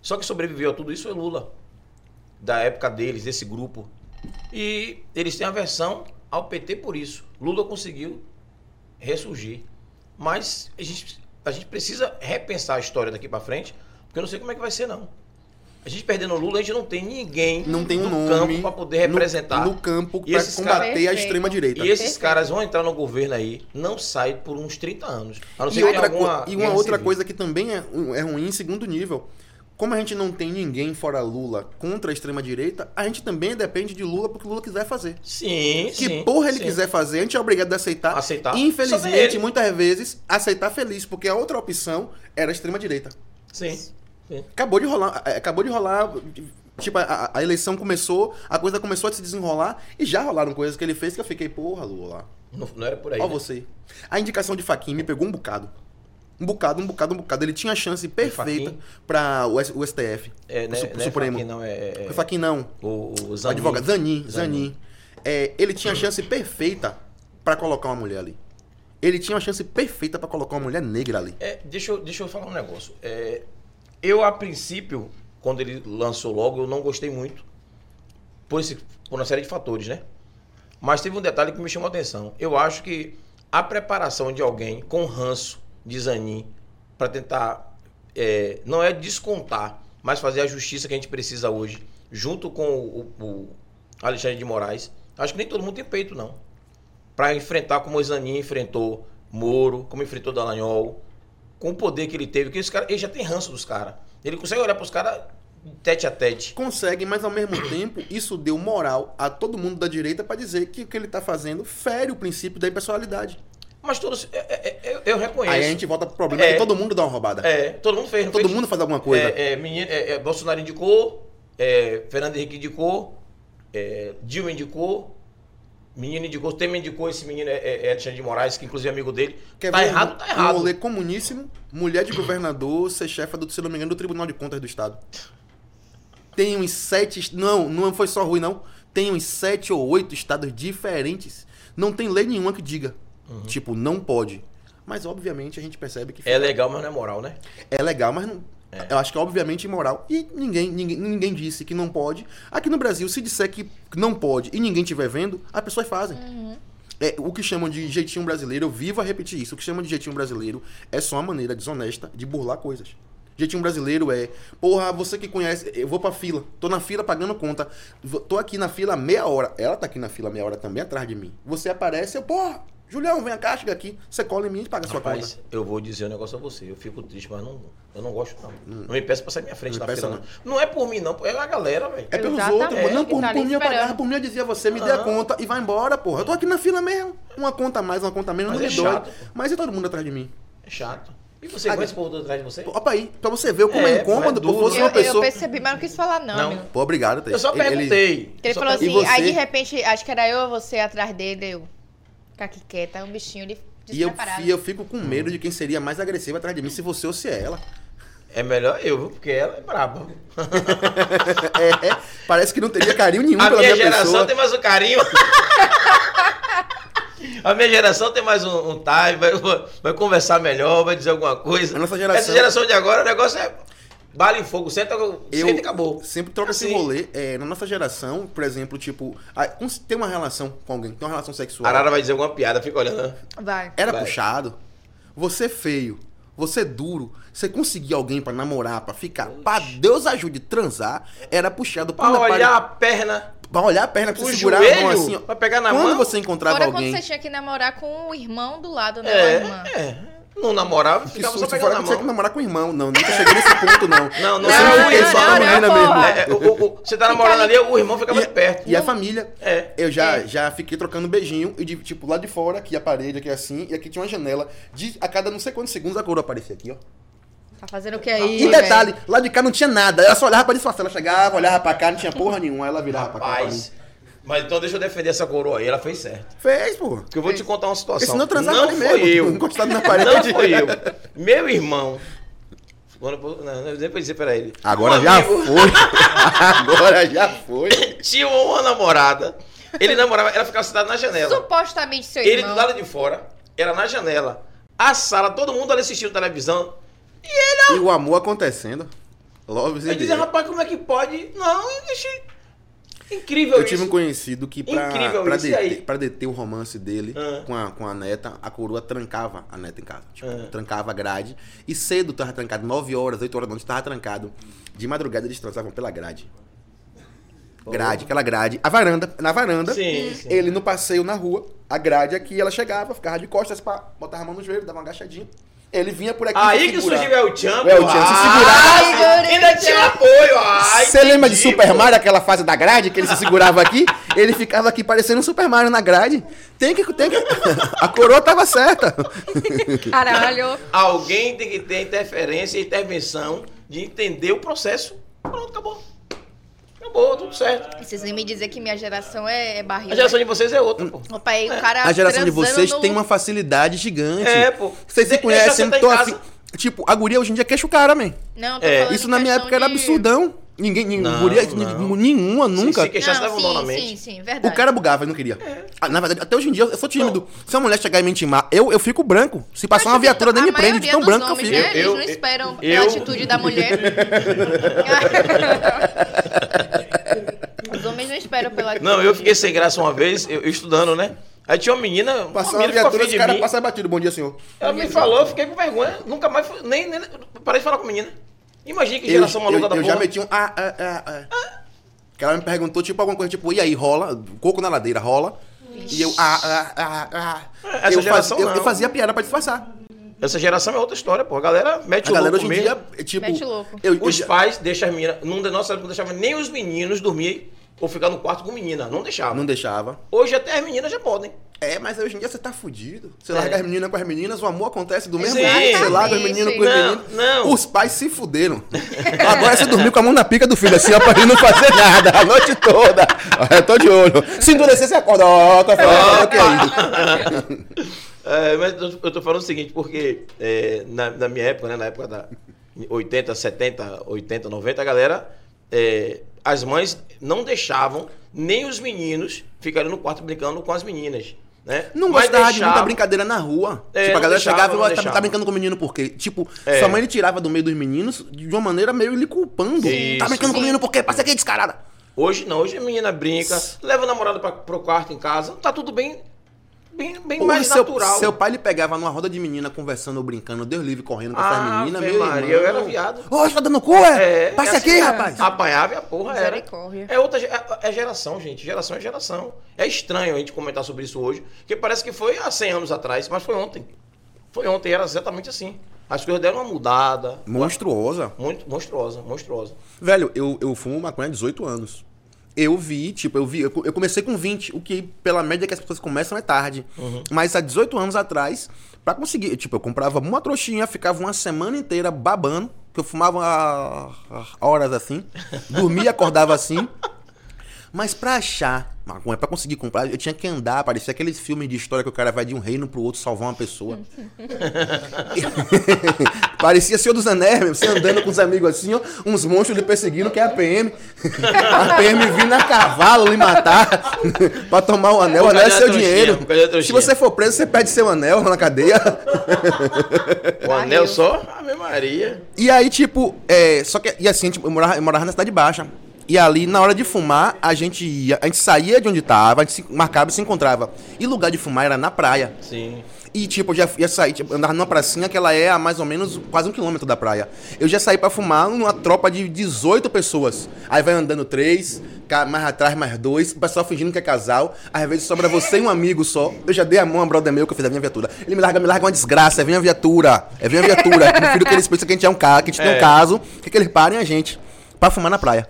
S2: Só que sobreviveu a tudo isso foi Lula da época deles, desse grupo. E eles têm aversão ao PT por isso. Lula conseguiu ressurgir. Mas a gente, a gente precisa repensar a história daqui pra frente, porque eu não sei como é que vai ser, não. A gente perdendo o Lula, a gente não tem ninguém
S3: Não tem um
S2: no
S3: nome.
S2: campo para poder
S3: no-
S2: é representar.
S3: No, campo
S2: E
S3: pra
S2: esses
S3: combater
S1: caras-
S3: a extrema-direita.
S2: E esses
S1: Perfeito.
S2: caras vão entrar no governo aí, não sai por uns 30 anos. A não ser
S3: E
S2: que
S3: outra,
S2: tenha
S3: co-
S2: alguma
S3: e uma
S2: guerra
S3: outra
S2: civil.
S3: coisa que também é, é ruim em segundo nível. Como a gente não tem ninguém fora Lula contra a extrema-direita, a gente também depende de Lula porque o Lula quiser fazer.
S2: Sim,
S3: Que
S2: sim,
S3: porra ele
S2: sim.
S3: quiser fazer, a gente é obrigado a aceitar.
S2: Aceitar. Só tem
S3: Infelizmente,
S2: ele.
S3: muitas vezes, aceitar feliz, porque a outra opção era a extrema-direita.
S2: Sim. sim.
S3: Acabou de rolar, é, acabou de rolar Tipo, a- a, a eleição começou, a coisa começou a se desenrolar e já rolaram coisas que ele fez que eu fiquei, porra, Lula.
S2: Não, não era por aí.
S3: Ó
S2: né?
S3: você. A indicação de Faquinha me pegou um bocado. Um bocado, um bocado, um bocado. Ele tinha a chance perfeita
S2: Fachin?
S3: pra o, S- o STF.
S2: É, né,
S3: o, Su-
S2: né,
S3: o Supremo.
S2: Faquin, não, é, é-
S3: Foi Faquinha não.
S2: o, o
S3: O
S2: Zanin.
S3: advogado. Zanin.
S2: Zanin.
S3: Zanin. É, ele tinha a chance perfeita pra colocar uma mulher ali. Ele tinha uma chance perfeita pra colocar uma mulher negra ali.
S2: É, deixa, eu, deixa eu falar um negócio. É, eu, a princípio, quando ele lançou logo, eu não gostei muito. Por, esse, por uma série de fatores, né? Mas teve um detalhe que me chamou a atenção. Eu acho que a preparação de alguém com ranço de Zanin para tentar. é, não é descontar, mas fazer a justiça que a gente precisa hoje, junto com o, o Alexandre de Moraes. Acho que nem todo mundo tem peito, não. Para enfrentar como o Zanin enfrentou Moro, como enfrentou Dallagnol, com o poder que ele teve, que esse cara, ele já tem ranço dos caras. Ele consegue olhar para os caras tete a tete.
S3: Consegue, mas ao mesmo tempo, isso deu moral a todo mundo da direita pra dizer que o que ele tá fazendo fere o princípio da impessoalidade.
S2: Mas todos. é, é, é, eu, eu reconheço.
S3: Aí a gente volta pro problema
S2: É.
S3: que todo mundo dá uma roubada.
S2: É, todo mundo fez. não
S3: Todo
S2: fez?
S3: mundo faz alguma coisa.
S2: É, é, menino- é, é, Bolsonaro indicou, é, Fernando Henrique indicou, é, Dilma indicou, menino indicou, Temer indicou, esse menino é, é, é Alexandre de Moraes, que inclusive é amigo dele.
S3: Quer
S2: tá
S3: ver um-
S2: errado, tá
S3: Um
S2: errado.
S3: rolê comuníssimo, mulher de governador, ser chefa do, se não me engano, do Tribunal de Contas do Estado. Tem uns sete. Não, não foi só ruim, não. Tem uns sete ou oito estados diferentes. Não tem lei nenhuma que diga. Tipo, não pode. Mas, obviamente, a gente percebe que
S2: Uhum. É legal, mas não é moral, né?
S3: é legal, mas não. Eu acho que é obviamente imoral. E ninguém, ninguém, ninguém disse que não pode. Aqui no Brasil, se disser que não pode e ninguém estiver vendo, as pessoas fazem. É, o que chamam de jeitinho brasileiro, eu vivo a repetir isso. O que chamam de jeitinho brasileiro é só uma maneira desonesta de burlar coisas. Jeitinho brasileiro é, porra, você que conhece, eu vou pra fila, tô na fila pagando conta, vo- tô aqui na fila meia hora, ela tá aqui na fila meia hora também atrás de mim. Você aparece, eu, porra, Julião, vem cá, chega aqui, você cola em mim e paga a sua conta.
S2: Rapaz, eu vou dizer um negócio a você. Eu fico triste, mas não, eu não gosto, não. Não me peço pra sair da minha frente
S3: Hum. Não
S2: na
S3: me peça,
S2: fila, não. Não é por mim, não. É a galera, velho.
S3: É pelos
S1: Exatamente,
S3: outros, pô. Não,
S1: que
S3: por,
S1: tá ali
S3: por mim eu
S1: esperando.
S3: pagava, por mim eu dizia a você, me dê a
S2: Aham.
S3: conta e vai embora, porra. Eu tô aqui na fila mesmo. Uma conta a mais, uma conta a menos,
S2: Mas
S3: não
S2: é
S3: me dói.
S2: chato, pô.
S3: Mas e todo mundo atrás de mim?
S2: É chato. E você
S3: Ah,
S2: aguenta esse povo todo atrás de você?
S3: Opa aí, pra você ver como é,
S2: É,
S3: incômodo,
S2: pô, é
S3: pô,
S2: duro.
S3: fosse uma
S1: Eu, eu
S3: pessoa...
S1: percebi, mas não quis falar, não,
S2: Não.
S1: amigo.
S3: Pô, obrigado, Thaís.
S2: Eu só
S3: Ele- ele-
S2: perguntei.
S1: Ele
S2: Só tá-
S1: falou assim,
S2: perguntei.
S3: E você?
S1: aí de repente, acho que era eu ou você atrás dele, eu. Ficar aqui quieta, é um bichinho ele
S3: E eu,
S1: despreparado.
S3: e eu fico com medo de quem seria mais agressivo atrás de mim, se você ou se é ela.
S2: É melhor eu, viu? Porque ela é braba.
S3: É, é, parece que não teria carinho nenhum
S2: A
S3: pela
S2: minha
S3: um minha
S2: geração
S3: pessoa.
S2: tem mais um carinho. A minha geração tem mais um, um time, vai, vai conversar melhor, vai dizer alguma coisa.
S3: A nossa geração-
S2: Essa geração de agora, o negócio é bala em fogo, senta,
S3: Eu
S2: senta e acabou.
S3: sempre troco esse
S2: Assim.
S3: rolê. é, na nossa geração, por exemplo, tipo, a- quando se tem uma relação com alguém, tem uma relação sexual.
S2: Arara vai dizer alguma piada, fica olhando. né?
S1: Vai.
S3: Era
S2: Vai.
S3: puxado. Você é feio. Você é duro. Você conseguir alguém pra namorar, pra ficar. Pra Deus ajude transar. Era puxado
S2: Pra
S3: Quando apare-
S2: olhar a perna,
S3: pra olhar a perna, pra
S2: o
S3: você segurar a mão
S2: joelho,
S3: assim. ó.
S2: pra pegar na
S3: Quando
S2: mão.
S3: você encontrava
S1: Fora
S3: alguém.
S1: quando você tinha que namorar com o irmão do lado, né? ou a
S2: É,
S1: irmã.
S2: é. Não namorava,
S3: Que
S2: ficava só
S3: susto,
S2: pegando
S3: fora
S2: na
S3: que você tinha que
S2: mão.
S3: namorar com o irmão. Não, nunca cheguei nesse ponto, não.
S2: Não, não,
S3: Eu sempre
S2: não,
S3: fiquei
S2: não,
S3: só com a
S2: não,
S3: menina
S1: não,
S3: mesmo.
S1: porra.
S2: É, o- o- o- você tá namorando ali, o irmão fica mais perto.
S3: E a família.
S2: É.
S3: Eu já,
S1: É.
S3: já fiquei trocando beijinho e, de, tipo, lá de fora, aqui a parede, aqui assim, e aqui tinha uma janela. De, a cada não sei quantos segundos a coroa aparecia aqui, ó.
S1: Tá fazendo o que aí?
S3: E detalhe, lá de cá não tinha nada. Ela só olhava pra disfarçar. Ela chegava, olhava pra cá, não tinha porra nenhuma. Aí ela virava pra cá. pra mim.
S2: Rapaz. Mas então deixa eu defender essa coroa aí, ela fez certo.
S3: Fez, porra.
S2: Porque eu vou te contar uma situação.
S3: Porque senão eu transava
S2: não
S3: ali
S2: foi
S3: mesmo.
S2: eu.
S3: Encostado na
S2: Não
S3: parede.
S2: fui eu. Meu irmão. Quando, eu- não, não, nem pra dizer pra ele.
S3: Agora
S2: Um
S3: já
S2: amigo
S3: foi. Agora já foi.
S2: Tinha uma namorada. Ele namorava, ela ficava sentada na janela.
S1: Supostamente seu
S2: Ele
S1: irmão.
S2: do lado de fora, era na janela. A sala, todo mundo ali assistindo televisão. E
S3: E o amor acontecendo. Love is
S2: ele. Eu
S3: in the
S2: dizia,
S3: air.
S2: rapaz, como é que pode? Não, eu achei. Incrível
S3: Eu tive
S2: Então isso.
S3: um conhecido que pra,
S2: Incrível
S3: pra,
S2: isso, e aí?
S3: deter, pra deter o romance dele
S2: Ah.
S3: com, a, com a neta, a coroa trancava a neta em casa. Tipo,
S2: Ah.
S3: trancava a grade. E cedo tava trancado, 9 horas, 8 horas da noite tava trancado. De madrugada eles transavam pela grade. Grade, aquela grade. A varanda, na varanda.
S2: Oh. Sim, sim.
S3: Ele no passeio na rua, a grade aqui, ela chegava, ficava de costas, pá, botava a mão no joelho, dava uma agachadinha. Ele vinha por aqui.
S2: Aí
S3: se
S2: que
S3: segurar.
S2: surgiu o El Champ.
S3: O El Chan se
S1: segurava.
S2: ainda tinha apoio.
S1: Ah,
S2: ai,
S3: Você lembra de
S2: entendi,
S3: Super
S2: pô.
S3: Mario, aquela fase da grade que ele se segurava aqui? Ele ficava aqui parecendo um Super Mario na grade. Tem que. Tem que... A coroa tava certa.
S1: Tá Caralho.
S2: Alguém tem que ter interferência e intervenção de entender o processo. Pronto, acabou. Na boa, tudo certo.
S1: E Vocês nem me dizer que minha geração é, é barril.
S2: A geração de vocês é outra, pô.
S1: né? Opa, aí o cara
S3: A geração
S1: transando
S3: de vocês
S1: no-
S3: tem uma facilidade gigante.
S2: É, pô.
S3: Vocês se
S2: De- deixa
S3: conhecem,
S2: eu sentar
S3: tô
S2: em
S3: assim.
S2: casa.
S3: Tipo, a guria hoje em dia queixa o cara, man.
S1: Não, eu tô
S2: É.
S1: falando
S3: Isso
S1: em
S3: na minha
S1: questão
S3: época era né?
S1: de-
S3: absurdão. Ninguém, ninguém
S2: Não,
S3: guria,
S2: não.
S3: nenhuma, nunca.
S2: Se, se queixar, você
S1: Não,
S2: leva um nó na
S1: sim,
S2: mente.
S1: sim, sim, verdade.
S3: O cara bugava, ele não queria.
S2: É.
S3: Ah, Na verdade, até hoje em dia eu sou tímido. Se uma mulher chegar e me intimar, eu, eu fico branco. Se passar uma viatura, nem
S1: assim, A
S3: me prende, de
S1: maioria
S3: tão
S1: dos
S3: branco que eu
S1: homens,
S3: fico.
S1: né? Eles
S2: Eu-
S1: não
S2: eu-
S1: esperam a
S2: eu-
S1: atitude da mulher. Os homens não esperam pela atitude.
S2: Não, eu fiquei sem graça uma vez, eu, eu estudando, né? Aí tinha uma menina, uma
S3: Passar
S2: menina ficou afim de mim.
S3: batido. Bom dia, senhor.
S2: Ela me falou, eu fiquei com vergonha. Nunca mais, fui- nem, nem, parei de falar com a menina. Imagina que
S3: Eu,
S2: geração
S3: eu,
S2: maluca da
S3: eu
S2: porra.
S3: já meti um. Ah, ah, ah, ah. Que ela me perguntou, tipo, alguma coisa, tipo, e aí, rola? Coco na ladeira, rola? E eu, ah, ah, ah, ah.
S2: Essa
S3: eu,
S2: geração
S3: eu,
S2: não.
S3: eu fazia piada pra disfarçar.
S2: Essa geração é outra história, pô. A galera mete
S3: A
S2: o
S3: galera
S2: louco
S3: hoje em
S2: mesmo.
S3: dia, é, tipo.
S1: Mete louco.
S3: Eu, eu,
S2: Os
S3: já-
S2: pais deixam as meninas. Não, da nossa época não deixava nem os meninos dormir ou ficar no quarto com menina. Não deixava.
S3: não deixava.
S2: Hoje até as meninas já podem.
S3: É, mas hoje em dia você tá fudido. Você
S2: É.
S3: larga as meninas com as meninas, o amor acontece do mesmo
S2: Sim.
S3: jeito. Você larga as meninas com as
S2: Não,
S3: meninas.
S2: não.
S3: Os pais se fuderam. Agora você dormiu com a mão na pica do filho, assim, ó, pra ele não fazer nada a noite toda. Ó, Eu tô de olho. Se endurecer, você acorda. Ó, tá falando que é isso.
S2: É, mas eu eu tô falando o seguinte, porque é, na, na minha época, né, na época da 80, 70, 80, 90, a galera, é, as mães não deixavam nem os meninos ficarem no quarto brincando com as meninas, né?
S3: Não
S2: Mas
S3: gostava de
S2: deixavam-
S3: muita brincadeira na rua.
S2: É,
S3: tipo, a
S2: não
S3: galera
S2: deixava,
S3: chegava e
S2: não
S3: falava, tá,
S2: deixava.
S3: tá brincando com o menino por quê? Tipo,
S2: É.
S3: sua mãe ele tirava do meio dos meninos de uma maneira meio lhe culpando.
S2: Sim.
S3: Tá brincando
S2: Isso.
S3: com o menino por quê? Passa aqui, descarada.
S2: Hoje não, hoje a menina brinca, leva a namorada pra, pro quarto em casa, tá tudo bem, bem, bem
S3: Porra,
S2: mais
S3: seu,
S2: natural.
S3: seu pai lhe pegava numa roda de menina conversando, brincando, Deus livre, correndo com essas
S2: Ah,
S3: meninas,
S2: Ave
S3: meu
S2: Maria,
S3: irmão.
S2: eu era viado.
S3: Ô, você tá dando cu, é?
S2: É,
S3: Passa
S2: é
S3: aqui,
S2: assim,
S3: rapaz.
S2: Apanhava e a porra era.
S1: Misericórdia.
S2: É outra ge- é, é geração, gente. Geração é geração. É estranho a gente comentar sobre isso hoje, porque parece que foi há 100 anos atrás, mas foi ontem. Foi ontem, era exatamente assim. As coisas deram uma mudada.
S3: Monstruosa.
S2: Muito monstruosa, monstruosa.
S3: Velho, eu, eu fumo maconha há 18 anos. Eu vi, tipo, eu vi, eu, co- eu comecei com 20, o que pela média que as pessoas começam é tarde. Mas há 18 anos atrás, pra conseguir, tipo, eu comprava uma trouxinha, ficava uma semana inteira babando, que eu fumava ah, ah, horas assim, dormia, acordava assim. Mas pra achar maconha, pra conseguir comprar, eu tinha que andar, parecia aqueles filmes de história que o cara vai de um reino pro outro salvar uma pessoa. parecia Senhor dos Anéis, mesmo, você andando com os amigos assim, ó, uns monstros lhe perseguindo, que é a PM. a PM vindo a cavalo lhe matar pra tomar o anel, o
S2: Por
S3: anel é
S2: causa da
S3: seu
S2: trouxinha,
S3: dinheiro.
S2: por causa da
S3: Se
S2: trouxinha.
S3: você for preso, você perde seu anel na cadeia.
S2: O anel só? Ave Maria.
S3: E aí, tipo, é, só que, e assim, tipo, eu, morava, eu morava na Cidade Baixa. E ali, na hora de fumar, a gente ia, a gente saía de onde tava, a gente se marcava e se encontrava. E lugar de fumar era na praia.
S2: Sim.
S3: E, tipo, eu já ia sair, tipo, eu andava numa pracinha que ela é a mais ou menos quase um quilômetro da praia. Eu já saí pra fumar numa tropa de 18 pessoas. Aí vai andando três, ca- mais atrás mais dois, o pessoal fingindo que é casal. Às vezes sobra você e um amigo só. Eu já dei a mão a um brother meu que eu fiz a minha viatura. Ele me larga, me larga uma desgraça, é minha viatura, é minha viatura. Eu prefiro que eles pensem que a gente é um cara, que a gente tem um
S2: É.
S3: caso, que, que eles parem a gente pra fumar na praia.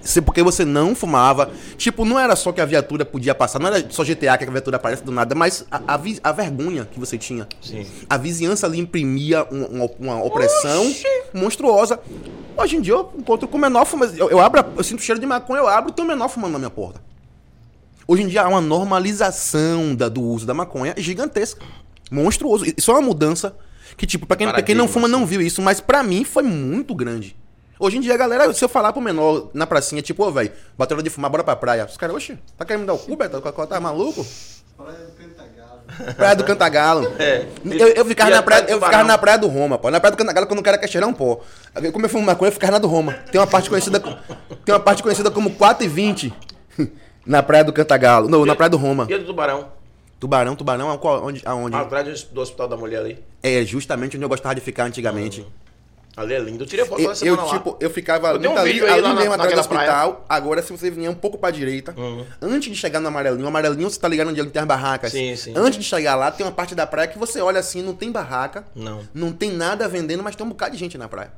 S3: Se- Porque você não fumava. Tipo, não era só que a viatura podia passar, não era só GTA que a viatura aparece do nada, mas a, a vi- a vergonha que você tinha.
S2: Sim.
S3: A vizinhança ali imprimia um- uma, uma opressão monstruosa. Hoje em dia eu encontro com o menor fumando. Eu, eu abro, a- eu sinto cheiro de maconha, eu abro e tem um menor fumando na minha porta. Hoje em dia há uma normalização da- do uso da maconha gigantesca. Monstruoso. Isso é uma mudança que, tipo, pra quem, pra quem não
S2: Paradigma,
S3: fuma, não
S5: assim.
S3: viu isso, mas pra mim foi muito grande. Hoje em dia, a galera, se eu falar pro menor na pracinha, tipo, ô, velho, bateu hora de fumar, bora pra praia. Os caras, oxe, tá querendo me dar o cu, Beto? Tá, tá maluco?
S5: Praia do Cantagalo.
S3: Praia do Cantagalo.
S2: É.
S3: Eu, eu ficava,
S2: E
S3: na
S2: a Praia
S3: praia,
S2: do
S3: eu ficava
S2: Tubarão?
S3: na praia do Roma, pô. Na praia do Cantagalo, quando o cara quer cheirar um pó. Eu, Como eu fumo maconha, eu ficava na do Roma. Tem uma parte conhecida, co- tem uma parte conhecida como 4 e 20 na praia do Cantagalo. Não, na praia do Roma.
S2: E a do tubarão?
S3: Tubarão, Tubarão, a qual- onde? aonde?
S2: Atrás do hospital da mulher ali.
S3: É justamente onde eu gostava de ficar antigamente.
S2: Ali é lindo. Eu tirei foto
S3: Eu,
S2: toda semana
S3: eu,
S2: lá.
S3: tipo, eu ficava
S2: Eu tenho um
S3: muito ali,
S2: vídeo aí
S3: ali
S2: lá na-
S3: mesmo atrás do
S2: naquela praia. Uhum.
S3: hospital. Agora, se você vinha um pouco pra direita, antes de chegar no amarelinho, o amarelinho você tá ligado onde tem as barracas.
S2: Sim, sim.
S3: Antes de chegar lá, tem uma parte da praia que você olha assim, não tem barraca,
S2: Não.
S3: não tem nada vendendo, mas tem um bocado de gente na praia.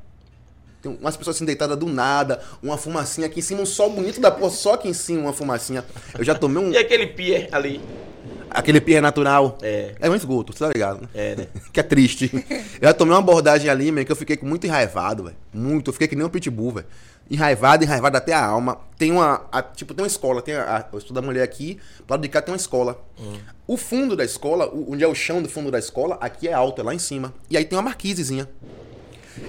S3: Tem umas pessoas assim deitadas do nada, uma fumacinha aqui em cima, um sol bonito da porra, só aqui em cima uma fumacinha. Eu já tomei um.
S2: E aquele pier ali?
S3: Aquele pia natural.
S2: É.
S3: É um esgoto, você tá ligado, né?
S2: É, né?
S3: que é triste. Eu já tomei uma abordagem ali, meio que eu fiquei muito enraivado, velho. Muito, eu fiquei que nem um pitbull, velho. Enraivado, enraivado até a alma. Tem uma, a- tipo, tem uma escola, tem a, a, eu estudo da mulher aqui, do lado de cá tem uma escola. O fundo da escola, o- onde é o chão do fundo da escola, aqui é alto, é lá em cima. E aí tem uma marquisezinha.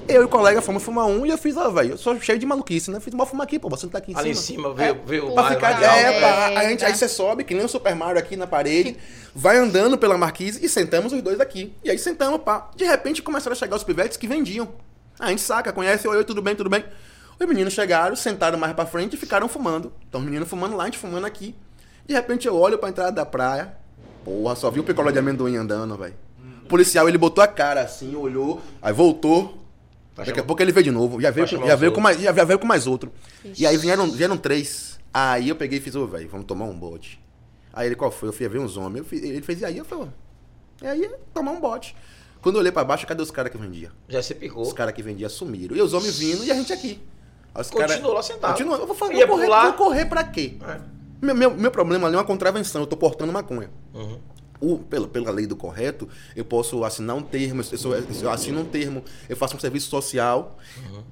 S3: Eu e o colega fomos fumar um e eu fiz, ó, velho, eu sou cheio de maluquice, né? Fiz, bora fumar aqui, pô, você não tá aqui em
S2: Ali em
S3: cima.
S2: cima É, veio, veio
S1: Pra
S2: o
S3: Pra
S2: Mario
S3: ficar
S1: legal,
S3: de
S2: Magal.
S3: é, pá,
S1: velho.
S3: a gente, aí você sobe, que nem o Super Mario aqui na parede, vai andando pela marquise e sentamos os dois aqui. E aí sentamos, pá. De repente começaram a chegar os pivetes que vendiam. A gente saca, conhece, oi, oi, tudo bem, tudo bem. Os meninos chegaram, sentaram mais pra frente e ficaram fumando. Então os meninos fumando lá, a gente fumando aqui. De repente eu olho pra entrada da praia. Porra, só vi o picolé de amendoim andando, velho. O policial, ele botou a cara assim, olhou, aí voltou.
S2: Tá
S3: Daqui a pouco ele veio de novo. Já veio,
S2: chamar
S3: com- já
S2: os
S3: veio, com,
S2: outros.
S3: mais, já veio com mais outro.
S1: Ixi.
S3: E aí vieram, vieram três. Aí eu peguei e fiz, ô, velho, vamos tomar um bote. Aí ele, qual foi? Eu fui ver uns homens. Eu fiz- ele fez, e aí? Eu falei, "Ó." e aí, tomar um bote. Quando eu olhei pra baixo, cadê os caras que vendia?
S2: Já se picou.
S3: Os caras que vendia sumiram. E os homens vindo e a gente aqui. Aí os cara-
S2: Continuou lá sentado.
S3: Continua. Eu vou falar,
S2: tá? Ia
S3: vou correr,
S2: pular.
S3: vou correr pra quê?
S2: É.
S3: Meu, meu, meu problema ali é uma contravenção. Eu tô portando maconha.
S2: Uhum.
S3: O- pela, pela lei do correto, eu posso assinar um termo, eu, sou- eu assino um termo, eu faço um serviço social.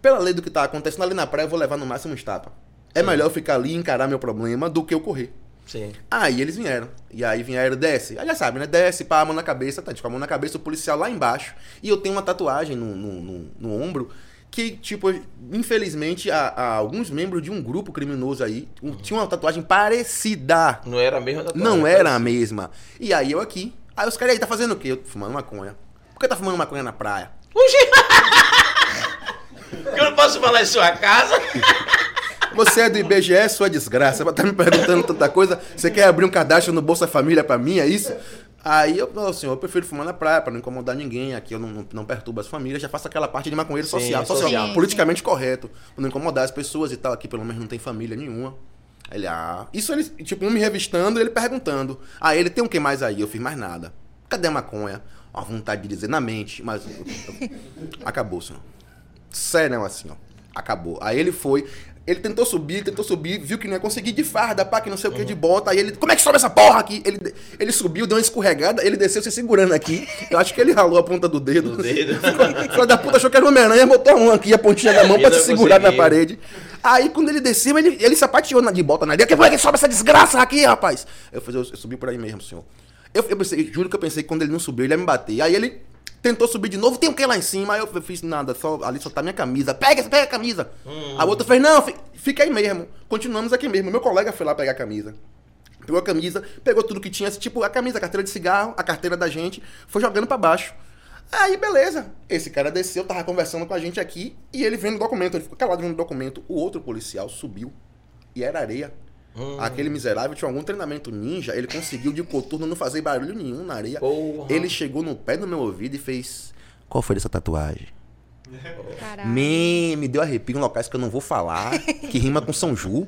S3: Pela lei do que tá acontecendo ali na praia, eu vou levar no máximo um estapa. É melhor eu ficar ali e encarar meu problema do que eu correr.
S2: Sim.
S3: Aí eles vieram. E aí vieram, desce. Aí já sabe, né? Desce, pá, a mão na cabeça, tá? Tipo, a mão na cabeça, o policial lá embaixo. E eu tenho uma tatuagem no, no, no- no ombro que, tipo, infelizmente, a, a alguns membros de um grupo criminoso aí um- tinham uma tatuagem parecida.
S2: Não era mesmo da
S3: Não era a mesma. E aí eu aqui. Aí os caras aí, tá fazendo o quê? Eu fumando maconha. Por que tá fumando maconha na praia?
S2: Eu não posso falar em sua casa.
S3: Você é do IBGE, sua desgraça. Tá me perguntando tanta coisa. Você quer abrir um cadastro no Bolsa Família pra mim, é isso? Aí eu falo assim, eu prefiro fumar na praia pra não incomodar ninguém. Aqui eu não, não, não perturbo as famílias. Já faço aquela parte de maconheiro
S2: Sim,
S3: social,
S2: social.
S3: social,
S1: Sim,
S3: politicamente correto. Pra não incomodar as pessoas e tal. Aqui pelo menos não tem família nenhuma. Aí Ele, ah... Isso ele, tipo, um me revistando e ele perguntando. Ah, ele tem o que mais aí? Eu fiz mais nada. Cadê a maconha? A vontade de dizer na mente, mas... Acabou, senhor. Sério, assim, ó. Acabou. Aí ele foi. Ele tentou subir, tentou subir, viu que não ia conseguir de farda, pá, que não sei o que, de bota. Aí ele, como é que sobe essa porra aqui? Ele, ele subiu, deu uma escorregada, ele desceu se segurando aqui. Eu acho que ele ralou a ponta do dedo.
S2: Do dedo.
S3: Filho da puta achou que era uma aranha, botou um aqui, a pontinha da mão
S2: E
S3: pra se
S2: não
S3: segurar na
S2: conseguiu.
S3: parede. Aí quando ele desceu, ele, ele sapateou na, de bota na areia. Que porra que sobe essa desgraça aqui, rapaz? Eu falei, eu, eu subi por aí mesmo, senhor. Eu, eu pensei, juro que eu pensei que quando ele não subiu, ele ia me bater. Aí ele tentou subir de novo, tem o que lá em cima? Aí eu fiz nada, só, ali só tá minha camisa. Pega, pega a camisa.
S2: Hum.
S3: A outra fez, não, fi- fica aí mesmo. Continuamos aqui mesmo. Meu colega foi lá pegar a camisa. Pegou a camisa, pegou tudo que tinha, tipo a camisa, a carteira de cigarro, a carteira da gente, foi jogando pra baixo. Aí, beleza. Esse cara desceu, tava conversando com a gente aqui, e ele vendo o documento, ele ficou calado vendo o documento. O outro policial subiu, e era areia. Aquele miserável tinha algum treinamento ninja, ele conseguiu de coturno não fazer barulho nenhum na areia.
S2: Porra.
S3: Ele chegou no pé do meu ouvido e fez: Qual foi essa tatuagem?
S2: é.
S1: Caralho.
S3: Me, me deu arrepio em locais que eu não vou falar, que rima com São Ju.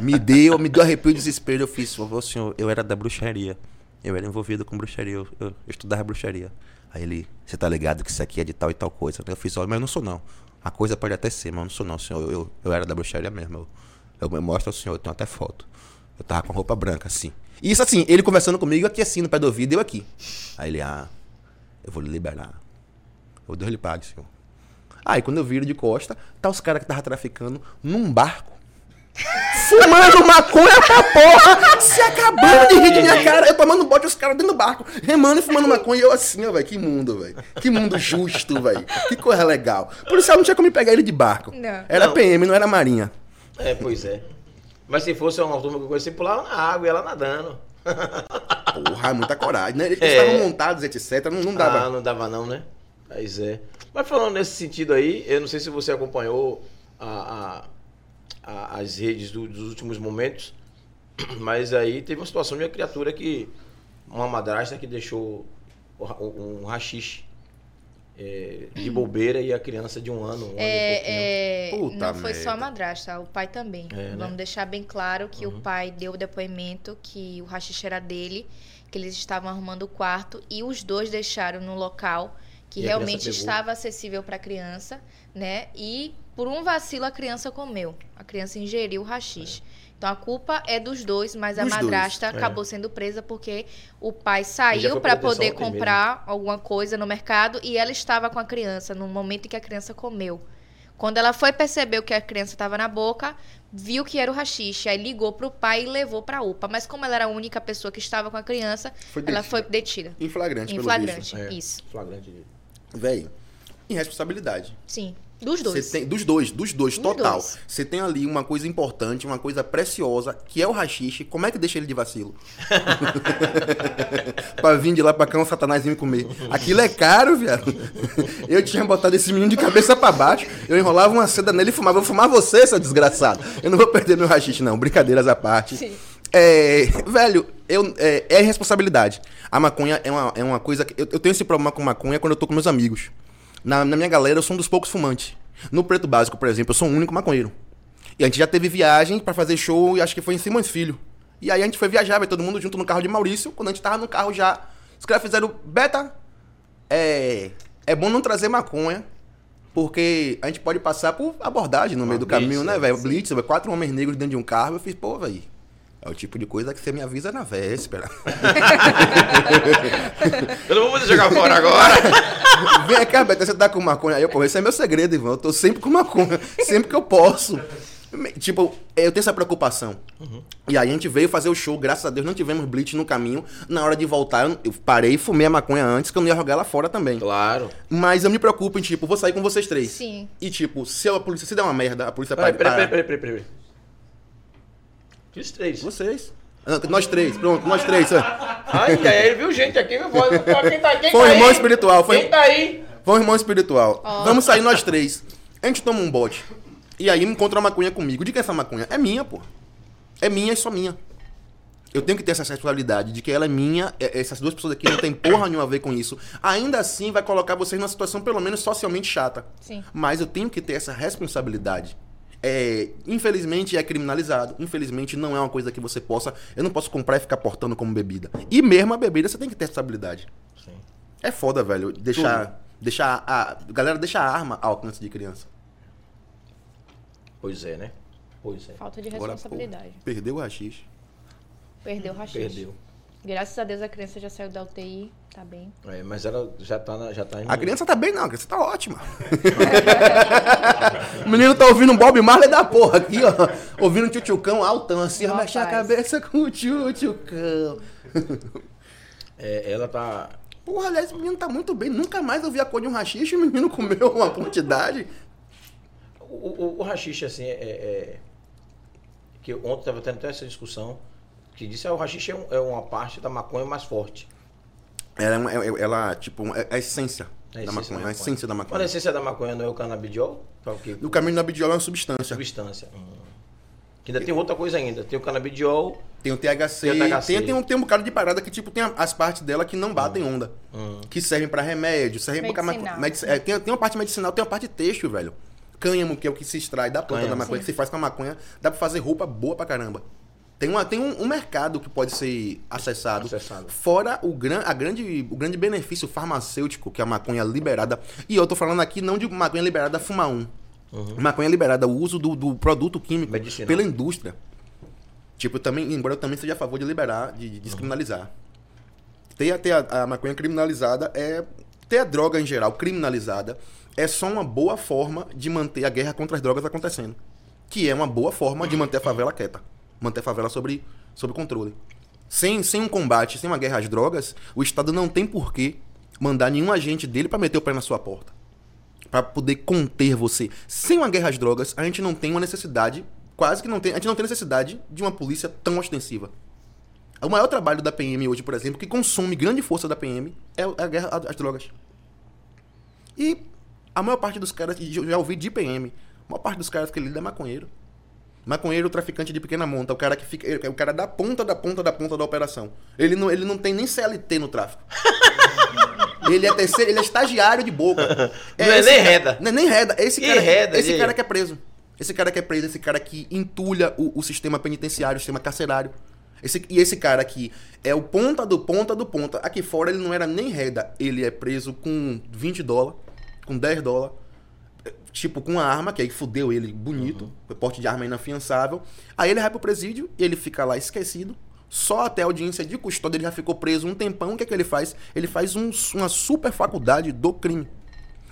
S3: Me deu, me deu arrepio e desespero. Eu fiz, vovô, senhor, eu era da bruxaria. Eu era envolvido com bruxaria, eu, eu estudava bruxaria. Aí ele, você tá ligado que isso aqui é de tal e tal coisa? Eu fiz, olha, mas eu não sou não. A coisa pode até ser, mas eu não sou não, senhor. Eu, eu, eu era da bruxaria mesmo. Eu, eu, eu mostro ao senhor, eu tenho até foto. Eu tava com roupa branca, assim. E Isso assim, ele conversando comigo aqui assim, no pé do ouvido, eu aqui. Aí ele, ah, eu vou lhe liberar. Eu Deus lhe pague, senhor. Aí quando eu viro de costa, tá os caras que tava traficando num barco. Fumando maconha pra porra, se acabando de rir de minha cara. Eu tomando bote os caras dentro do barco, remando e fumando maconha. E eu assim, ó, velho, que mundo, velho. Que mundo justo, velho. Que coisa legal. Por isso não tinha como me pegar ele de barco.
S1: Não.
S3: Era
S2: Não.
S3: PM, não era marinha.
S2: É, pois é. Mas se fosse uma turma que eu conheci, pulava na água e ela nadando.
S3: Porra, muita coragem, né? Eles
S2: É.
S3: estavam montados, etc. Não, não dava.
S2: Ah, não dava não, né? Pois é. Mas falando nesse sentido aí, eu não sei se você acompanhou a- a- a- as redes do- dos últimos momentos, mas aí teve uma situação de uma criatura que. Uma madrasta que deixou o ra- um, um rachixe é, de bobeira e a criança de um ano. Um ano e pouquinho.
S1: É, é,
S3: pouquinho.
S1: não
S3: Puta
S1: foi só a
S3: merda.
S1: madrasta, o pai também.
S2: É, né? Uhum.
S1: Vamos deixar bem claro que o pai deu o depoimento que o rachixe era dele, que eles estavam arrumando o quarto e os dois deixaram no local que
S2: E a criança
S1: realmente
S2: pegou.
S1: estava acessível para a criança, né? E por um vacilo a criança comeu, a criança ingeriu o rachixe. Então a culpa é dos dois, mas a
S3: Dos dois,
S1: madrasta
S2: é.
S1: acabou sendo presa porque o pai
S2: Ele já
S1: saiu
S2: foi
S1: para
S2: pra
S1: poder
S2: detenção ontem
S1: comprar alguma coisa no mercado e ela estava com a criança no momento em que a criança comeu. Quando ela foi perceber o que a criança estava na boca, viu que era o rachixe, aí ligou pro pai e levou pra UPA. Mas como ela era a única pessoa que estava com a criança,
S3: Foi
S1: Ah. ela
S3: detida.
S1: foi detida.
S3: Em flagrante,
S1: Em
S3: pelo
S1: flagrante,
S2: É.
S1: isso.
S2: Flagrante dele.
S3: visto. Velho, irresponsabilidade.
S1: Sim, dos
S3: Você
S1: dois.
S3: tem- dos dois, dos dois,
S1: Dos
S3: total.
S1: dois.
S3: Você tem ali uma coisa importante, uma coisa preciosa, que é o rachixe. Como é que deixa ele de vacilo? pra vir de lá pra cá um satanás e me comer. Aquilo é caro, viado. Eu tinha botado esse menino de cabeça pra baixo, eu enrolava uma seda nele e fumava. Vou fumar você, seu desgraçado. Eu não vou perder meu rachixe, não. Brincadeiras à parte.
S1: Sim.
S3: É, velho, eu, é, é responsabilidade. A maconha é uma, é uma coisa que. Eu, eu tenho esse problema com maconha quando eu tô com meus amigos. Na, na minha galera, eu sou um dos poucos fumantes. No Preto Básico, por exemplo, eu sou o único maconheiro. E a gente já teve viagem pra fazer show, e acho que foi em Simões Filho. E aí a gente foi viajar, veio todo mundo junto no carro de Maurício. Quando a gente tava no carro já. Os caras fizeram beta. É. É bom não trazer maconha. Porque a gente pode passar por abordagem no meio do
S2: blitz,
S3: caminho, né,
S2: né?
S3: velho? Blitz, velho, quatro homens negros dentro de um carro. Eu fiz, pô, velho. É o tipo de coisa que você me avisa na véspera.
S2: Eu não vou poder jogar fora agora.
S3: Vem cá, Beto, você tá com maconha? Aí eu, pô, esse é meu segredo, Ivan. Eu tô sempre com maconha, sempre que eu posso. Me- Tipo, é, eu tenho essa preocupação. E aí a gente veio fazer o show, graças a Deus não tivemos blitz no caminho. Na hora de voltar, eu, eu parei e fumei a maconha antes, que eu não ia jogar ela fora também.
S2: Claro.
S3: Mas eu me preocupo em, tipo, vou sair com vocês três.
S1: Sim.
S3: E, tipo, se a polícia se der uma merda, a polícia
S2: Peraí,
S3: pode
S2: peraí,
S3: parar.
S2: peraí, peraí, peraí, peraí. Fiz três.
S3: Vocês. Ah, Nós três, pronto, nós três. é. sabe?
S2: Ai, ai, ele viu gente aqui, meu voz. Quem tá, quem
S3: Foi
S2: tá
S3: um irmão
S2: aí?
S3: espiritual, foi-
S2: Quem tá aí?
S3: Vamos, irmão espiritual. Vamos sair nós três. A gente toma um bote. E aí encontra uma maconha comigo. De quem é essa maconha? É minha, pô. É minha e só minha. Eu tenho que ter essa sexualidade de que ela é minha, é- essas duas pessoas aqui não tem porra nenhuma a ver com isso. Ainda assim vai colocar vocês numa situação pelo menos socialmente chata.
S1: Sim.
S3: Mas eu tenho que ter essa responsabilidade. É, infelizmente é criminalizado, infelizmente não é uma coisa que você possa. Eu não posso comprar e ficar portando como bebida. E mesmo a bebida você tem que ter responsabilidade.
S2: Sim.
S3: É foda, velho. Deixar. Deixar a. Galera, deixa a arma ao alcance de criança.
S2: Pois é, né? Pois é.
S1: Falta de
S3: Agora, pô,
S1: responsabilidade.
S3: Perdeu o rachixe.
S1: Perdeu o rachismo.
S2: Perdeu.
S1: Graças a Deus a criança já saiu da UTI, tá bem.
S2: É, mas ela já tá, na, já tá em.
S3: A criança tá bem, não. A criança tá ótima. o menino tá ouvindo um Bob Marley da porra aqui, ó. Ouvindo um tchutchucão altão, assim, ó.
S1: Rapaz.
S3: Mexe a cabeça com o tchutchucão.
S2: É, ela tá.
S3: Porra, aliás, esse menino tá muito bem. Nunca mais ouvi a cor de um rachixe. O menino comeu uma quantidade.
S2: O, o, o rachixe, assim, é, é- Que ontem tava tendo até essa discussão. Que disse que ah, o rachixe é, um- é uma parte da maconha mais forte.
S3: Ela, é uma- é- é- ela, tipo, é é a essência
S2: É a
S3: da
S2: essência
S3: maconha.
S2: da
S3: A essência da
S2: Mas a
S3: maconha.
S2: essência da maconha não é o canabidiol? Que é o quê?
S3: O caminho da bidiola é uma substância.
S2: Substância. Hum. Que ainda tem outra coisa ainda. Tem o canabidiol.
S3: Tem o THC,
S2: Tem
S3: tem,
S2: o THC.
S3: Tem, um, tem um bocado de parada que, tipo, tem a- as partes dela que não batem
S2: Hum.
S3: onda. Que servem pra remédio, servem pra...
S1: Medicinal.
S3: maco- medici- é, tem, tem uma parte medicinal, tem uma parte têxtil, velho. Cânhamo, que é o que se extrai da planta
S2: Cânhamo.
S3: da maconha,
S1: Sim.
S3: que se faz com a maconha, dá pra fazer roupa boa pra caramba. Tem, uma, tem um, um mercado que pode ser acessado.
S2: Acessado.
S3: Fora o, gran, a grande, o grande benefício farmacêutico que é a maconha liberada. E eu tô falando aqui não de maconha liberada fumar um. Maconha liberada, o uso do, do produto químico
S2: Medicinal.
S3: pela indústria. Tipo, eu também, embora eu também seja a favor de liberar, de, de descriminalizar. Ter, a- ter a, a maconha criminalizada é. Ter a droga em geral criminalizada é só uma boa forma de manter a guerra contra as drogas acontecendo. Que é uma boa forma de manter a favela quieta. Manter a favela sobre, sobre controle. Sem, sem um combate, sem uma guerra às drogas, o Estado não tem porquê mandar nenhum agente dele pra meter o pé na sua porta. Pra poder conter você. Sem uma guerra às drogas, a gente não tem uma necessidade, quase que não tem, a gente não tem necessidade de uma polícia tão ostensiva. O maior trabalho da PM hoje, por exemplo, que consome grande força da PM, é a guerra às drogas. E a maior parte dos caras, e eu já ouvi de PM, a maior parte dos caras que lida é maconheiro. Maconheiro, traficante de pequena monta, o cara que fica, ele- o cara da ponta da ponta da ponta da operação. Ele não, ele não tem nem CLT no tráfico. ele é terceiro, ele é estagiário de boca.
S2: Não é
S3: esse
S2: nem
S3: cara-
S2: reda.
S3: Não é nem reda, é esse
S2: E
S3: cara,
S2: reda, e
S3: esse
S2: aí?
S3: cara que é preso. Esse cara que é preso, esse cara que entulha o, o sistema penitenciário, o sistema carcerário. Esse, e esse cara aqui é o ponta do ponta do ponta. Aqui fora ele não era nem reda. Ele é preso com 20 dólares, com 10 dólares. tipo, com a arma, que aí fudeu ele
S2: Uhum.
S3: bonito, porte de arma é inafiançável. Aí ele vai pro presídio, ele fica lá esquecido. Só até a audiência de custódia ele já ficou preso um tempão. O que é que ele faz? Ele faz um- uma super faculdade do crime.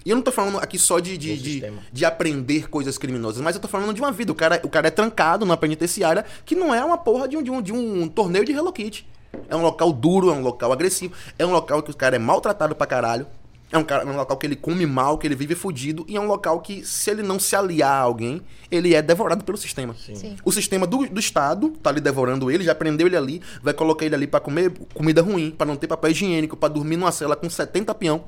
S3: E eu não tô falando aqui só de, de,
S2: Do
S3: de-
S2: sistema.
S3: de aprender coisas criminosas, mas eu tô falando de uma vida. O cara, o cara é trancado na penitenciária, que não é uma porra de um, de um, de um torneio de Hello Kitty. É um local duro, é um local agressivo, é um local que o cara é maltratado pra caralho. É um, cara, é um local que ele come mal, que ele vive fudido, e é um local que, se ele não se aliar a alguém, ele é devorado pelo sistema.
S1: Sim.
S3: O sistema do, do Estado tá ali devorando ele, já prendeu ele ali, vai colocar ele ali pra comer comida ruim, pra não ter papel higiênico, pra dormir numa cela com 70 peão.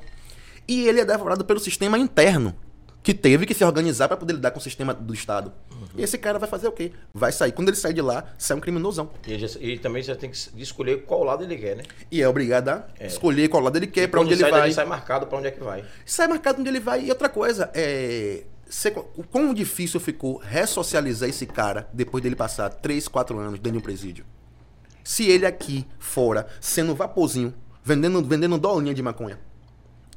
S3: E ele é devorado pelo sistema interno, que teve que se organizar pra poder lidar com o sistema do Estado.
S2: Uhum.
S3: E esse cara vai fazer o quê? Vai sair. Quando ele sair de lá, sai um criminosão.
S2: E, ele já- e também você tem que escolher qual lado ele quer, né?
S3: E é obrigado a escolher qual lado ele quer, é pra
S2: Quando
S3: onde ele
S2: sai
S3: vai.
S2: dali, sai marcado pra onde é que vai.
S3: sai marcado onde ele vai. E outra coisa, é. ser- o quão difícil ficou ressocializar esse cara depois dele passar 3, 4 anos dentro de um presídio? Se ele aqui, fora, sendo vaporzinho, vendendo, vendendo dolinha de maconha,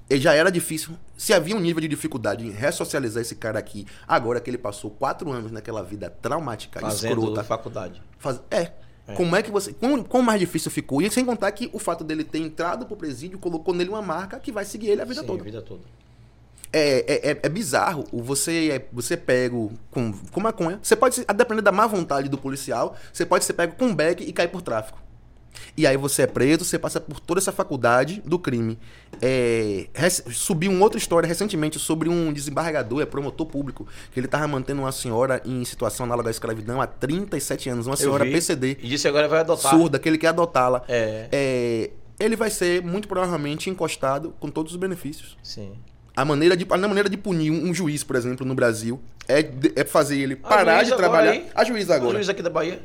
S3: ele já era difícil. Se havia um nível de dificuldade em ressocializar esse cara aqui, agora que ele passou 4 anos naquela vida traumática,
S2: Fazendo
S3: Tá escrota,
S2: faculdade.
S3: Faz- É. Como é que você. Quão, quão mais difícil ficou? E sem contar que o fato dele ter entrado pro presídio colocou nele uma marca que vai seguir ele a vida
S2: Sim,
S3: toda.
S2: a vida toda.
S3: É, é, é, é bizarro. O Você é, você é pego com, com maconha. Você pode, ser- a depender da má vontade do policial, você pode ser pego com beck e cair por tráfico. E aí você é preso, você passa por toda essa faculdade do crime. É, rec- subiu uma outra história recentemente sobre um desembargador, é promotor público, que ele tava mantendo uma senhora em situação análoga à escravidão há 37 anos, uma
S2: Eu
S3: senhora
S2: vi.
S3: PCD,
S2: E disse agora vai adotar.
S3: surda, que ele quer adotá-la.
S2: É,
S3: É, ele vai ser, muito provavelmente, encostado com todos os benefícios.
S2: sim.
S3: A maneira de, a maneira de punir um, um juiz, por exemplo, no Brasil, é, de- é fazer ele
S2: A
S3: parar
S2: juíza
S3: de trabalhar.
S2: agora, hein?
S3: a juíza
S2: O
S3: agora.
S2: juiz aqui da Bahia,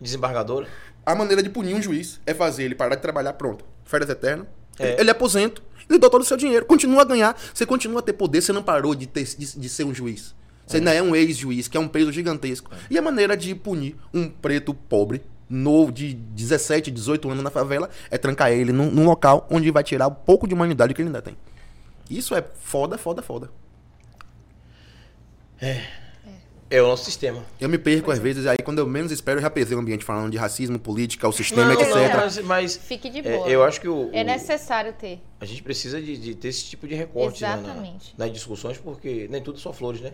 S2: desembargadora.
S3: A maneira de punir um juiz é fazer ele parar de trabalhar, pronto. Férias eternas.
S2: É.
S3: Ele, ele aposenta, ele dá todo o seu dinheiro, continua a ganhar, você continua a ter poder, você não parou de, ter- de, de ser um juiz. Você ainda é um ex-juiz, que é um peso gigantesco. E a maneira de punir um preto pobre, novo, de 17, 18 anos na favela, é trancar ele num, num local onde vai tirar o pouco de humanidade que ele ainda tem. Isso é foda, foda, foda.
S2: É o nosso sistema.
S3: Eu me perco às vezes, aí quando eu menos espero, eu já pesei o ambiente falando de racismo, política, o sistema,
S1: Não,
S3: etc.
S1: não,
S2: mas, mas
S1: Fique de
S2: é,
S1: boa.
S2: eu acho que o,
S1: É
S2: o-
S1: necessário ter.
S2: a gente precisa de, de ter esse tipo de recorte né, na-
S1: Exatamente.
S2: nas discussões, porque nem tudo são flores, né?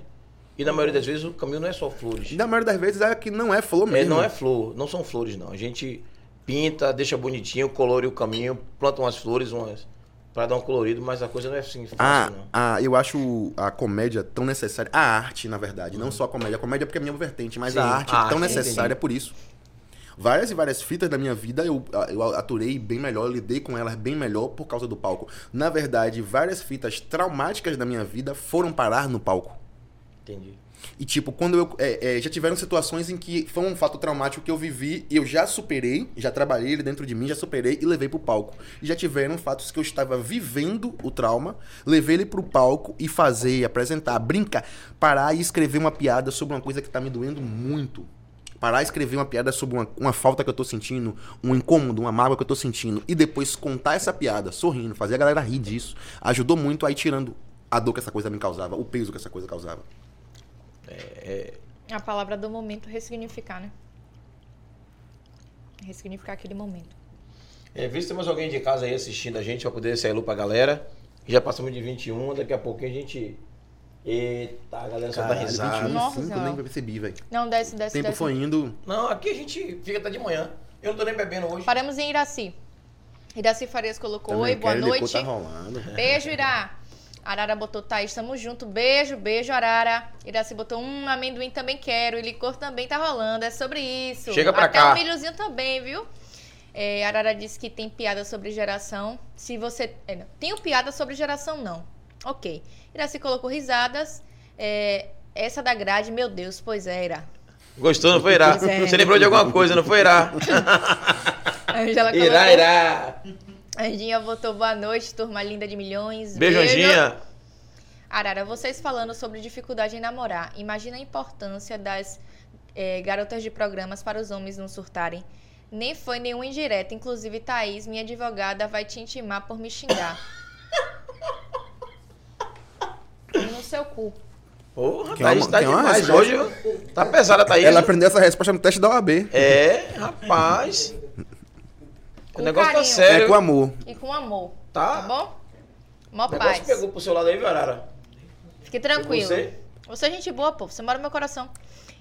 S2: E na maioria das vezes o caminho não é só flores.
S3: E na maioria das vezes é que não é flor
S2: É,
S3: mesmo.
S2: não é flor, não são flores, não. A gente pinta, deixa bonitinho, colore o caminho, planta umas flores, umas. Pra dar um colorido, mas a coisa não é assim fácil,
S3: Ah,
S2: não.
S3: ah, eu acho a comédia tão necessária. A arte, na verdade, não só a comédia. A comédia é porque é a minha vertente, mas
S2: Sim,
S3: a arte
S2: a
S3: é tão
S2: arte,
S3: necessária por isso. Várias e várias fitas da minha vida eu, ah, eu aturei bem melhor, eu lidei com elas bem melhor por causa do palco. Na verdade, várias fitas traumáticas da minha vida foram parar no palco.
S2: Entendi.
S3: E tipo, quando eu. é, é, já tiveram situações em que foi um fato traumático que eu vivi e eu já superei, já trabalhei ele dentro de mim, já superei e levei pro palco. E já tiveram fatos que eu estava vivendo o trauma, levei ele pro palco e fazer, apresentar, brincar, parar e escrever uma piada sobre uma coisa que tá me doendo muito. Parar e escrever uma piada sobre uma, uma falta que eu tô sentindo, um incômodo, uma mágoa que eu tô sentindo, e depois contar essa piada sorrindo, fazer a galera rir disso, ajudou muito aí tirando a dor que essa coisa me causava, o peso que essa coisa causava.
S1: A palavra do momento ressignificar, né? Ressignificar aquele momento.
S2: É, vê se tem mais alguém de casa aí assistindo a gente pra poder sair lu pra galera. Já passamos de 21, daqui a pouquinho a gente. Eita, a galera só tá dá
S3: Caralho,
S2: risada.
S3: 21,
S1: Nossa
S3: cinco, eu
S1: Senhora.
S3: nem percebi, velho.
S1: Não, desce,
S3: O
S1: desce,
S3: tempo
S1: desce.
S3: foi indo.
S2: Não, aqui a gente fica até de manhã. Eu não tô nem bebendo hoje.
S1: Paramos em Iraci. Iraci Farias colocou
S3: Também
S1: oi, boa
S3: quero,
S1: noite.
S3: depois Tá
S2: É
S3: rolando.
S1: Beijo, Irá. Arara botou Thaís, tamo junto. Beijo, beijo, Arara. Iraci botou um amendoim também quero. E licor também tá rolando. É sobre isso.
S2: Chega pra
S1: Até
S2: cá.
S1: o milhozinho também, viu? É, Arara disse que tem piada sobre geração. Se você. É, não. Tenho piada sobre geração, não. Ok. Iraci colocou risadas. É, essa da grade, meu Deus, pois é, Irá.
S2: Gostou, não foi Irá?
S1: Pois é.
S2: Você lembrou de alguma coisa, não foi Irá?
S1: A Angela colocou.
S2: Irá, Irá.
S1: A Anjinha botou boa noite, turma linda de milhões.
S2: Beijo, Anjinha.
S1: Arara, vocês falando sobre dificuldade em namorar, imagina a importância das eh, garotas de programas para os homens não surtarem. Nem foi nenhum indireta, inclusive Thaís, minha advogada, vai te intimar por me xingar. no seu cu.
S2: Porra,
S3: Que é
S2: Thaís
S3: uma-
S2: tá
S3: que é uma
S2: demais. Hoje
S3: resposta.
S2: tá pesada, Thaís.
S3: Ela aprendeu essa resposta no teste da OAB.
S2: É, rapaz.
S1: Com
S2: o negócio tá
S1: carinho.
S3: É,
S2: sério.
S3: com amor.
S1: E com amor.
S2: Tá.
S1: Tá bom? Mó
S2: O negócio
S1: paz.
S2: pegou pro seu lado aí, viu, Arara?
S1: Fique tranquilo.
S2: Você?
S1: Você é gente boa, pô. Você mora no meu coração.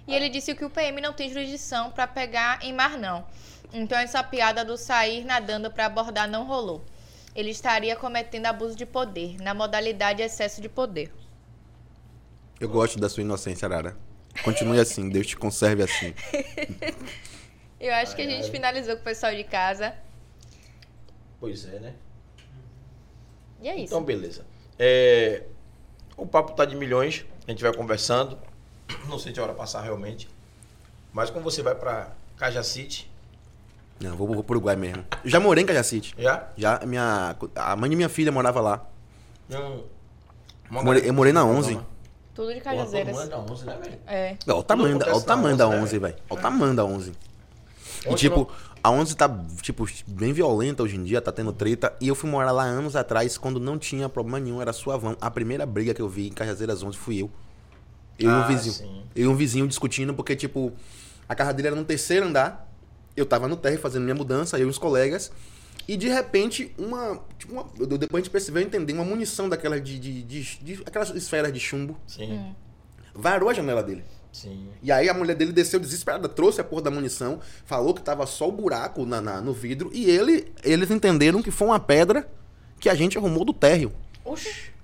S1: E ele disse que o PM não tem jurisdição pra pegar em mar, não. Então essa piada do sair nadando pra abordar não rolou. Ele estaria cometendo abuso de poder, na modalidade excesso de poder.
S3: Eu gosto da sua inocência, Arara. Continue assim, Deus te conserve assim.
S1: Eu acho que a gente finalizou com o pessoal de casa.
S2: Pois é, né?
S1: E é isso.
S2: Então, beleza. É, o papo tá de milhões, a gente vai conversando. Não sei se a hora passar realmente. Mas como você vai pra Cajacite,
S3: Não, vou, vou pro Uruguai mesmo. Eu já morei em Cajacite.
S2: já?
S3: Já minha, a mãe de minha filha morava lá.
S2: Não.
S3: Eu morei, eu morei na 11.
S1: Tudo de
S2: Porra, todo
S1: cajazeiras.
S2: mundo anda 11, né, velho?
S1: É.
S3: Olha o tamanho, da, olha o
S2: acontece na
S3: tamanho da
S2: 11, né,
S3: 11,
S2: velho?
S3: velho. Olha o tamanho da 11. E
S2: Ontem
S3: tipo, a 11 tá tipo, bem violenta hoje em dia, tá tendo treta. E eu fui morar lá anos atrás, quando não tinha problema nenhum, era suavão. A primeira briga que eu vi em Cajazeiras 11 fui eu. Eu e
S2: Ah,
S3: um vizinho.
S2: sim.
S3: Eu e um vizinho discutindo, porque tipo, a casa dele era no terceiro andar. Eu tava no térreo fazendo minha mudança, eu e os colegas. E de repente, uma. Tipo, uma- eu- depois a gente percebeu entender uma munição daquela de, de, de- de- Aquelas esferas de chumbo.
S2: Sim,
S3: Varou a janela dele.
S2: sim.
S3: E aí a mulher dele desceu desesperada, trouxe a porra da munição, falou que tava só o buraco na, na- no vidro, e ele, eles entenderam que foi uma pedra que a gente arrumou do térreo.
S1: Oxi.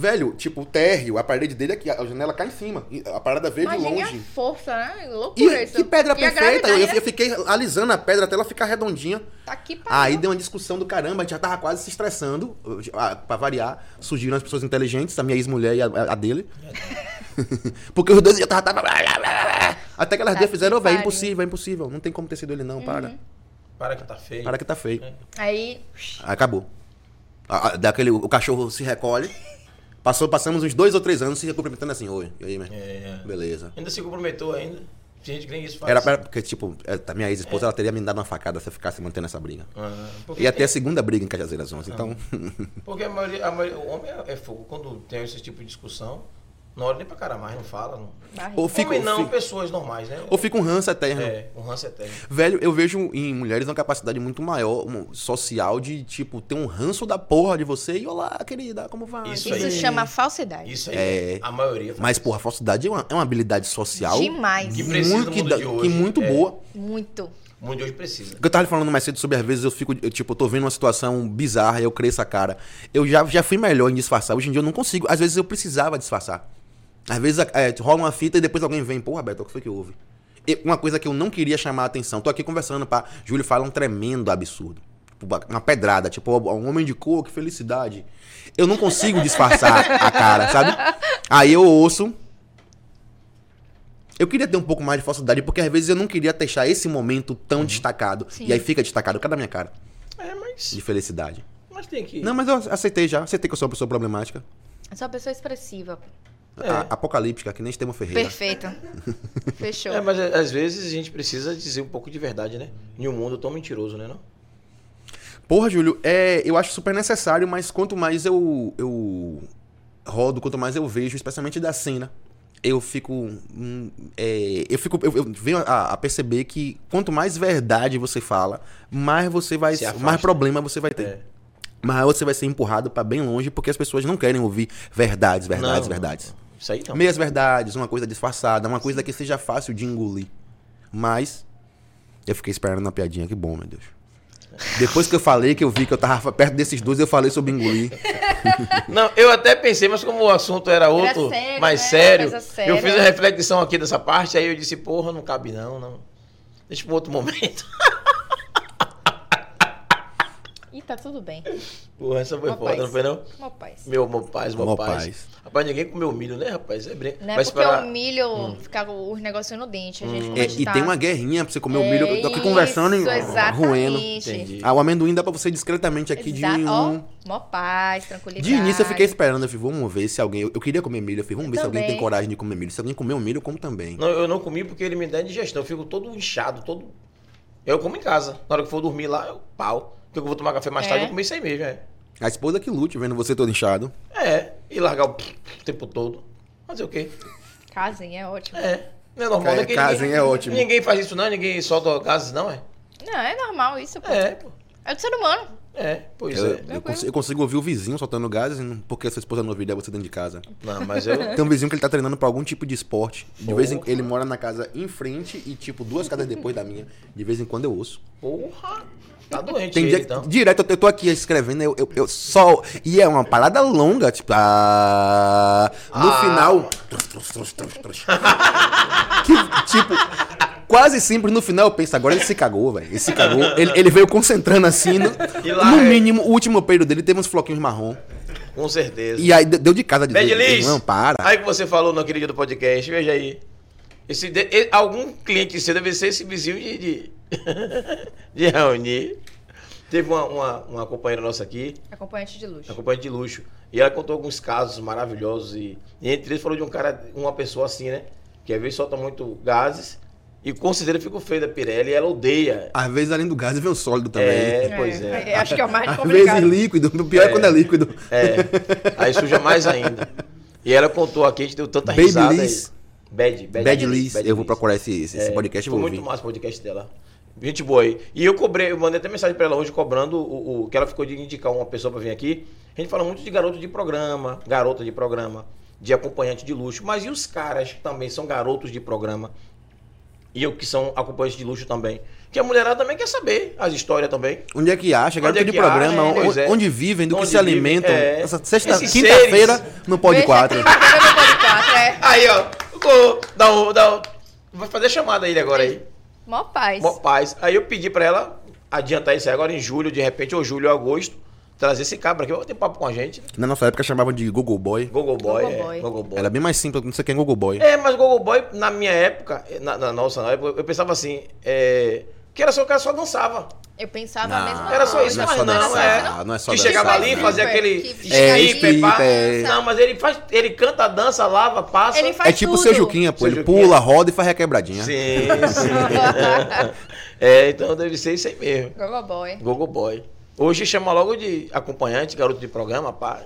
S3: Velho, tipo, o térreo, a parede dele aqui, a janela cá em cima. e A parada veio de
S1: Imagina
S3: longe.
S1: a força, né? Loucura
S3: E
S1: isso.
S3: que pedra
S1: E a
S3: perfeita! Eu,
S1: gravidade, né?
S3: eu fiquei alisando a pedra até ela ficar redondinha.
S1: Tá aqui pra
S3: Aí deu uma discussão do caramba, a gente já tava quase se estressando. ah, Pra variar, surgiram as pessoas inteligentes, a minha ex-mulher e a, a dele. Porque os dois já tava. tava- Até que elas
S1: Tá
S3: duas fizeram,
S1: que
S3: "Ô, velho, é
S1: pariu." Uhum.
S3: impossível, é impossível. Não tem como ter sido ele, não, para.
S2: Para que tá feio.
S3: Para que tá feio.
S1: Aí.
S3: Acabou. A- a- Daquele, o cachorro se recolhe. Passou, passamos uns dois ou três anos se cumprimentando assim, oi. E aí, meu?
S2: É.
S3: Beleza.
S2: Ainda se comprometeu ainda. Tem gente é que nem isso faz.
S3: Era pra, porque, tipo, a minha ex-esposa ela teria me dado uma facada se eu ficasse mantendo essa briga.
S2: Ah, porque,
S3: Ia ter a segunda briga em Cajazeiras 11, então.
S2: porque a maioria, a maioria- o homem é, é fogo. Quando tem esse tipo de discussão, não olha nem pra cara mais, não fala. Não.
S1: Barriga.
S3: Ou fica,
S2: homem não,
S3: fica-
S2: pessoas normais, né?
S3: ou fica um ranço eterno.
S2: É, um ranço eterno.
S3: Velho, eu vejo em mulheres uma capacidade muito maior, um- social, de, tipo, ter um ranço da porra de você e olá, querida, como vai?
S2: Isso
S3: Tudo
S2: aí.
S1: Isso
S3: bem?"
S1: chama falsidade.
S2: Isso aí,
S3: É.
S2: a maioria faz.
S3: Mas, porra, a falsidade é uma, é uma habilidade social.
S1: Demais.
S2: Que precisa do
S3: muito, que,
S2: mundo
S3: dá-
S2: de hoje.
S3: que muito
S2: É.
S3: boa.
S1: Muito.
S2: O mundo de hoje precisa.
S3: Porque eu tava falando mais cedo sobre, às vezes, eu fico, eu, tipo, eu tô vendo uma situação bizarra e eu cresço a cara. Eu já, já fui melhor em disfarçar. Hoje em dia eu não consigo. Às vezes eu precisava disfarçar. Às vezes é, rola uma fita e depois alguém vem, porra, Beto, o que foi que houve? E uma coisa que eu não queria chamar a atenção. Tô aqui conversando, pá. Júlio fala um tremendo absurdo. Tipo, Uma pedrada, tipo, ó, um homem de cor, que felicidade. Eu não consigo disfarçar a cara, sabe? Aí eu ouço, eu queria ter um pouco mais de falsidade, porque às vezes eu não queria deixar esse momento tão destacado.
S1: Sim.
S3: E aí fica destacado, cada minha cara,
S2: É, mas,
S3: de felicidade.
S2: mas tem que.
S3: Não, mas eu aceitei já, aceitei que eu sou uma pessoa problemática.
S1: Eu sou uma pessoa expressiva.
S2: É.
S3: A- apocalíptica, que nem Estevão Ferreira.
S1: Perfeito. Fechou.
S2: É, mas às vezes a gente precisa dizer um pouco de verdade, né? Em um mundo tão mentiroso, né? Não?
S3: Porra, Júlio, é, eu acho super necessário, mas quanto mais eu, eu rodo, quanto mais eu vejo, especialmente da cena, eu fico. hum, é, eu fico. Eu, eu venho a, a perceber que quanto mais verdade você fala, mais você vai.
S2: Se afasta.
S3: mais problema você vai ter.
S2: É.
S3: Mas você vai ser empurrado pra bem longe porque as pessoas não querem ouvir verdades, verdades,
S2: Não,
S3: verdades.
S2: Isso aí não.
S3: Então. Meias verdades, uma coisa disfarçada, uma coisa que seja fácil de engolir. Mas eu fiquei esperando uma piadinha, que bom, meu Deus. Depois que eu falei que eu vi que eu tava perto desses dois, eu falei sobre engolir.
S2: Não, eu até pensei, mas como o assunto era outro,
S1: sério,
S2: mais
S1: né?
S2: sério,
S1: Coisa séria.
S2: eu fiz a reflexão aqui dessa parte, aí eu disse, porra, não cabe não, não. Deixa pra outro momento.
S1: E tá tudo bem.
S2: Porra, essa foi
S1: Mó
S2: foda,
S1: paz.
S2: não foi não?
S1: Uma paz.
S2: Meu, meu paz, meu
S3: Mó
S2: paz.
S3: paz.
S2: Rapaz, ninguém comeu milho, né, rapaz? É brinca.
S1: Não é
S2: Vai
S1: porque
S2: esperar-
S1: o milho
S2: Hum.
S1: fica o- os negocinhos no dente. A gente
S3: É,
S1: começa
S3: e
S1: a-
S3: tem uma guerrinha pra você comer o milho. Eu tô aqui
S1: Isso,
S3: conversando e roendo.
S1: Exatamente.
S2: Entendi.
S3: Ah, o amendoim dá pra você discretamente aqui
S1: Exa-
S3: de um.
S1: Ó, mó paz, tranquilidade.
S3: De início eu fiquei esperando, eu falei, vamos ver se alguém. Eu, eu queria comer milho, eu falei, vamos
S1: Eu
S3: ver se alguém
S1: também.
S3: tem coragem de comer milho. Se alguém comer o milho, eu como também.
S2: Não, eu não comi porque ele me dá indigestão. Eu fico todo inchado, todo. Eu como em casa. Na hora que for dormir lá, eu pau. Porque eu vou tomar café mais
S1: É?
S2: tarde, eu comi isso aí mesmo, é.
S3: A esposa que lute vendo você todo inchado.
S2: É, e largar o, o tempo todo. Fazer o quê?
S1: Casem, é ótimo.
S2: É. Não é normal,
S3: É,
S2: né? Que
S3: casem
S2: ninguém-
S3: é ótimo.
S2: Ninguém faz isso, não. Ninguém solta gases, não, é?
S1: Não, é normal isso, pô.
S2: É, pô.
S1: É do ser humano.
S2: É, pois
S3: Eu,
S2: é.
S3: eu consigo, eu consigo ouvir o vizinho soltando gases hum, porque sua esposa não ouviu, é você dentro de casa.
S2: Não, mas eu.
S3: Tem um vizinho que ele tá treinando pra algum tipo de esporte. De vez em ele mora na casa em frente e, tipo, duas casas depois da minha. De vez em quando eu ouço.
S2: Porra! Tá doente
S3: Tem
S2: ele,
S3: dia que,
S2: então.
S3: direto, eu tô aqui escrevendo, eu, eu, eu só. E é uma parada longa, tipo. ah, no
S2: Ah.
S3: final. que, tipo, quase sempre no final eu penso, agora ele se cagou, velho. Ele se cagou. Ele, ele veio concentrando assim. No,
S2: E lá,
S3: no
S2: é.
S3: mínimo, o último período dele teve uns floquinhos marrom.
S2: Com certeza.
S3: E aí de- deu de casa de
S2: Bad Liz,
S3: Não, para.
S2: Aí que você falou naquele dia do podcast, veja aí. Esse de- e- algum cliente seu deve ser esse vizinho de, de, de reunir. Teve uma, uma, uma companheira nossa aqui,
S1: Acompanhante de luxo.
S2: uma companheira de luxo, e ela contou alguns casos maravilhosos. E, e entre eles falou de um cara, uma pessoa assim, né? Que às vezes solta muito gases e com certeza fica feio da Pirelli e ela odeia.
S3: Às vezes, além do gás, vem o sólido também.
S2: É, pois é.
S1: Acho que é o mais
S3: Às vezes
S1: complicado.
S3: líquido. O pior é,
S2: É.
S3: quando é líquido.
S2: É. Aí suja mais ainda. E ela contou aqui, a gente deu tanta
S3: Baby
S2: risada.
S3: Liz.
S2: aí. Bad, bad,
S3: Bad Liz,
S2: Bad
S3: eu vou
S2: Liz.
S3: procurar esse, esse,
S2: É,
S3: esse podcast e
S2: foi
S3: vou
S2: muito
S3: ouvir.
S2: massa o podcast dela. Gente boa aí. E eu cobrei, eu mandei até mensagem pra ela hoje cobrando o, o- que ela ficou de indicar uma pessoa pra vir aqui. A gente fala muito de garoto de programa, garota de programa, de acompanhante de luxo, mas e os caras que também são garotos de programa? E eu que são acompanhantes de luxo também. Que a mulherada também quer saber as histórias também.
S3: Onde é que acha? Garoto
S2: é
S3: de
S2: que
S3: programa,
S2: acha?
S3: o-
S2: Pois é.
S3: onde vivem, do que
S2: Onde
S3: se
S2: vivem,
S3: alimentam.
S2: é.
S3: Essa sexta,
S2: Esses
S3: quinta-feira
S2: seres.
S3: no Pod 4.
S1: Veja aqui, programa Pode 4, é.
S2: Aí, ó, ficou- dá um, dá um, vai fazer a chamada a ele agora aí.
S1: Mó paz.
S2: Mó paz. Aí eu pedi pra ela adiantar isso aí agora em julho, de repente, ou julho ou agosto, trazer esse cabra aqui, vai ter papo com a gente.
S3: Na nossa época chamavam de Google Boy.
S2: Google Boy,
S1: Gogo
S2: é.
S1: Boy.
S2: Gogo Boy.
S3: Era bem mais simples, não sei quem é Google Boy.
S2: É, mas Google Boy, na minha época, na, na nossa na época, eu pensava assim, é, que era só o cara só dançava.
S1: Eu pensava assim. a
S3: Não,
S1: mesma
S2: Era só
S1: coisa.
S2: isso,
S3: não é
S2: mas
S3: só
S2: não,
S3: dançar,
S2: é.
S3: não é só
S2: que
S3: dançar,
S2: chegava ali,
S3: não.
S2: fazia aquele
S1: Que
S3: É,
S2: stripper, pá.
S3: stripper.
S2: Não, mas ele faz, ele canta, dança, lava, passa.
S1: Ele faz
S3: É tipo o
S1: tudo.
S3: seu Juquinha, pô.
S2: Seu
S3: Ele
S2: Juquinha.
S3: pula, roda e faz a quebradinha.
S2: Sim, sim. é, então deve ser isso aí
S3: é.
S2: mesmo.
S1: Gogo Boy.
S2: Gogo Boy. Hoje chama logo de acompanhante, garoto de programa, pá.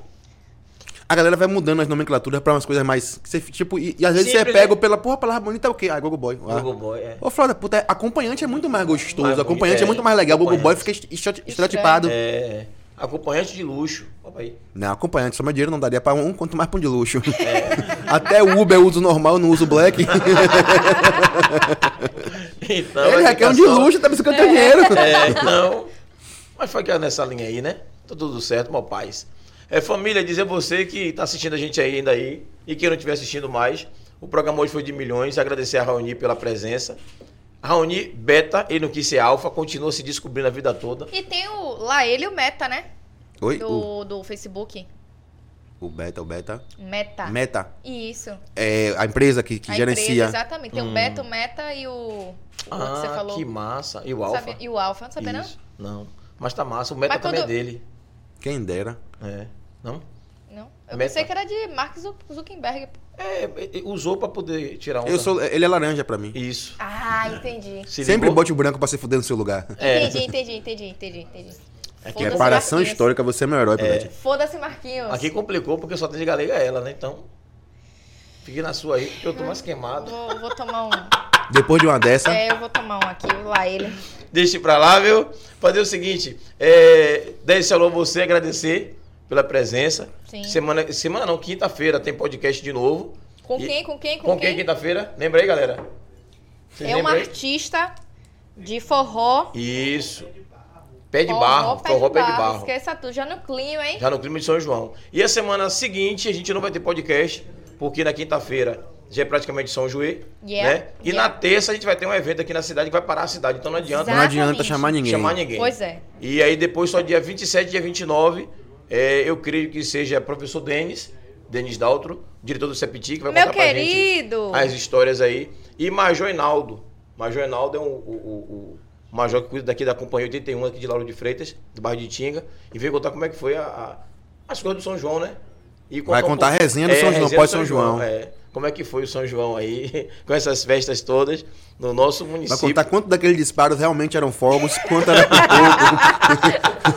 S3: A galera vai mudando as nomenclaturas pra umas coisas mais. que você fica, tipo, e, e às vezes
S2: Simples,
S3: você pega
S2: né?
S3: pela porra, a palavra bonita é o quê? Ah, Google Boy. Ah.
S2: Gogo Boy, é.
S3: Ô, Flávia, puta, é- acompanhante é muito mais gostoso.
S2: Mais bonito,
S3: acompanhante é,
S2: é.
S3: muito mais legal. Google Boy
S2: Acompanhante.
S3: fica est- est- estereotipado.
S2: É, acompanhante de luxo. Opa aí.
S3: Não, acompanhante, só meu dinheiro não daria pra um, quanto mais pra um de luxo.
S2: É.
S3: Até o Uber eu uso normal, eu não uso black.
S2: Então,
S3: Ele
S2: vai
S3: já quer um
S2: ficar
S3: de
S2: só-
S3: luxo, tá buscando teu dinheiro.
S2: É, então. Mas foi que era nessa linha aí, né? Tá tudo certo, meu paz. É, família, dizer você que tá assistindo a gente aí, ainda aí e quem não estiver assistindo mais, o programa hoje foi de milhões. Agradecer a Raoni pela presença. Raoni, beta, ele não quis ser alfa, continua se descobrindo a vida toda.
S1: E tem o lá ele e o Meta, né?
S3: Oi, o,
S1: Do, do Facebook.
S3: o Beta, o Beta.
S1: Meta.
S3: Meta.
S1: Isso.
S3: É a empresa que, que
S1: Tá. A
S3: gerencia.
S1: Empresa, exatamente. Tem o Beta, o Meta e o. o outro que você
S2: Hum. Ah,
S1: falou.
S2: que massa. E o
S1: Não
S2: alfa?
S1: sabia- E o Alfa, não sabia,
S2: Isso. não? Mas tá massa. O meta
S1: Mas
S2: também
S1: quando-
S2: é dele.
S3: Quem dera.
S2: É. Não?
S1: não? Não. Eu
S2: Meta.
S1: pensei que era de Mark Zu- Zuckerberg.
S2: É, e- e usou pra poder tirar onda.
S3: Eu sou, ele é laranja pra mim.
S2: Isso.
S1: Ah, entendi.
S2: Se
S3: Sempre
S2: ligou?
S3: bote o branco pra se fuder no seu lugar.
S2: É.
S1: Entendi, entendi, entendi, entendi, entendi.
S2: É
S3: Que
S2: que
S3: é
S1: Foda-se
S3: paração
S1: Marquinhos.
S3: histórica, você é meu herói, Pivete.
S1: Foda-se, Marquinhos.
S2: Aqui complicou porque só tem de galega ela, né? Então. Fique na sua aí, porque eu tô mais queimado.
S1: Vou, vou tomar um.
S3: Depois de uma dessa,
S1: É, eu vou tomar um aqui, lá ele.
S2: Deixe pra lá, viu? Fazer o seguinte: é, dar esse alô a você, agradecer pela presença.
S1: Sim.
S2: Semana, semana não, quinta-feira tem podcast de novo.
S1: Com
S2: E-
S1: quem, com quem,
S2: Com quem um quinta-feira? Lembra aí, galera? Vocês
S1: É uma
S2: lembram aí?
S1: artista de forró.
S2: Isso. Pé de barro, forró pé de barro.
S1: Esqueça tudo, já no clima, hein?
S2: Já no clima de São João. E a semana seguinte a gente não vai ter podcast, porque na quinta-feira já é praticamente São João,
S1: Yeah,
S2: né? E
S1: yeah.
S2: na terça a gente vai ter um evento aqui na cidade que vai parar a cidade, então não adianta
S3: não adianta
S1: exatamente.
S3: chamar ninguém.
S2: chamar ninguém.
S1: Pois é.
S2: E aí depois só dia 27 e dia 29, é, eu creio que seja professor Denis, Denis Daltro, diretor do CEPTI, que vai
S1: Meu
S2: contar pra gente
S1: querido!
S2: as histórias aí. E Major Enaldo. Major Enaldo é um, o, o- o major que cuida daqui da Companhia 81, aqui de Lauro de Freitas, do bairro de Tinga, e veio contar como é que foi a, a- as coisas do São João, né? E
S3: Vai contar a
S2: pouco- É,
S3: resenha do São João,
S2: resenha do
S3: pós-São João.
S2: É. Como é que foi o São João aí, com essas festas todas, no nosso
S3: Vai
S2: município.
S3: contar quanto daqueles disparos realmente eram fogos, quanto era por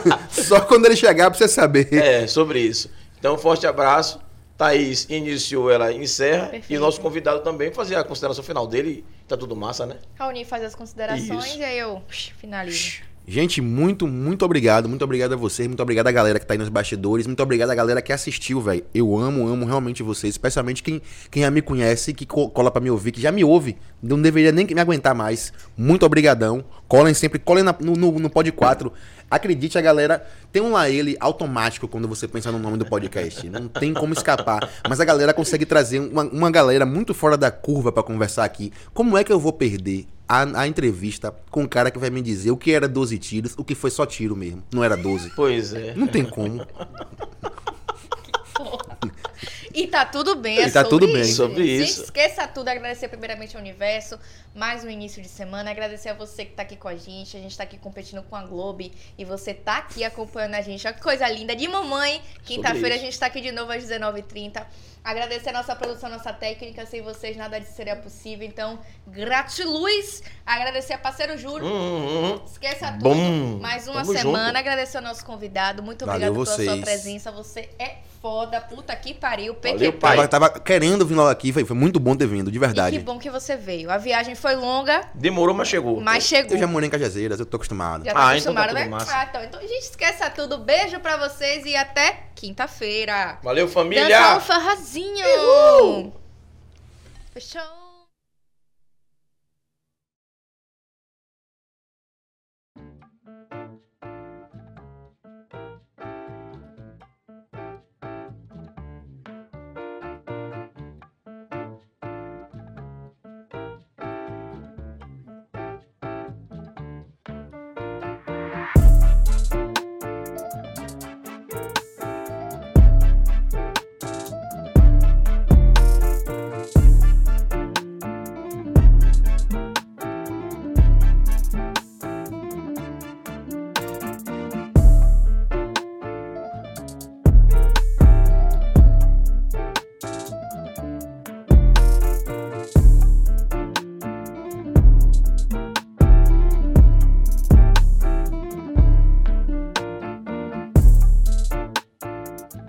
S3: pouco. Só quando ele chegar pra você saber.
S2: É, sobre isso. Então, um forte abraço. Thaís iniciou, ela encerra. E
S1: Perfeito.
S2: o nosso convidado também fazer a consideração final dele. Tá tudo massa, né?
S1: Raoni faz as considerações
S2: Isso.
S1: e aí eu psh, finalizo.
S3: Gente, muito, muito obrigado. Muito obrigado a vocês. Muito obrigado a galera que tá aí nos bastidores. Muito obrigado a galera que assistiu, velho. Eu amo, amo realmente vocês. Especialmente quem, quem já me conhece, que co- cola pra me ouvir, que já me ouve. Não deveria nem que me aguentar mais. Muito obrigadão. Colem sempre. Colem na- no, no, no Pod 4. Acredite, a galera tem um lá ele automático quando você pensa no nome do podcast. Não tem como escapar. Mas a galera consegue trazer uma, uma galera muito fora da curva pra conversar aqui. Como é que eu vou perder a, a entrevista com o cara que vai me dizer o que era 12 tiros, o que foi só tiro mesmo. Não era 12.
S2: Pois é.
S3: Não tem como.
S1: E tá tudo bem, é
S3: E tá
S1: sobre
S3: tudo bem.
S1: Isso,
S2: Sobre
S1: gente.
S2: isso.
S1: Não esqueça tudo, agradecer primeiramente ao universo, mais um início de semana, agradecer a você que tá aqui com a gente, a gente tá aqui competindo com a Globo e você tá aqui acompanhando a gente. Olha que coisa linda de mamãe. Quinta-feira a
S2: isso.
S1: gente tá aqui de novo às 19h30. Agradecer a nossa produção, nossa técnica, sem vocês nada disso seria possível. Então, gratiluz. Agradecer a parceiro Júlio.
S2: Hum, hum,
S1: Esqueça tudo.
S2: Bom,
S1: Mais uma
S2: tamo
S1: semana,
S2: junto.
S1: agradecer ao nosso convidado. Muito
S3: Valeu
S1: obrigado pela
S3: vocês.
S1: sua presença. Você é foda, puta que pariu.
S2: Valeu,
S1: PQP.
S2: pai.
S3: Tava, tava querendo vir logo aqui, foi, foi muito bom ter vindo, de
S1: E que
S3: verdade.
S1: bom que você veio. A viagem foi longa,
S2: Demorou, mas chegou.
S1: mas chegou.
S3: Eu já morei em Cajazeiras, eu tô acostumado.
S1: Já tá
S2: Ah, então tá
S1: acostumado,
S2: tudo
S1: né?
S2: massa.
S1: Ah, então, então, gente, esqueça tudo. Beijo pra vocês e até quinta-feira.
S2: Valeu, família!
S1: Dança um farrazinho. Fechou.